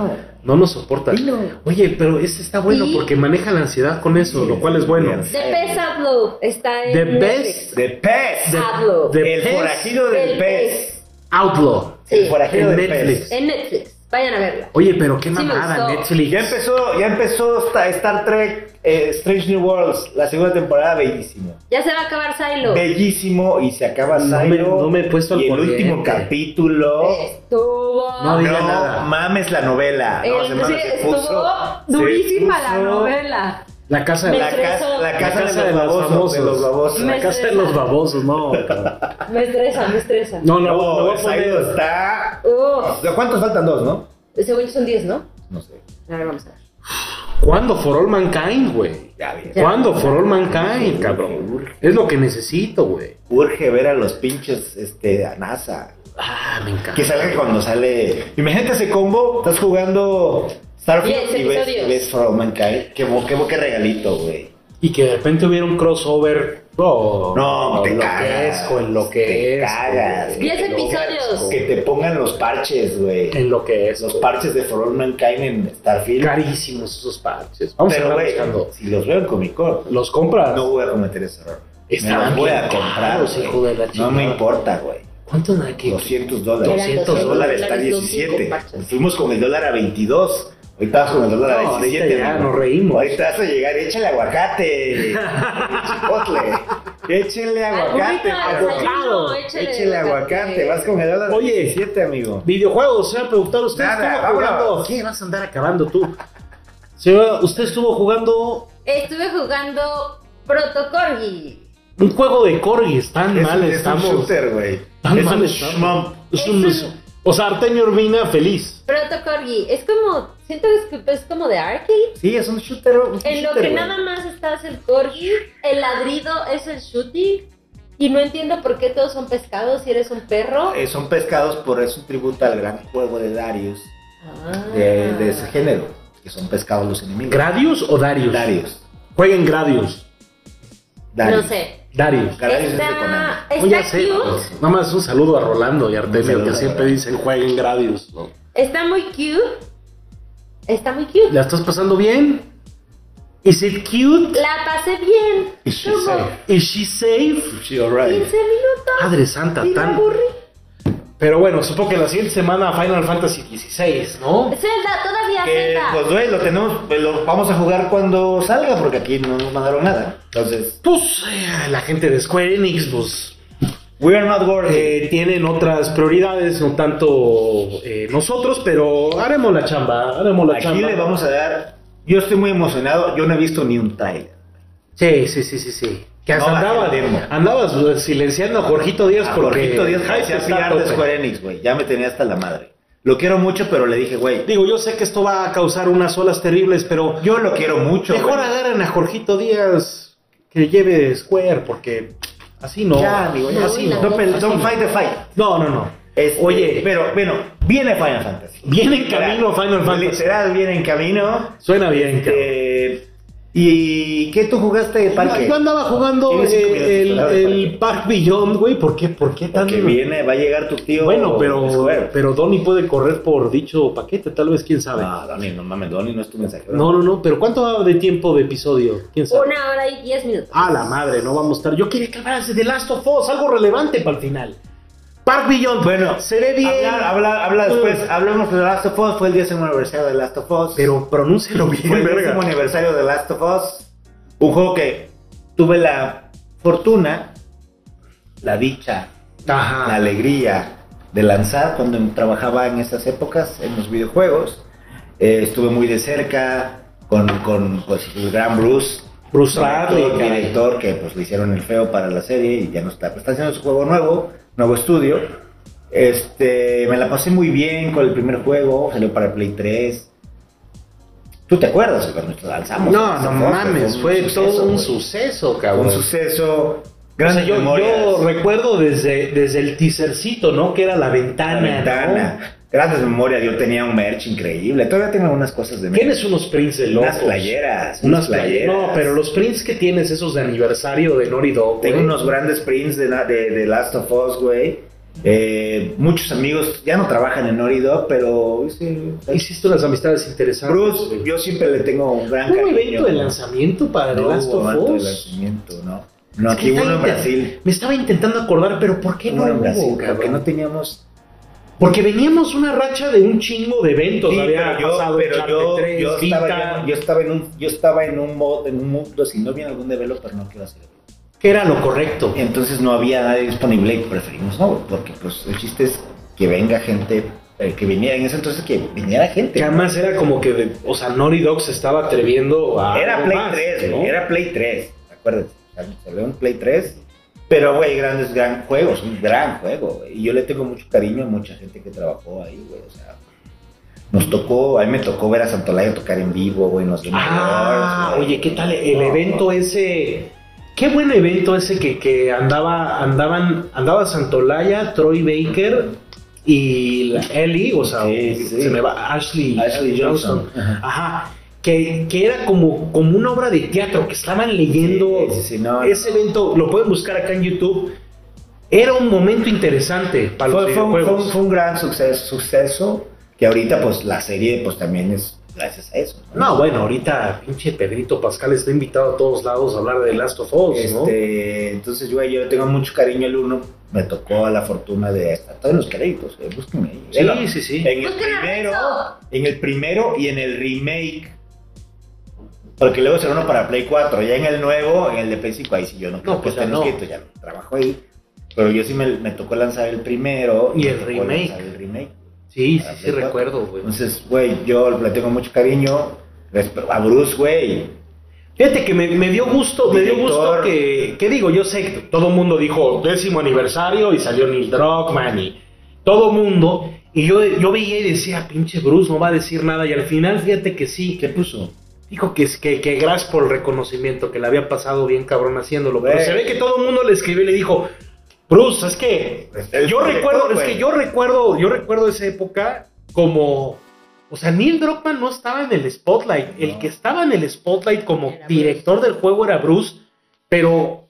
Speaker 2: No nos soporta.
Speaker 1: Dilo.
Speaker 2: Oye, pero este está bueno
Speaker 3: Y-
Speaker 2: porque maneja la ansiedad con eso, lo cual es bueno.
Speaker 1: Sí.
Speaker 3: The Pest Outlaw está en
Speaker 2: The
Speaker 3: Netflix.
Speaker 2: Best
Speaker 1: eh. De Pez.
Speaker 2: The-
Speaker 3: Outlaw.
Speaker 2: The
Speaker 1: el
Speaker 2: Pez
Speaker 1: forajido del
Speaker 3: El
Speaker 1: Pez.
Speaker 2: Outlaw.
Speaker 3: Sí,
Speaker 1: El forajido
Speaker 2: en
Speaker 1: del
Speaker 2: Netflix.
Speaker 1: Pez.
Speaker 3: en Netflix. Vayan a verla.
Speaker 2: Oye, pero qué
Speaker 3: Sí me
Speaker 2: mamada,
Speaker 3: gustó.
Speaker 2: Netflix.
Speaker 1: Ya empezó, ya empezó esta- Star Trek eh, Strange New Worlds, la segunda temporada, bellísimo.
Speaker 3: Ya se va a acabar Silo.
Speaker 1: Bellísimo y se acaba
Speaker 2: No me-
Speaker 1: Silo.
Speaker 2: no me he puesto al
Speaker 1: Y el
Speaker 2: corriente.
Speaker 1: último capítulo.
Speaker 3: Estuvo.
Speaker 2: No digas
Speaker 1: No
Speaker 2: nada.
Speaker 1: mames la novela.
Speaker 3: Eh, El-
Speaker 1: No,
Speaker 3: sí,
Speaker 1: hermano, se
Speaker 3: estuvo
Speaker 1: puso-
Speaker 3: durísima
Speaker 1: se
Speaker 3: la
Speaker 1: puso
Speaker 3: novela.
Speaker 2: La casa de
Speaker 1: La,
Speaker 2: la,
Speaker 3: Me-
Speaker 1: casa, la casa
Speaker 2: La casa
Speaker 1: de, los babosos, de los babosos.
Speaker 3: Me-
Speaker 2: casa de los
Speaker 1: <laughs>
Speaker 2: babosos, no. cabrón.
Speaker 3: Me estresa, me estresa.
Speaker 2: No, no,
Speaker 1: No,
Speaker 2: no, voy a
Speaker 1: Silo
Speaker 2: poner-
Speaker 1: está.
Speaker 3: Uf,
Speaker 1: ¿Cuántos faltan dos, no?
Speaker 3: según yo son 10, ¿no?
Speaker 1: No sé.
Speaker 3: A ver, vamos a ver.
Speaker 2: ¿Cuándo For All Mankind, güey?
Speaker 1: Ya bien.
Speaker 3: Ya.
Speaker 2: ¿Cuándo For All Mankind, cabrón? Es lo que necesito, güey.
Speaker 1: Urge ver a los pinches este, a NASA.
Speaker 2: Ah, me encanta.
Speaker 1: Que salga cuando sale. Imagínate ese combo. Estás jugando Starfield
Speaker 3: Diez
Speaker 1: y ves,
Speaker 3: episodios.
Speaker 1: ves For All Mankind. Qué, bo- qué, bo- qué regalito, güey.
Speaker 2: Y que de repente hubiera un crossover. Oh,
Speaker 1: No, te
Speaker 2: lo
Speaker 1: cagas.
Speaker 2: que es, en lo que
Speaker 1: Te
Speaker 2: es.
Speaker 1: cagas.
Speaker 2: güey.
Speaker 3: 10
Speaker 1: Diez
Speaker 3: episodios.
Speaker 1: Que te pongan los parches, güey.
Speaker 2: En lo que es.
Speaker 1: Los
Speaker 2: güey.
Speaker 1: parches de For All Mankind en Starfield.
Speaker 2: Carísimos esos parches. Vamos a
Speaker 1: Pero,
Speaker 2: estar
Speaker 1: güey,
Speaker 2: buscando.
Speaker 1: si los veo en Comic Con,
Speaker 2: ¿Los compras?
Speaker 1: no voy a cometer ese error.
Speaker 2: Estaban
Speaker 1: Me los voy a
Speaker 2: bien
Speaker 1: comprar,
Speaker 2: caros,
Speaker 1: güey.
Speaker 2: hijo de la
Speaker 1: No
Speaker 2: chingada.
Speaker 1: me importa, güey.
Speaker 2: ¿Cuánto da que?
Speaker 1: 200 dólares.
Speaker 3: Eran
Speaker 2: 200
Speaker 1: dólares
Speaker 3: dólares,
Speaker 1: está
Speaker 3: los cinco
Speaker 1: 17.
Speaker 3: parches.
Speaker 1: Fuimos con el dólar a 22. Ahorita vas con el dólar
Speaker 2: No,
Speaker 1: a
Speaker 2: ahorita
Speaker 1: 17.
Speaker 2: ya
Speaker 1: ¿no?
Speaker 2: nos reímos.
Speaker 1: Ahorita vas a llegar, échale aguacate. chipotle. Échale aguacate.
Speaker 3: Al
Speaker 1: cabrón.
Speaker 3: burrito, al desayuno, échele
Speaker 1: Échale aguacate. Vas con el dólar a
Speaker 2: Oye.
Speaker 1: 17, amigo.
Speaker 2: Videojuegos, señor productor, usted
Speaker 1: Nada,
Speaker 2: estuvo jugando.
Speaker 1: vámonos.
Speaker 2: ¿Qué vas a andar acabando tú? Señora, usted estuvo jugando
Speaker 3: Estuve jugando Protocorgi.
Speaker 2: un juego de corgis, tan
Speaker 1: Es
Speaker 2: mal
Speaker 1: un- es
Speaker 2: estamos.
Speaker 1: un shooter, güey.
Speaker 2: Tan
Speaker 1: Es
Speaker 2: mal
Speaker 1: un
Speaker 2: estamos.
Speaker 1: shmup.
Speaker 2: Es
Speaker 3: Es
Speaker 2: un-
Speaker 3: un-
Speaker 2: O sea, Artemio Urbina feliz.
Speaker 3: Protocorgi. Es como, siento que es como de arcade.
Speaker 1: Sí, es un shooter. un
Speaker 3: En lo
Speaker 1: shooter,
Speaker 3: que
Speaker 1: güey.
Speaker 3: nada más está es el corgi, el ladrido es el shooting. Y no entiendo por qué todos son pescados si eres un perro.
Speaker 1: Eh, son pescados por es un tributo al gran juego de Darius
Speaker 3: Ah.
Speaker 1: de, de ese género, que son pescados los enemigos.
Speaker 2: ¿Gradius o Darius?
Speaker 1: Darius.
Speaker 2: Jueguen Gradius.
Speaker 1: Darius.
Speaker 3: No sé.
Speaker 2: Darius.
Speaker 1: Gradius es de Konami.
Speaker 3: Está,
Speaker 2: Oye, ya
Speaker 3: está
Speaker 2: sé,
Speaker 3: cute.
Speaker 2: pues, Nada más un saludo a Rolando y a
Speaker 1: Un
Speaker 2: Artemio
Speaker 1: saludo
Speaker 2: que
Speaker 1: a
Speaker 2: siempre
Speaker 1: Rolando.
Speaker 2: dicen jueguen Gradius. ¿no?
Speaker 3: Está muy cute. Está muy cute.
Speaker 2: ¿La estás pasando bien? ¿Is it cute?
Speaker 3: La pasé bien.
Speaker 1: She
Speaker 3: Como
Speaker 1: safe.
Speaker 2: ¿Is she safe?
Speaker 1: She alright.
Speaker 3: 15
Speaker 1: Ah,
Speaker 3: minutos.
Speaker 2: Madre santa,
Speaker 3: Y me
Speaker 2: tan.
Speaker 3: aburrí.
Speaker 2: Pero bueno, supongo que la siguiente semana Final Fantasy XVI, ¿no?
Speaker 3: Zelda, todavía
Speaker 1: Que,
Speaker 3: Zelda.
Speaker 1: pues güey, lo tenemos, pues, lo vamos a jugar cuando salga, porque aquí no nos mandaron nada. Entonces,
Speaker 2: Pues eh, la gente de Square Enix, pues
Speaker 1: we are not working.
Speaker 2: eh, tienen otras prioridades, no tanto eh, nosotros, pero haremos la chamba, haremos la
Speaker 1: Aquí
Speaker 2: chamba.
Speaker 1: le vamos a dar. Yo estoy muy emocionado, yo no he visto ni un trailer.
Speaker 2: Sí, sí, sí, sí, sí. Que hasta
Speaker 1: No,
Speaker 2: andaba-
Speaker 1: la demo.
Speaker 2: andabas eh, silenciando a Jorgito Díaz
Speaker 1: A
Speaker 2: porque
Speaker 1: Jorgito Díaz
Speaker 2: hype
Speaker 1: parecía
Speaker 2: está a
Speaker 1: pillar de
Speaker 2: tope.
Speaker 1: Square Enix, güey. Ya me tenía hasta la madre. Lo quiero mucho, pero le dije, güey,
Speaker 2: Digo, yo sé que esto va a causar unas olas terribles, pero
Speaker 1: yo lo quiero mucho.
Speaker 2: mejor
Speaker 1: güey.
Speaker 2: agarren a Jorgito Díaz que lleve Square porque así no.
Speaker 1: Ya, amigo, ya.
Speaker 2: así
Speaker 3: Uy, la
Speaker 2: no.
Speaker 1: Don't, pe- don't fight the fight.
Speaker 2: No, no, no.
Speaker 1: Este,
Speaker 2: Oye.
Speaker 1: pero bueno, viene Final Fantasy.
Speaker 2: Viene en camino Final Fantasy.
Speaker 1: Literal, viene en camino.
Speaker 2: Suena bien, cabrón.
Speaker 1: Este, ¿Y qué tú jugaste de parque?
Speaker 2: Yo andaba jugando
Speaker 1: Tienes cinco
Speaker 2: eh,
Speaker 1: minutos
Speaker 2: el,
Speaker 1: para hablar de
Speaker 2: el Park Beyond, güey. ¿Por qué, por qué tan.?
Speaker 1: Que viene, va a llegar tu tío.
Speaker 2: Bueno, pero,
Speaker 1: Square.
Speaker 2: pero Donnie puede correr por dicho paquete, tal vez, quién sabe.
Speaker 1: No, Donnie, no mames, Donnie no es tu mensajero.
Speaker 2: No, no, no, pero ¿cuánto va de tiempo de episodio? ¿Quién sabe?
Speaker 3: Una hora y diez minutos.
Speaker 2: A la madre, no vamos a estar. Yo quería que hablaras de The Last of Us, algo relevante para el final. Park Beyond,
Speaker 1: Bueno,
Speaker 2: seré bien.
Speaker 1: Hablar, habla, habla después. Hablemos de Last of Us. Fue el décimo aniversario de Last of Us.
Speaker 2: Pero pronúncialo
Speaker 1: fue
Speaker 2: bien,
Speaker 1: el décimo
Speaker 2: verga.
Speaker 1: aniversario de Last of Us. Un juego que tuve la fortuna, la dicha, la
Speaker 2: Ajá.
Speaker 1: alegría de lanzar cuando trabajaba en esas épocas en los videojuegos. Eh, estuve muy de cerca con, con pues, el gran Bruce,
Speaker 2: Bruce
Speaker 1: director,
Speaker 2: Radley, caray.
Speaker 1: director que pues le hicieron el feo para la serie y ya no está. Pero está haciendo su juego nuevo, nuevo estudio. Este, me la pasé muy bien con el primer juego, salió para el Play 3. ¿Tú te acuerdas cuando nos lanzamos?
Speaker 2: No, no mames, fue todo un
Speaker 1: suceso.
Speaker 2: suceso,
Speaker 1: güey.
Speaker 2: cabrón.
Speaker 1: Un suceso.
Speaker 2: O sea,
Speaker 1: Grandes
Speaker 2: yo,
Speaker 1: memorias.
Speaker 2: yo recuerdo desde, desde el teasercito, ¿no? Que era la
Speaker 1: La
Speaker 2: ventana.
Speaker 1: ventana. Grandes memorias. Yo tenía un merch increíble. Todavía tengo algunas cosas de
Speaker 2: ¿no?
Speaker 1: merch.
Speaker 2: Tienes unos prints de locos.
Speaker 1: Unas playeras.
Speaker 2: Unas playeras. No, pero los prints que tienes, esos de aniversario de Naughty Dog.
Speaker 1: Tengo
Speaker 2: güey.
Speaker 1: unos grandes prints de, la- de, de Last of Us, güey. Eh, muchos amigos ya no trabajan en Naughty Dog, pero sí.
Speaker 2: Hiciste unas amistades interesantes.
Speaker 1: Bruce,
Speaker 2: güey.
Speaker 1: yo siempre le tengo un gran
Speaker 2: Hubo
Speaker 1: cariño.
Speaker 2: evento de lanzamiento para The
Speaker 1: No
Speaker 2: Last
Speaker 1: hubo
Speaker 2: of
Speaker 1: evento de
Speaker 2: Us.
Speaker 1: lanzamiento, no. No,
Speaker 2: Es que
Speaker 1: aquí hubo
Speaker 2: está
Speaker 1: uno en
Speaker 2: inter-
Speaker 1: Brasil.
Speaker 2: Me estaba intentando acordar, pero ¿por qué no
Speaker 1: Uno en Brasil,
Speaker 2: hubo,
Speaker 1: porque
Speaker 2: cabrón?
Speaker 1: no teníamos
Speaker 2: Porque veníamos una racha de un chingo de eventos.
Speaker 1: Sí,
Speaker 2: Había
Speaker 1: pero yo-
Speaker 2: pasado
Speaker 1: pero
Speaker 2: Uncharted
Speaker 1: yo-
Speaker 2: 3,
Speaker 1: yo estaba
Speaker 2: Vita,
Speaker 1: ya- yo estaba en un yo estaba en un mod, en un mundo si no viene algún developer no quiero hacer
Speaker 2: que era lo correcto.
Speaker 1: entonces no había nadie disponible y preferimos no porque pues el chiste es que venga gente eh, que viniera en ese entonces que viniera gente
Speaker 2: Que además era como que, de- o sea, Naughty Dog se estaba atreviendo a.
Speaker 1: era
Speaker 2: algo
Speaker 1: Play
Speaker 2: más,
Speaker 1: 3
Speaker 2: Ah, ¿no?
Speaker 1: güey, era Play 3 acuérdate o sea, salió un Play 3 pero güey grandes gran juegos un gran juego güey, y yo le tengo mucho cariño a mucha gente que trabajó ahí güey o sea nos tocó, a mí me tocó ver a Santolaya tocar en vivo, güey, en los
Speaker 2: Ah,
Speaker 1: Vengadores, güey.
Speaker 2: oye, ¿qué tal el
Speaker 1: No,
Speaker 2: evento ese? Qué buen evento ese que, que andaba, andaban, andaba Santolaya, Troy Baker y la Ellie, o sea,
Speaker 1: Sí, sí.
Speaker 2: se me va Ashley,
Speaker 1: Ashley Johnson. Ajá.
Speaker 2: Ajá. Que, que era como, como una obra de teatro, que estaban leyendo.
Speaker 1: Sí, sí, sí, no,
Speaker 2: ese evento, lo pueden buscar acá en YouTube. Era un momento interesante para los
Speaker 1: fue, fue un, fue
Speaker 2: videojuegos.
Speaker 1: un- fue un gran suceso, suceso que ahorita pues la serie pues también es gracias a eso.
Speaker 2: No, bueno, ahorita pinche Pedrito Pascal está invitado a todos lados a hablar de Last of Us, ¿no?
Speaker 1: Este, entonces yo, yo tengo mucho cariño al uno, me tocó la fortuna de hasta todos los créditos, eh, búsquenme. ahí,
Speaker 2: Sí,
Speaker 1: velo.
Speaker 2: sí, sí.
Speaker 1: En el
Speaker 3: Busquen a
Speaker 1: primero,
Speaker 3: Renzo.
Speaker 1: en el primero y en el remake. Porque luego será uno para Play 4, ya en el nuevo, en el de Play 5, ahí sí yo no creo
Speaker 2: pues
Speaker 1: que
Speaker 2: ya
Speaker 1: estén
Speaker 2: no.
Speaker 1: quietos, ya no trabajo ahí. Pero yo sí me, me tocó lanzar el primero
Speaker 2: Y
Speaker 1: me
Speaker 2: el
Speaker 1: tocó
Speaker 2: remake.
Speaker 1: lanzar El remake.
Speaker 2: Sí, sí,
Speaker 1: Para
Speaker 2: sí,
Speaker 1: Play cuatro.
Speaker 2: recuerdo, güey.
Speaker 1: Entonces, güey, yo le tengo mucho cariño resp- a Bruce, güey.
Speaker 2: Fíjate que me, me dio gusto, me dio gusto
Speaker 1: Director.
Speaker 2: que, ¿qué digo? Yo sé que todo el mundo dijo décimo aniversario y salió Neil Druckmann y todo mundo. Y yo, yo veía y decía, pinche Bruce, no va a decir nada. Y al final, fíjate que sí, que
Speaker 1: puso?
Speaker 2: dijo que, es- que, que gracias por el reconocimiento, que le había pasado bien cabrón haciéndolo. Pero
Speaker 1: Güey.
Speaker 2: se ve que todo el mundo le escribió y le dijo, Bruce, es que yo recuerdo, es que yo recuerdo, yo recuerdo esa época como, o sea, Neil Druckmann no estaba en el spotlight, el
Speaker 1: No.
Speaker 2: que estaba en el spotlight como
Speaker 3: Era
Speaker 2: director del juego era Bruce, pero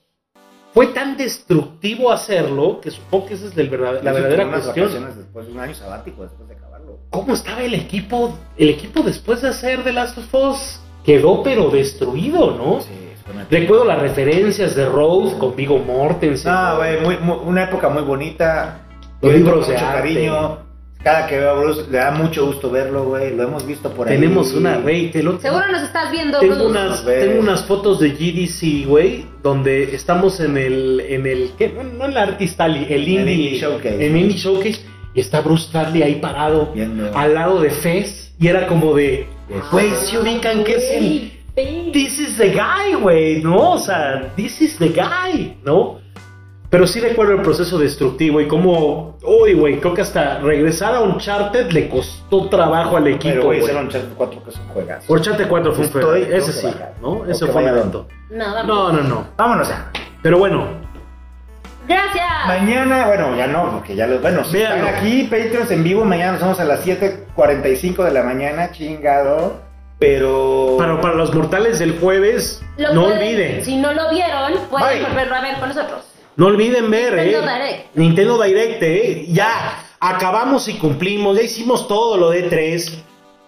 Speaker 2: fue tan destructivo hacerlo que supongo que esa es del verdad- la verdadera cuestión.
Speaker 1: después de un año sabático, después de acabarlo.
Speaker 2: ¿Cómo estaba el equipo? El equipo después de hacer The Last of Us quedó pero destruido, ¿no?
Speaker 1: Sí, es una-
Speaker 2: Recuerdo las referencias de Rose con Vigo Mortensen.
Speaker 1: Ah, güey, muy- muy- una época muy bonita.
Speaker 2: Los
Speaker 1: Yo
Speaker 2: libros
Speaker 1: tengo
Speaker 2: de
Speaker 1: mucho
Speaker 2: arte.
Speaker 1: cariño. Cada que veo a Bruce le da mucho gusto verlo, güey. Lo hemos visto por ahí.
Speaker 2: Tenemos una, güey, te lo-
Speaker 3: Seguro nos estás viendo,
Speaker 2: Tengo
Speaker 3: Bruce.
Speaker 2: unas,
Speaker 1: Ve.
Speaker 2: tengo unas fotos de GDC, güey, donde estamos en el, en el, ¿qué? No, no en la Artist Alley, el
Speaker 1: En
Speaker 2: Indie,
Speaker 1: el Indie Showcase.
Speaker 2: En Indie Showcase, y está Bruce Starley ahí parado,
Speaker 1: Viendo.
Speaker 2: al lado de Fez, y era como de, güey, si ubican que es el,
Speaker 3: Ey, ey.
Speaker 2: this is the guy, güey, ¿no? O sea, this is the guy, ¿no? Pero sí recuerdo el proceso destructivo y cómo, uy, güey, creo que hasta regresar a Uncharted le costó trabajo al equipo,
Speaker 1: Pero, güey,
Speaker 2: güey.
Speaker 1: hicieron Uncharted 4 que es un juegazo.
Speaker 2: Uncharted 4 fue un
Speaker 1: Estoy
Speaker 2: fenómeno, ese sí,
Speaker 1: loco,
Speaker 2: ¿no?
Speaker 1: loco,
Speaker 2: Ese fue un
Speaker 1: vaya.
Speaker 2: evento.
Speaker 3: Nada más.
Speaker 2: No, no, no.
Speaker 1: Vámonos ya.
Speaker 2: Pero bueno,
Speaker 3: Gracias.
Speaker 1: Mañana, bueno, ya no, porque ya lo. Bueno, si están
Speaker 2: Véanlo.
Speaker 1: aquí, Patreons en vivo. Mañana nos vamos a las 7:45 de la mañana, chingado. Pero.
Speaker 2: Para, para los mortales del jueves,
Speaker 3: Lo
Speaker 2: no
Speaker 3: pueden-
Speaker 2: olviden.
Speaker 3: Si no lo vieron, pueden
Speaker 2: Bye.
Speaker 3: volverlo a ver con nosotros.
Speaker 2: No olviden ver,
Speaker 3: Nintendo
Speaker 2: eh.
Speaker 3: Direct.
Speaker 2: Nintendo Direct, eh. Ya. Acabamos y cumplimos. Ya hicimos todo lo de 3.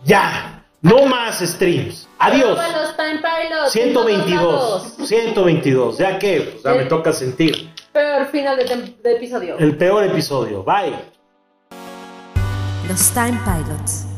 Speaker 2: Ya. No más streams. Adiós.
Speaker 3: Arroba los Time Pilots en todos
Speaker 2: 122.
Speaker 3: lados.
Speaker 2: 122. Ya que, o sea, me toca sentir.
Speaker 3: Peor final de, tem- de episodio.
Speaker 2: El peor episodio. Bye.
Speaker 4: Los Time Pilots.